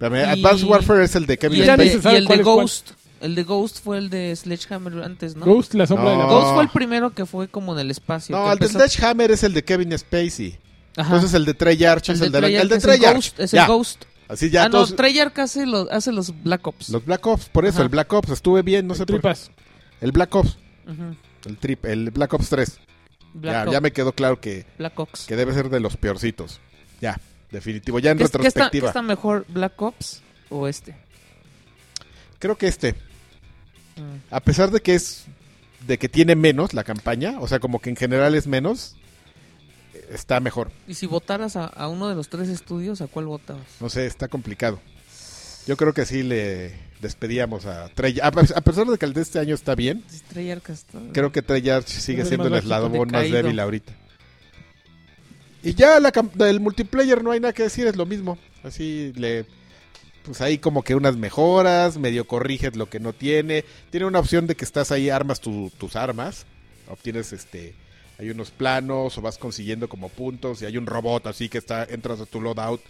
Espérame,
Y-
Advanced Warfare es el de
y
Kevin
el
Ya
de,
ni
Spacey.
se sabe
y el
cuál
de
es cuál.
Ghost. El de Ghost fue el de Sledgehammer antes, ¿no?
Ghost, la sombra de la
No.
Ghost fue el primero que fue como en el espacio.
Ah. No,
que
el de
empezó-
Sledgehammer es el de Kevin Spacey.
Ajá.
Entonces el de Treyarch es el de, la-
Treyarch
el de
es el
Treyarch.
Ghost. Es
Ya,
el Ghost.
Así ya
ah,
todos-
no, Treyarch hace los, hace los Black Ops.
Los Black Ops, por eso,
Ajá.
el Black Ops, estuve bien, no sé por qué.
Tripas.
El Black Ops,
Ujú.
el trip, el Black Ops 3.
Black,
ya,
Ops,
ya me quedó claro que,
Black Ops.
que debe ser de los peorcitos. Ya, definitivo, ya en
¿Qué es- qué está, qué
retrospectiva.
está mejor, Black Ops o este?
Creo que este,
Mm.
a pesar de que es de que tiene menos la campaña, o sea, como que en general es menos, eh, está mejor.
Y si votaras a, a uno de los tres estudios, ¿a cuál votabas?
No sé, está complicado. Yo creo que sí le despedíamos a Treyarch. A, pe- a pesar de que el de este año está bien,
Si Treyarch está-
Creo que Treyarch sigue
Es
siendo el
más bajito,
eslabón más
decaído.
débil ahorita. Y ya la cam- del multiplayer no hay nada que decir, es lo mismo. Así le. Pues ahí como que unas mejoras, medio corriges lo que no tiene. Tiene una opción de que estás ahí, armas tu- tus armas. Obtienes este. Hay unos planos o vas consiguiendo como puntos. Y hay un robot así que está. Entras a tu loadout.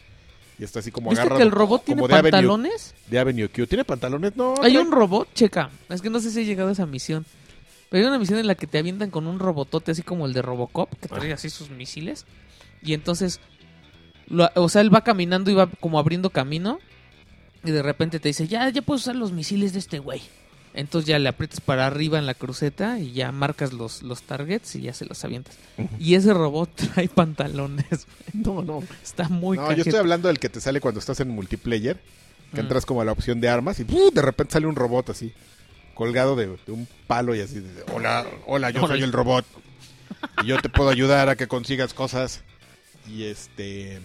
Y está así como
¿Viste
agarrado.
que el robot tiene
como de Avenue-
pantalones?
de Avenue Q. ¿Tiene pantalones? No.
Hay
trae-
un robot, checa. Es que no sé si he llegado a esa misión. Pero hay una misión en la que te avientan con un robotote así como el de Robocop, que trae así sus misiles. Y entonces, lo- o sea, él va caminando y va como abriendo camino. Y de repente te dice, ya, ya puedes usar los misiles de este güey. Entonces ya le aprietas para arriba en la cruceta y ya marcas los, los targets y ya se los avientas. Y ese robot <laughs> trae pantalones.
No, no.
Está muy
No, yo
cajete.
estoy hablando del que te sale cuando estás en multiplayer, que
Mm.
entras como a la opción de armas y ¡puf! de repente sale un robot así, colgado de, de un palo y así, de, hola, hola, yo soy el robot. Y yo te puedo ayudar a que consigas cosas. Y este...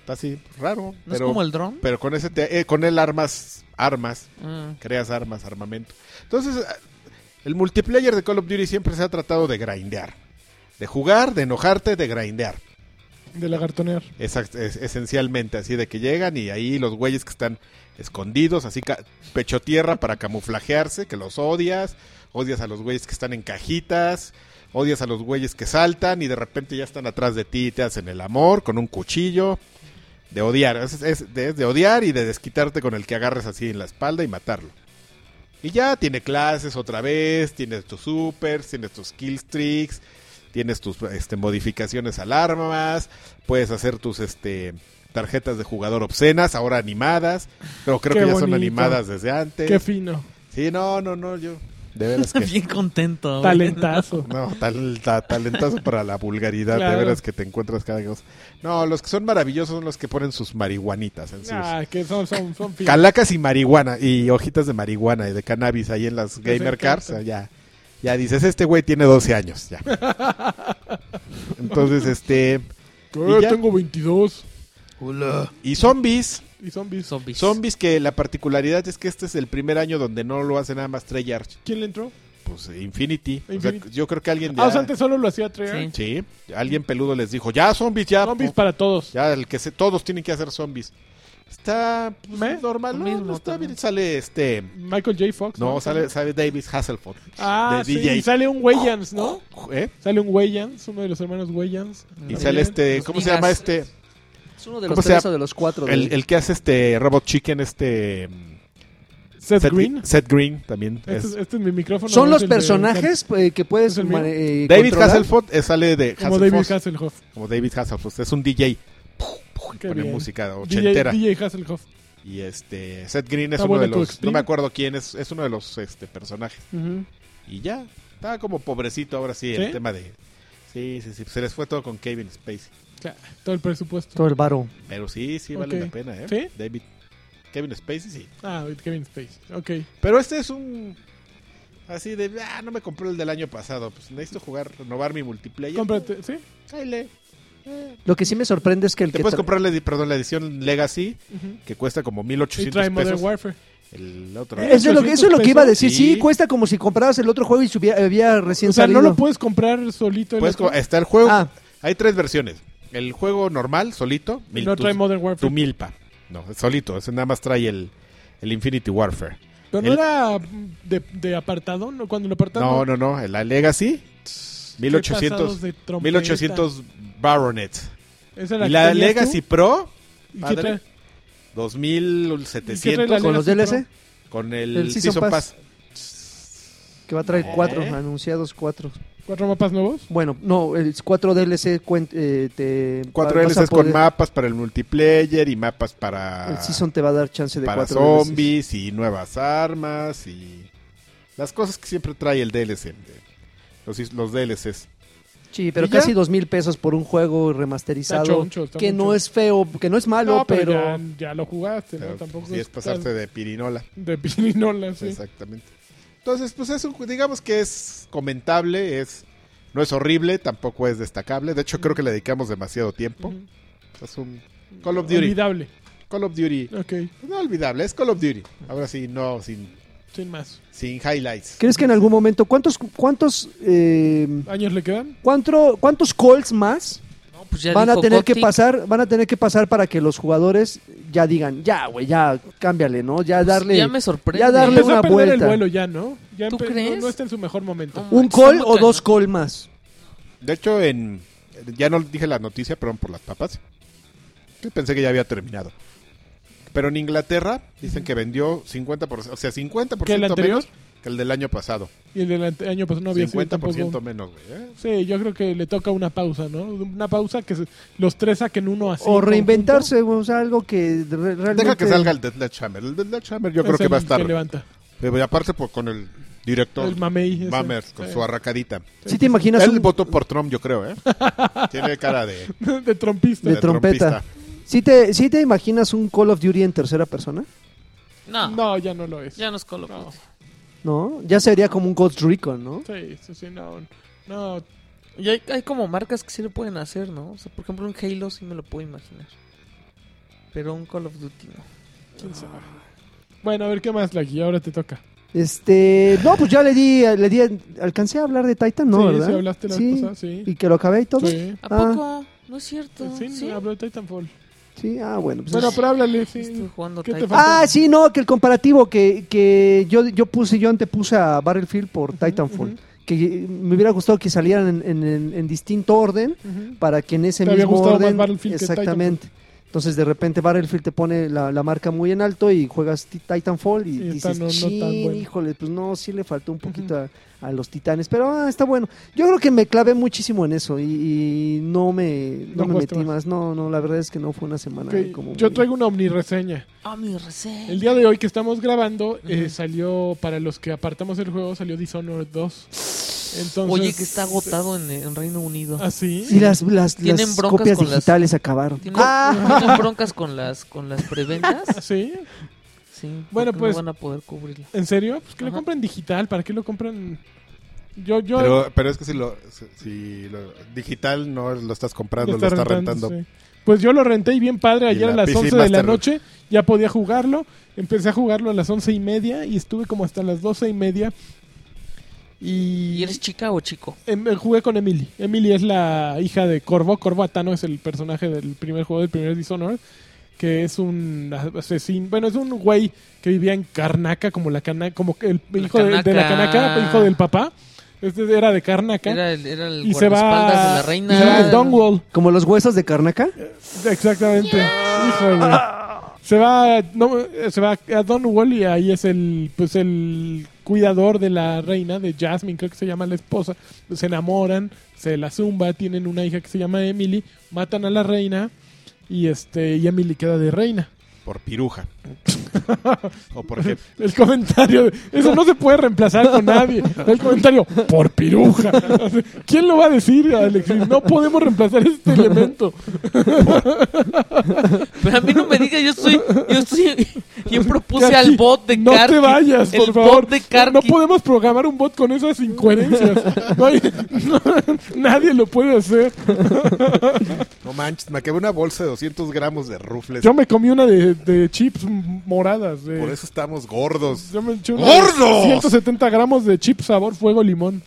Está así, raro.
¿No
pero,
es como el dron?
pero con ese te- eh, con él armas, armas,
Ah.
creas armas, armamento. Entonces, eh, el multiplayer de Call of Duty siempre se ha tratado de grindear. De jugar, de enojarte, de grindear.
De lagartonear.
Exact- es- esencialmente, así de que llegan y ahí los güeyes que están escondidos, así ca- pecho tierra para camuflajearse, que los odias, odias a los güeyes que están en cajitas, odias a los güeyes que saltan y de repente ya están atrás de ti y te hacen el amor con un cuchillo. De odiar. Es, es de, es de odiar y de desquitarte con el que agarres así en la espalda y matarlo. Y ya tiene clases otra vez, tienes tus supers, tienes tus kill tricks, tienes tus este, modificaciones al armas, puedes hacer tus este tarjetas de jugador obscenas, ahora animadas, pero creo
Qué
que ya son
bonito.
animadas desde antes.
Qué fino.
Sí, no, no, no, yo. De
<laughs>
veras que.
Bien contento. güey.
Talentazo.
No, tal- ta- talentazo para la vulgaridad.
Claro.
De veras que te encuentras cada cosa. No, los que son maravillosos son los que ponen sus marihuanitas en sus.
Ah, que son, son, son finos.
Calacas y marihuana. Y hojitas de marihuana y de cannabis ahí en las
Les
gamer cars.
encanta.
Ya, ya dices, este güey tiene 12 años.
<laughs>
Ya. Entonces, este.
Yo
Y ya.
Eh, tengo 22
Y zombies.
y zombies.
Zombies.
Zombies que la particularidad es que este es el primer año donde no lo hace nada más Treyarch.
¿Quién le entró?
Pues Infinity. O sea,
Infinity.
yo creo que alguien
Ah,
ya-
o sea, antes solo lo hacía Treyarch.
Sí.
Sí, alguien peludo les dijo, ya zombies, ya.
Zombies
po-
para todos.
Ya, el que se, todos tienen que hacer zombies. Está pues,
¿Me?
normal,
Lo
¿no?
mismo
está
también.
bien. Sale este.
Michael J. Fox.
No, sale, sale Davis Hasselhoff.
Ah,
de
sí.
DJ.
Y sale un Wayans, ¿no?
¿eh?
Sale un Wayans, uno de los hermanos Wayans.
Y
También.
sale este.
Los
¿Cómo se llama
Migas.
este?
Es uno de
¿Cómo
los
se
tres
llama?
o de los cuatro. de-
El, el que hace este Robot Chicken, este. mm,
Seth Green.
Seth Green también.
Este,
es-
es, este es mi micrófono.
Son
es
los
el de-
personajes eh, que puedes
Es el mío.
man- eh,
David
controlar.
Hasselhoff eh, sale de
Como David
Hasselhoff,
Hasselhoff.
como David Hasselhoff. Es un DJ. Puf, puf, y
Qué
pone
bien.
música
DJ,
ochentera.
DJ Hasselhoff.
Y este. Seth Green es
Está
uno
bueno
de
tu
los. No
explica.
me acuerdo quién es. Es uno de los este, personajes.
Ujú.
Y ya, estaba como pobrecito ahora sí,
¿Sí?
el tema de... Sí, sí, sí, se les fue todo con Kevin Spacey.
Claro, Todo el presupuesto.
Todo el varo.
Pero sí, sí vale
Ok.
la pena, ¿eh?
¿Sí?
David, Kevin Spacey, sí.
Ah, with Kevin Space. Ok.
Pero este es un... Así de, ah, no me compré el del año pasado, pues necesito jugar, renovar mi multiplayer.
Cómprate, ¿sí?
Ahí le- eh.
Lo que sí me sorprende es que el
Te
que
puedes
tra-
comprar la, edi- perdón, la edición Legacy,
Ujú.
que cuesta como
Y trae
1800
Modern
pesos.
Warfare.
El otro...
Eh,
Eso es, lo que, eso es lo que iba a decir. Sí.
Sí.
cuesta como si compraras el otro juego y subiera- había recién
O sea,
salido.
no lo puedes comprar solito. el
Puedes
otro?
co- Pues, está el juego...
Ah,
Hay tres versiones. El juego normal, solito. mil-
no trae
tus-
Modern
Tu
Warfare.
milpa. No, es solito. Ese nada más trae el, el Infinity Warfare.
Pero no
el-
era mm, de, de apartado, ¿no? Cuando lo apartaron.
No, no, no. El la Legacy.
Qué
1800,
pasados de trompeta.
1800 Baronet.
Esa
Y
que
la
tenías
Legacy
tú.
Pro.
¿Y qué
padre,
trae? ¿Y qué trae
2700
la
con los
Legacy
DLC
con el,
El Season
Season Pass.
que va a traer
Eh.
cuatro, anunciados cuatro.
¿Cuatro mapas nuevos?
Bueno, no, el cuatro DLC cuen- eh, te
Cuatro
va- vas a
DLCs con
poder-
mapas para el multiplayer y mapas para,
El season te va a dar chance de
para
cuatro DLCs.
zombies y nuevas armas y las cosas que siempre trae el DLC. de- Los, los DLCs.
Sí, pero
¿Y ya?
casi dos mil pesos por un juego
Está
remasterizado
choncho, está
que
muy
no
choncho.
es feo, que Ah, no es malo,
No,
pero,
Ya, ya lo jugaste, ¿no?
Pero,
Tampoco
sí, es
tan-
pasarte de pirinola.
De pirinola, sí.
Exactamente. Entonces, pues es un, ju- digamos que es comentable, es no es horrible, tampoco es destacable. De hecho, creo que le dedicamos demasiado tiempo.
Ujú.
Es un Call of Duty.
Olvidable.
Call of Duty.
Ok,
No olvidable, es Call of Duty. Ahora sí, no, sin,
sin más.
sin highlights.
¿crees que en algún momento cuántos cuántos eh,
¿Años le quedan?
cuánto- cuántos calls más
No, pues ya
van a
dijo
tener que
Kotick.
pasar, van a tener que pasar para que los jugadores ya digan, ya, güey, ya, cámbiale, ¿no? Ya darle
Ya me sorprende.
ya darle
Empezó
una
a perder el
vuelta.
vuelo ya, ¿no? Ya
¿Tú
empe- no-
crees? Ah.
No, está en su mejor momento.
No.
un
Está
call
muy
o dos
cañón.
call más.
De hecho, en ya no dije la noticia, perdón por las papas. Que pensé que ya había terminado. Pero en Inglaterra dicen que vendió 50%, o sea, 50%
¿Que el anterior?
menos que el del año pasado.
Y el del ante- año pasado no había sido
50%
tampoco.
menos, güey. ¿eh?
Sí, yo creo que le toca una pausa, ¿no? Una pausa que se- los tres saquen uno así.
o
en
reinventarse, o sea, algo que re- realmente...
Deja que salga el Death Ledge Hammer. El Death Ledge Hammer
conjunto.
yo creo
Es
que va a
el
estar.
levanta. <laughs>
Pero aparte por, con el director
El mamey. ese.
Mammer, con
Sí.
su arracadita.
¿Sí te imaginas
Él
un-
votó por Trump, yo creo, ¿eh?
<laughs>
Tiene cara de,
de trompista.
De trompeta. ¿sí te, sí te imaginas un Call of Duty en tercera persona?
No,
No, ya no lo es.
Ah. ya nos colocó.
No.
¿No? Ya sería como un Ghost Recon, ¿no?
Sí, sí, sí, no. No,
Y hay, hay como marcas que sí lo pueden hacer, ¿no? O sea, por ejemplo, un Halo sí me lo puedo imaginar. Pero un Call of Duty no.
quién sabe. Bueno, a ver qué más, Lucky. Ahora te toca.
Este, no, pues ya le di, le di, alcancé a hablar de Titan, ¿no?
sí,
¿verdad?
sí, hablaste la
Sí.
vez pasada, sí.
Y que lo acabé y todo. Sí,
Sí.
¿A
Ah.
poco? No es cierto.
Sí,
Sí,
habló de Titanfall.
ah, bueno. Pues
Bueno,
es-
pero háblale,
Estoy
sí.
jugando
¿Qué te
Titan.
falta?
Ah, sí, no, que el comparativo que, que yo, yo puse, yo antepuse a Battlefield por Titanfall.
ujú.
Que me hubiera gustado que salieran en, en- en distinto orden
Ujú.
para que en ese
Te había
mismo
gustado más
orden.
Battlefield que
exactamente. Entonces de repente Battlefield te pone la, la marca muy en alto y juegas ti- Titanfall y,
Y está
dices,
no- no tan
"Chin,
bueno".
híjole, pues no, sí le faltó un poquito a, a los titanes, pero ah, está bueno. Yo creo que me clavé muchísimo en eso y, y no me, no
No
me
jugaste
metí
más.
más. No, no, la verdad es que no fue una semana
Ok,
como...
Yo
muy-
traigo una omnireseña.
Ah, mi reseña.
El día de hoy que estamos grabando eh,
Ujú.
salió, para los que apartamos el juego, salió Dishonored 2. Entonces,
Oye, que está agotado en, en Reino Unido.
¿Ah, sí?
Sí, las, las,
Tienen
las
broncas
copias
con las-
digitales acabaron.
¿Tienen,
¡Ah!
tienen broncas con las con las preventas?
¿Sí?
Sí.
Bueno,
porque
pues-
No van a poder cubrirla.
¿En serio? Pues que lo
Ajá.
compren digital. ¿Para qué lo compran? Yo, yo...
Pero, pero es que si lo, si- si lo digital no lo estás comprando,
Ya está
lo estás
rentando,
rentando.
sí. Pues yo lo renté y bien padre ayer
la
a las
PC
11 de la
Master.
noche. Ya podía jugarlo. Empecé a jugarlo a las 11 y media y estuve como hasta las 12 y media. Y,
¿Y eres chica o chico?
em, eh, jugué con Emily. Emily es la hija de Corvo. Corvo Atano es el personaje del primer juego, del primer Dishonored. Que es un asesino. Bueno, es un güey que vivía en Karnaca, como la cana, como que el
La
hijo de, de la
Karnaca.
Kanaka, hijo del papá. Este era de Karnaca.
Era el, era el
y se va.
guardaespaldas de la
y se va
reina.
a Dunwall.
Como los huesos de Karnaca.
Exactamente. Híjole. Se va, no, eh, se va a Dunwall y ahí es el, pues el cuidador de la reina de Jasmine, creo que se llama la esposa. Se enamoran, se la zumba, tienen una hija que se llama Emily, matan a la reina y este, y Emily queda de reina.
Por
<laughs>
piruja. o porque
El comentario, de- eso no se puede reemplazar con nadie. El comentario, por piruja. Así, ¿Quién lo va a decir, Alexis? No podemos reemplazar este elemento.
Pero a mí no me digas, yo estoy. Yo
<laughs>
estoy. Yo propuse
Karki,
al bot de
No
Karki.
te vayas, por
el
favor.
bot de Karki.
No podemos programar un bot con esas
<laughs>
incoherencias. No hay- no- nadie lo puede hacer.
no manches, me acabé una bolsa de 200 gramos de rufles.
Yo me comí una de, de chips moradas. de-
Por eso estamos gordos.
Yo me eché una de
¡Gordos!
170 gramos de chips sabor fuego limón.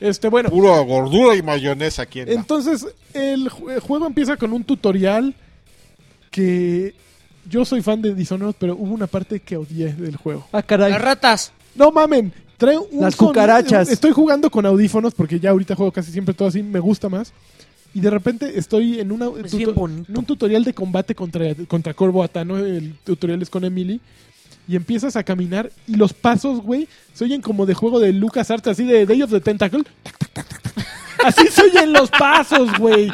Este, bueno.
Puro gordura y mayonesa aquí en la-
Entonces, el ju- el juego empieza con un tutorial que yo soy fan de Dishonored, pero hubo una parte que odié del juego.
Ah, caray.
Las ratas.
No mamen, trae un
Las
son-
cucarachas.
Estoy jugando con audífonos porque ya ahorita juego casi siempre todo así, me gusta más. Y de repente estoy en, una,
Es bien bonito.
en un tutorial de combate contra, contra Corvo Atano, el tutorial es con Emily. Y empiezas a caminar y los pasos, güey, se oyen como de juego de Lucas Arts, así de Day of the Tentacle. <laughs> Tac, tac, tac, tac, tac. Así se oyen los pasos, güey.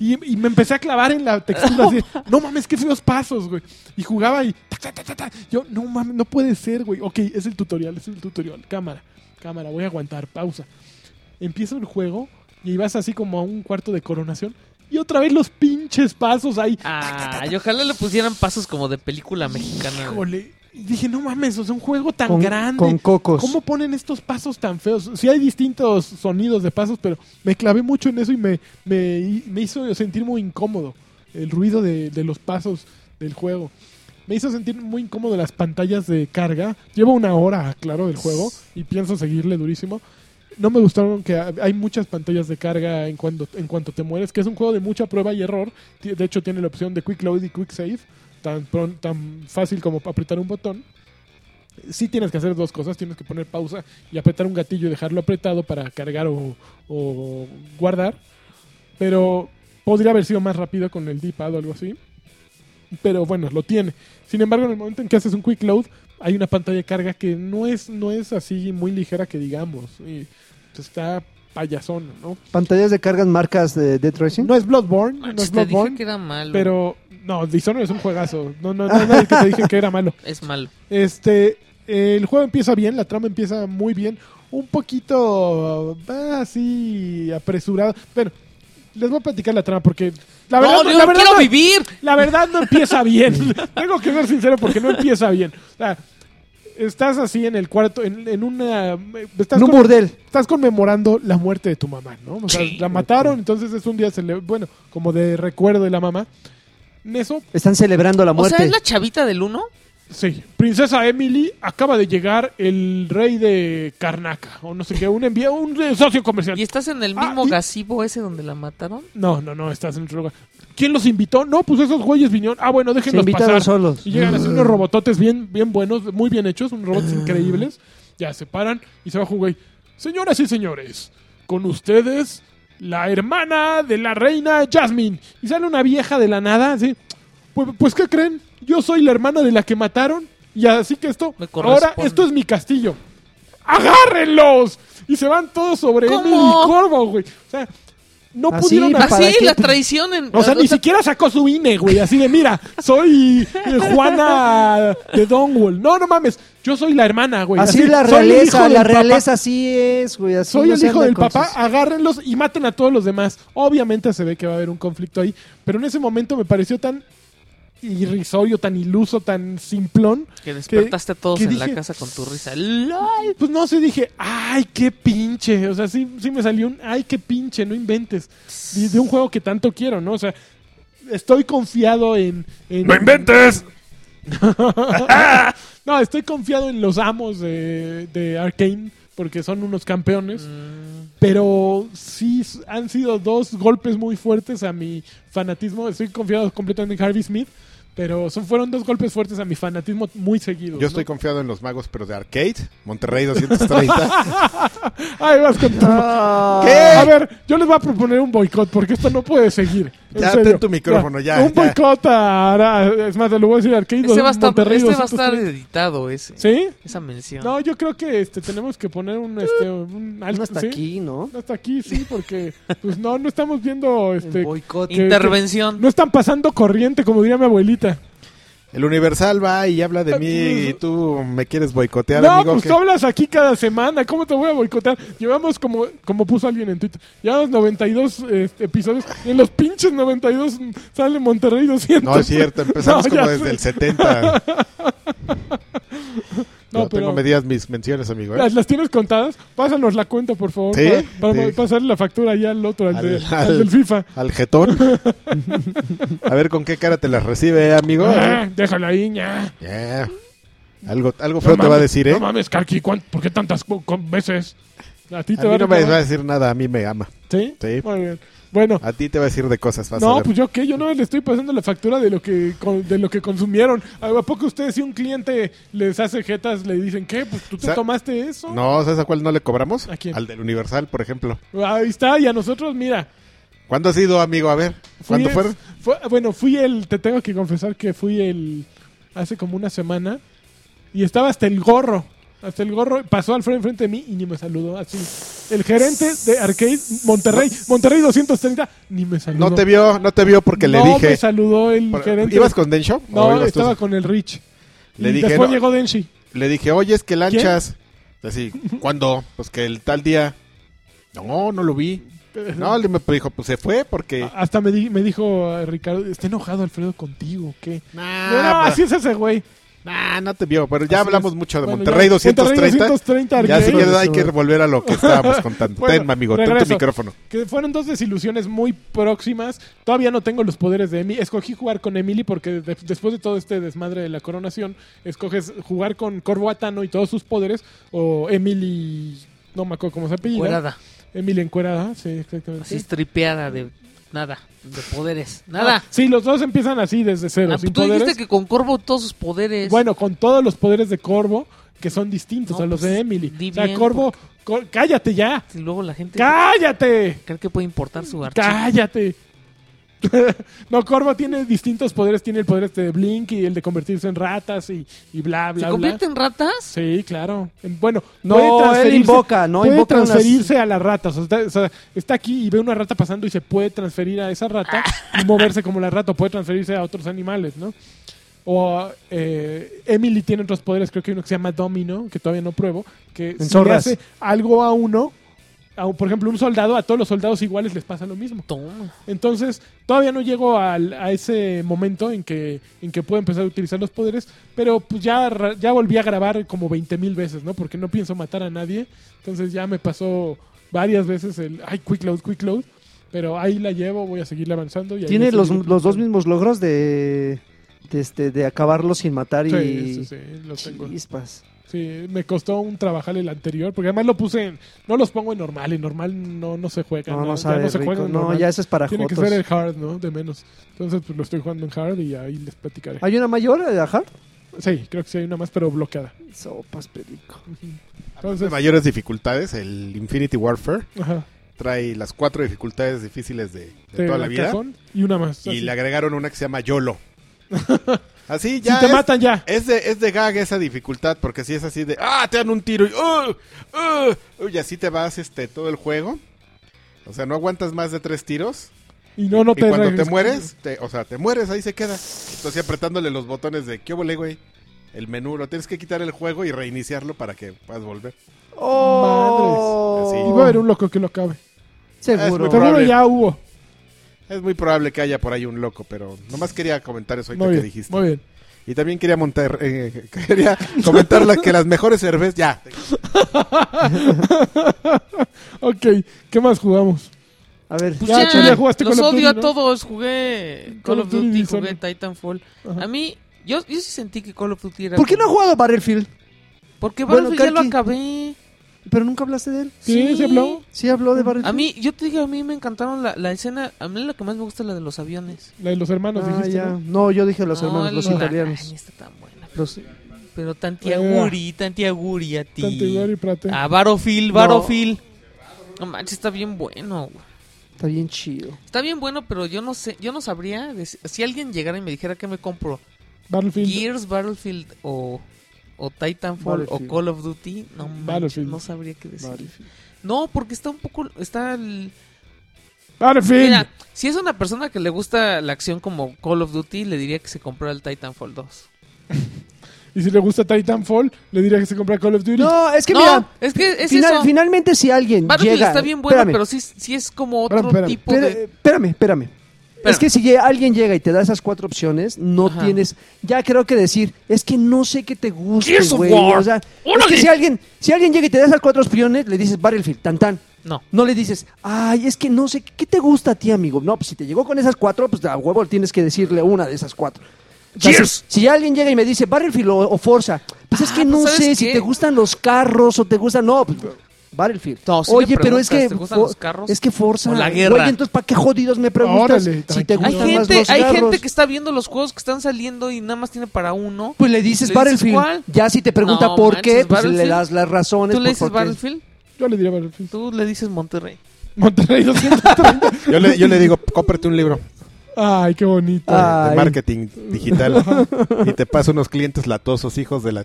Y, y me empecé a clavar en la textura
<laughs>
así. de, No mames, qué feos pasos, güey. Y jugaba y... tac, tac, tac, tac, tac. Yo, no mames, no puede ser, güey. Ok, es el tutorial, es el tutorial. Cámara, cámara, voy a aguantar. Pausa. Empieza el juego y ahí vas así como a un cuarto de coronación. Y otra vez los pinches pasos ahí.
Ah, y ojalá le pusieran pasos como de película mexicana.
Híjole. Y dije, no mames, o sea, un juego tan
Con,
grande.
con cocos.
¿Cómo ponen estos pasos tan feos? Sí hay distintos sonidos de pasos, pero me clavé mucho en eso y me, me, me hizo sentir muy incómodo el ruido de, de los pasos del juego. Me hizo sentir muy incómodo las pantallas de carga. Llevo una hora, claro, del juego y pienso seguirle durísimo. No me gustaron que ha- hay muchas pantallas de carga en cuanto, en cuanto te mueres, que es un juego de mucha prueba y error. Ti- De hecho, tiene la opción de Quick Load y Quick Save, tan, pron- tan fácil como apretar un botón sí tienes que hacer dos cosas. Tienes que poner pausa y apretar un gatillo y dejarlo apretado para cargar o, o guardar. Pero podría haber sido más rápido con el D-pad o algo así. Pero bueno, lo tiene. Sin embargo, en el momento en que haces un quick load, hay una pantalla de carga que no es, no es así muy ligera que digamos. Y está payasón, ¿no?
¿Pantallas de cargas marcas de Dead Racing?
No es Bloodborne, no
Manches,
es
te Ah, dije que
Bloodborne.
era malo.
Pero no, Dishonored es un juegazo. No, no, no, no, es que te dije que era malo.
Es malo.
Este, el juego empieza bien, la trama empieza muy bien, un poquito ah, así apresurado. Bueno, les voy a platicar la trama porque la verdad,
no,
no-
yo
la
no
verdad
quiero
no-
vivir.
la verdad no empieza bien. <laughs> Tengo que ser sincero porque no empieza bien. O sea, estás así en el cuarto, en, en una... Estás
En un
con-
burdel.
estás conmemorando la muerte de tu mamá, ¿no? O sea, la mataron, entonces es un día, cele- bueno, como de recuerdo de la mamá. En eso
Están celebrando la
O
muerte.
sea, es la chavita del uno.
Sí, Princesa Emily acaba de llegar el rey de Karnaca, o no sé qué, un envío, un eh, socio comercial.
Y estás en el
Ah,
mismo
y-
gasivo ese donde la mataron.
No, no, no, estás en otro lugar. ¿Quién los invitó? No, pues esos güeyes vinieron. Ah, bueno,
Se
déjenlos
invitaron
pasar.
solos. Mm.
Y llegan así unos robototes bien, bien buenos, muy bien hechos, unos robots increíbles. Ya se paran y se baja un güey. Señoras y señores, con ustedes la hermana de la reina Jasmine. Y sale una vieja de la nada, así. Pues, pues, ¿qué creen? Yo soy la hermana de la que mataron y así que esto,
Me corresponde.
ahora esto es mi castillo. ¡Agárrenlos! Y se van todos sobre
¿Cómo?
Emily Corvo, güey. O sea, no
Así,
pudieron...
¿para
Así,
qué
Ah, la
te-
traición en...
Ah, O sea, ni siquiera sacó su INE, güey. Así de, mira, soy eh, Juana de Donwell. No, no mames. Yo soy la hermana, güey.
así la
soy el hijo
realeza,
del
la
papá.
realeza así es, güey. así
Soy
no
el
se
hijo
anda
del
con
papá,
sus-
agárrenlos y maten a todos los demás. Obviamente se ve que va a haber un conflicto ahí. Pero en ese momento me pareció tan irrisorio, tan iluso, tan simplón.
Que despertaste a todos
que
en la
dije-
casa con tu risa. ¡Lol!
Pues no sé, dije, ay, qué pinche. O sea, sí, sí me salió un, ay, qué pinche, no inventes. De, de un juego que tanto quiero, ¿no? O sea, estoy confiado en... en-
¡No inventes!
no, estoy confiado en los amos de, de Arkane, porque son unos campeones.
Mm.
Pero sí s- han sido dos golpes muy fuertes a mi fanatismo. Estoy confiado completamente en Harvey Smith, pero son, fueron dos golpes fuertes a mi fanatismo muy seguidos.
Yo estoy confiado en los magos, pero de arcade, Monterrey
<laughs>
230.
<laughs> Ahí vas con tu-
Ah,
A ver, yo les voy a proponer un boicot porque esto no puede seguir. En
Ya,
serio.
ten tu micrófono, ya,
Un
ya.
boicot a, a- Es más, te lo voy a decir Arcade.
Este va a estar,
Monterrey
este va a estar
230.
editado, ese.
¿Sí?
Esa mención.
No, yo creo que este, tenemos que poner un.
<laughs>
Este, un alto,
no hasta
¿sí?
aquí, ¿no?
No Hasta aquí, sí, porque. Pues no, no estamos
<laughs>
viendo. Este,
boicot.
que-
Intervención.
No están pasando corriente, como diría mi abuelita.
El Universal va y habla de mí y tú me quieres boicotear,
no,
amigo.
pues
¿qué?
tú hablas aquí cada semana. ¿Cómo te voy a boicotear? Llevamos como, como puso alguien en Twitter. Llevamos 92 este, episodios. En los pinches 92 sale Monterrey 200.
No es cierto, ¿eh? empezamos
No, ya
como
sé.
desde
<laughs>
el 70.
No, pero-
No, tengo medidas mis menciones, amigo. ¿eh?
¿Las, las tienes contadas? Pásanos la cuenta, por favor.
Sí,
Para, para
sí.
pasarle la factura ya al otro, al,
<laughs> Al-
de-
al-
al del FIFA.
Al jetón.
<laughs>
A ver con qué cara te las recibe, eh, amigo.
Ah, déjalo ahí, ña.
Yeah. Algo,
No
algo feo te va a
mames,
decir, ¿eh?
No mames, Karki, ¿cuán- ¿por qué tantas cu- con- veces? A ti
a
te va
mí
a
no me va a
reclamar?
decir nada, a mí me ama.
¿Sí?
Sí.
Muy bien. Bueno,
A ti te va a decir de cosas, vas a
No,
ver.
pues yo qué, yo no le estoy pasando la factura de lo que con- de lo que consumieron. ¿A a poco ustedes si un cliente les hace jetas le dicen, "¿Qué? Pues tú te
Sa-
tomaste eso?"
No, ¿sabes a cuál no le cobramos?
¿A quién?
Al del Universal, por ejemplo.
Ahí está, y a nosotros mira.
¿Cuándo has ido, amigo? A ver,
fui
¿cuándo
el-
fueron?
fue- bueno, fui el te tengo que confesar que fui el hace como una semana y estaba hasta el gorro. Hasta el gorro pasó al frente, enfrente de mí y ni me saludó así. El gerente de Arcade Monterrey, Monterrey 230 ni me saludó.
No te vio, no te vio porque
No
le
me
dije.
saludó el
Por-
gerente.
¿Ibas con Densho? ¿O
No,
ibas tú?
estaba con el Rich.
Le
y
dije,
después
no.
llegó Denshi.
Le dije, oye, es que lanchas.
<laughs>
Así, ¿cuándo? Pues que el tal día. No, no lo vi. No, le me dijo, pues se fue porque.
Hasta me, di- me dijo eh, Ricardo, está enojado Alfredo contigo, ¿qué?
Nah,
no,
pues,
así es ese güey.
nah, no te vio. Pero ya
Así
hablamos
es.
mucho de
Bueno,
Monterrey
ya,
230.
Monterrey 230
ya
arcade.
si quieres, hay que volver a
<laughs>
lo que estábamos contando.
Bueno,
ten, amigo, ten tu
regreso.
micrófono.
Que fueron dos desilusiones muy próximas. Todavía no tengo los poderes de Emily. Escogí jugar con Emily porque de- después de todo este desmadre de la coronación, escoges jugar con Corvo Atano y todos sus poderes o Emily... No me acuerdo cómo se apellida.
Cuerada.
Emily encuerada, sí, exactamente.
Así estripeada de nada. De poderes. Nada.
Sí, los dos empiezan así desde cero,
Ah,
Ah, sin
tú
poderes.
dijiste que con Corvo todos sus poderes.
Bueno, con todos los poderes de Corvo que son distintos
No,
a los
pues,
de Emily.
di
O sea,
bien,
Corvo, Cor- cállate ya.
Y luego la gente
¡Cállate!
cree que puede importar su archivo.
¡Cállate! <laughs> no, Corvo tiene distintos poderes. Tiene el poder este de Blink y el de convertirse en ratas y, y bla, bla,
¿Se
bla.
convierte en ratas?
Sí, claro. En- Bueno,
No,
puede
él
transferirse-
invoca, no
puede
invoca unas-
transferirse a las ratas. O sea, está, o sea, está aquí y ve una rata pasando y se puede transferir a esa rata y moverse como la rata. O puede transferirse a otros animales, ¿no? O eh, Emily tiene otros poderes. Creo que hay uno que se llama Domino, que todavía no pruebo. Que si le
zorras.
hace algo a uno, a un- por ejemplo, un soldado, a todos los soldados iguales les pasa lo mismo.
Toma.
Entonces, todavía no llego al- a ese momento en que, en que puedo empezar a utilizar los poderes, pero pues ya, ra- ya volví a grabar como 20 mil veces, ¿no? Porque no pienso matar a nadie. Entonces ya me pasó varias veces el, ay, quick load, quick load. Pero ahí la llevo, voy a seguirle avanzando. Y ahí
Tiene
voy a
los,
seguir-
los dos mismos logros de, de, este, de acabarlo sin matar y...
Sí, sí, sí, los tengo.
Chispas.
Sí, me costó un trabajar el anterior, porque además lo puse en... No los pongo en normal, en normal no, no se juega.
No,
ya
no sabe
se
rico.
juega en
No,
normal.
ya ese es para
Tiene que
jotos.
ser el hard, ¿no? De menos. Entonces, pues lo estoy jugando en hard y ahí les platicaré.
¿Hay una mayor eh, de Hard?
Sí, creo que sí hay una más, pero bloqueada.
Sopas, perico.
Entonces,
Mayores dificultades, el Infinity Warfare
ajá,
trae las cuatro dificultades difíciles de, de
te
toda la
la
vida.
cajón y una más.
Y
así. <laughs>
le agregaron una que se llama YOLO. Así ya.
si te
es,
matan ya.
es de, es de gag esa dificultad, porque si es así de, ah, te dan un tiro y, "Ah, ah", y así te vas este todo el juego. O sea, no aguantas más de tres tiros.
Y no, no
y
te
cuando te
regresas.
mueres, te- o sea, te mueres, ahí se queda. Entonces apretándole los botones de, ¿qué volé, güey? El menú, lo tienes que quitar el juego y reiniciarlo para que puedas volver.
¡Oh!
Madres.
Y va a haber un loco que lo acabe.
Es muy
Seguro.
probable.
Seguro ya hubo.
Es muy probable que haya por ahí un loco, pero nomás quería comentar eso ahorita
Muy
que
bien,
dijiste.
muy bien. <laughs>
Y también quería montar, eh, <laughs> quería comentar la- que las mejores cervezas, ya,
Ok, ¿qué más jugamos?
A ver.
Pues
Ya,
ya,
Chuy, ya jugaste
los
Call of
odio
Duty,
a
¿no?
todos. Jugué Call of Duty, jugué
Dishonored.
Titanfall.
Ajá.
A mí, yo, yo sí sentí que Call of Duty era.
¿Por qué no ha
como-
jugado Battlefield?
Porque
Bueno,
Battlefield ya lo
Karki.
acabé.
Pero nunca hablaste de él.
Sí, se habló.
Sí habló de
A
Battlefield.
mí, yo te dije, a mí me encantaron la, la escena. A mí la que más me gusta es la de los aviones.
La de los hermanos,
Ah,
dijiste.
ya.
¿no?
No, yo dije los
No,
hermanos, los
la-
italianos.
Ay, está tan buena.
Los-
Pero tantiaguri, tantiaguri a ti.
Tanto Igor y Prate.
Ah, Battlefield,
No.
Battlefield. No manches, está bien bueno, güey.
Está bien chido.
Está bien bueno, pero yo no sé, yo no sabría. dec- si alguien llegara y me dijera que me compro,
Battlefield.
Gears, Battlefield o, o Titanfall o
Battlefield.
Call of Duty, no manches,
Battlefield.
no sabría qué decir.
Battlefield.
No, porque está un poco, está el-
Battlefield.
Mira, si es una persona que le gusta la acción como Call of Duty, le diría que se comprara el Titanfall 2.
Y si le gusta Titanfall, le diría que se compra Call of Duty.
No, es que
no,
mira,
es que es
final-
eso.
finalmente si alguien
Battlefield
llega...
está bien bueno,
espérame,
pero sí, sí es como otro
Espérame, espérame.
tipo
espera-
de...
Espérame, espérame.
Espérame.
Es que si llega- alguien llega y te da esas cuatro opciones, no
Ajá.
tienes... Ya creo que decir, es que no sé qué te gusta,
Gears of
güey.
War.
O sea, es que si alguien, si alguien llega y te da esas cuatro opciones, le dices Battlefield, tan tan.
No.
No le dices, ay, es que no sé, ¿qué te gusta a ti, amigo? No, pues si te llegó con esas cuatro, pues a huevo tienes que decirle una de esas cuatro. O sea,
Cheers.
Si, si alguien llega y me dice Battlefield o, o Forza, pues es
Ah,
que
pues
no
¿sabes
sé
qué?
si te gustan los carros o te gustan. No, pues, Battlefield.
No, si
Oye,
le
pero
preguntas,
es que.
¿te gustan
fo-
los carros?
Es que Forza.
O la guerra.
Oye, entonces, ¿para qué jodidos me preguntas?
Órale,
si te
tranquilo.
Hay
gustan más
gente,
los
hay
carros.
gente que está viendo los juegos que están saliendo y nada más tiene para uno.
Pues le dices
¿Le dices
Battlefield.
cuál?
Ya si te pregunta
No,
por
manches,
qué, pues le
Battlefield.
das las razones.
Tú le
por-
dices
por qué.
Battlefield,
Yo le diría Battlefield.
tú le dices Monterrey.
Monterrey 230.
Yo le, yo le digo, cómprate un libro
Ay, qué bonito.
Ah.
de
Ay.
marketing digital y te paso unos clientes latosos, hijos de la...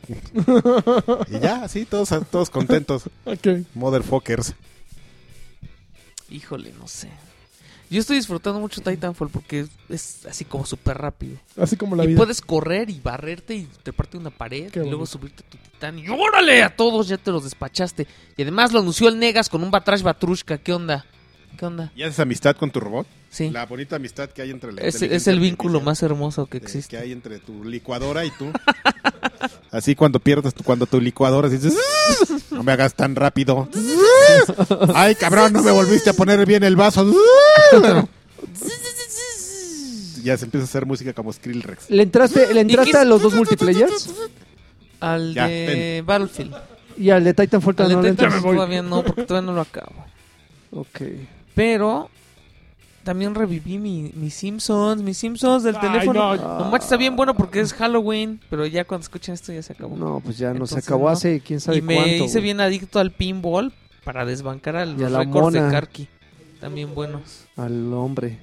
Y ya, así, todos, todos contentos,
Ok.
motherfuckers.
Híjole, no sé. Yo estoy disfrutando mucho Titanfall porque es así como súper rápido.
Así como la
y
vida.
puedes correr y barrerte y te parte una pared
Qué
y luego
bonito.
subirte a tu titán. Y órale, a todos ya te los despachaste. Y además lo anunció el Negas con un Batrash Batrushka. ¿Qué onda? ¿Qué onda?
¿Y haces amistad con tu robot?
Sí.
La bonita amistad que hay entre la
Es, es
inteligencia
el vínculo
artificial
más hermoso que
de-
existe.
que hay entre tu licuadora y tú. <laughs> Así cuando pierdes, tu- cuando tu licuadora dices, no me hagas tan rápido. Ay, cabrón, no me volviste a poner bien el vaso. Ya se empieza a hacer música como Skrillex.
¿Le entraste, le
qué-
entraste a los dos multiplayers?
Al
Ya,
de Battlefield.
Y al de Titanfall
Al
no le
de
entras.
Titanfall todavía no, porque todavía no lo acabo.
Ok.
Pero también reviví mi, mis Simpsons, mis Simpsons del
Ay,
teléfono.
no.
No.
Ah,
manches, está bien bueno porque es Halloween, pero ya cuando escuchan esto ya se acabó.
No, pues ya nos
Entonces,
acabó
no.
hace quién sabe
y me
cuánto.
hice
güey.
bien adicto al pinball para desbancar a
a
los
la
récords de
mona.
Karki. También buenos.
Al hombre.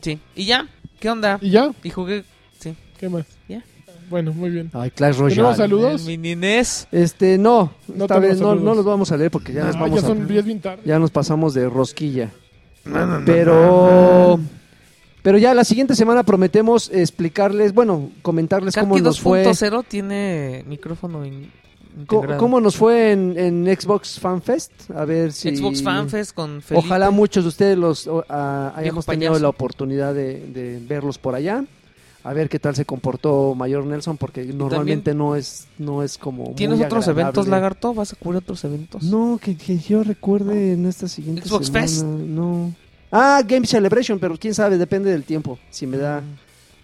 Sí. Y ya, ¿qué onda?
¿Y ya?
Y jugué, sí.
¿Qué más?
Ya.
Bueno, muy bien.
Ay, Clash
¿Tenemos
Royale.
salud? ¿Saludos?
El mini NES.
Este, no,
No
esta
tenemos
vez no,
saludos.
no los vamos a leer porque ya,
Ah,
nos, vamos
ya
a-
son 10 bien tarde.
ya nos pasamos de rosquilla. pero pero ya la siguiente semana prometemos explicarles, bueno, comentarles cómo
Karki
nos fue
2.0 tiene micrófono in-
co-
integrado.
cómo nos fue en, en Xbox Fan Fest, a ver si
Xbox Fan Fest con Felipe.
Ojalá muchos de ustedes los o- a-
Viejo
hayamos tenido
payaso.
la oportunidad de, de verlos por allá. A ver qué tal se comportó Mayor Nelson, porque normalmente no es, no es como.
¿Tienes
muy
otros
agradable.
eventos, Lagarto? ¿Vas a cubrir otros eventos?
No, que, que yo recuerde en esta siguiente
Xbox
semana,
Fest.
No. Ah, Game Celebration, pero quién sabe, depende del tiempo. Si me da.
Mm.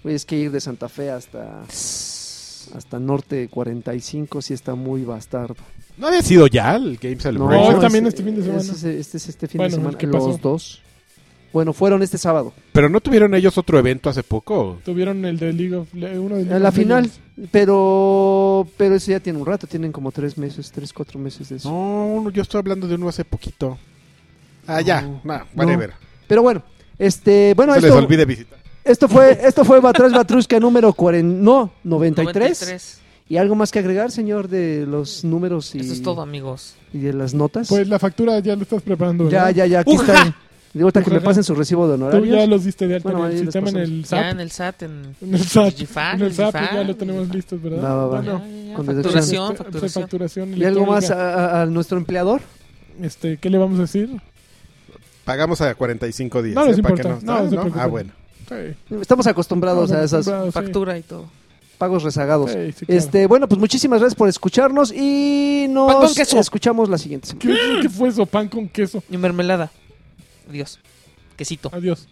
güey, es que ir de Santa Fe hasta, hasta Norte 45, si está muy bastardo.
¿No había sido ya el Game Celebration?
No, también
es-
este fin de semana.
es- es- Este es este fin
Bueno,
de semana.
¿qué pasó?
Los dos. Bueno, fueron este sábado.
¿Pero no tuvieron ellos otro evento hace poco?
Tuvieron el de League of Le- uno de League
A la
of
final,
Legends.
pero pero eso ya tiene un rato, tienen como tres meses, tres, cuatro meses de eso.
No, no, yo estoy hablando de uno hace poquito. Ah, ya,
No.
nah, whatever.
Pero bueno, este, bueno,
No se les
esto,
olvide visitar.
Esto
<laughs>
fue, esto fue Batrás Batrusca número 40, no, 93.
93.
¿Y algo más que agregar, señor, de los números y,
Eso es todo, amigos.
y de las notas?
Pues la factura ya la estás preparando.
ya,
¿verdad?
ya, ya, aquí
¡Ujaja!
están. Digo, hasta que me
Ujaja.
pasen su recibo de
Tú ya
honorarios.
los diste de alta
Bueno,
en
ahí
el
les
sistema, en
pasamos.
el
Ya
SAP.
en el SAT, en
En el SAP.
Gifan,
En el SAP
Gifan,
ya lo tenemos
Gifan.
listos, ¿verdad?
Va, va, va.
Bueno,
Ya, ya, ya.
con
facturación,
este, pues,
facturación.
facturación
¿Y algo más
electrónica.
a, a- a nuestro empleador?
Este, ¿Qué le vamos a decir?
Pagamos a 45 días.
No
¿eh?
les
Para
importa,
que
no, no se
Ah,
preocupen.
bueno.
Sí.
Estamos acostumbrados a esos
Bravo, sí.
Factura y todo.
pagos rezagados.
Sí, sí, claro.
Este, bueno, pues muchísimas gracias por escucharnos y
Pan con
nos
queso.
escuchamos la siguiente semana.
¿Qué, qué fue eso? Pan con queso.
Y mermelada. Adiós. Quesito.
Adiós.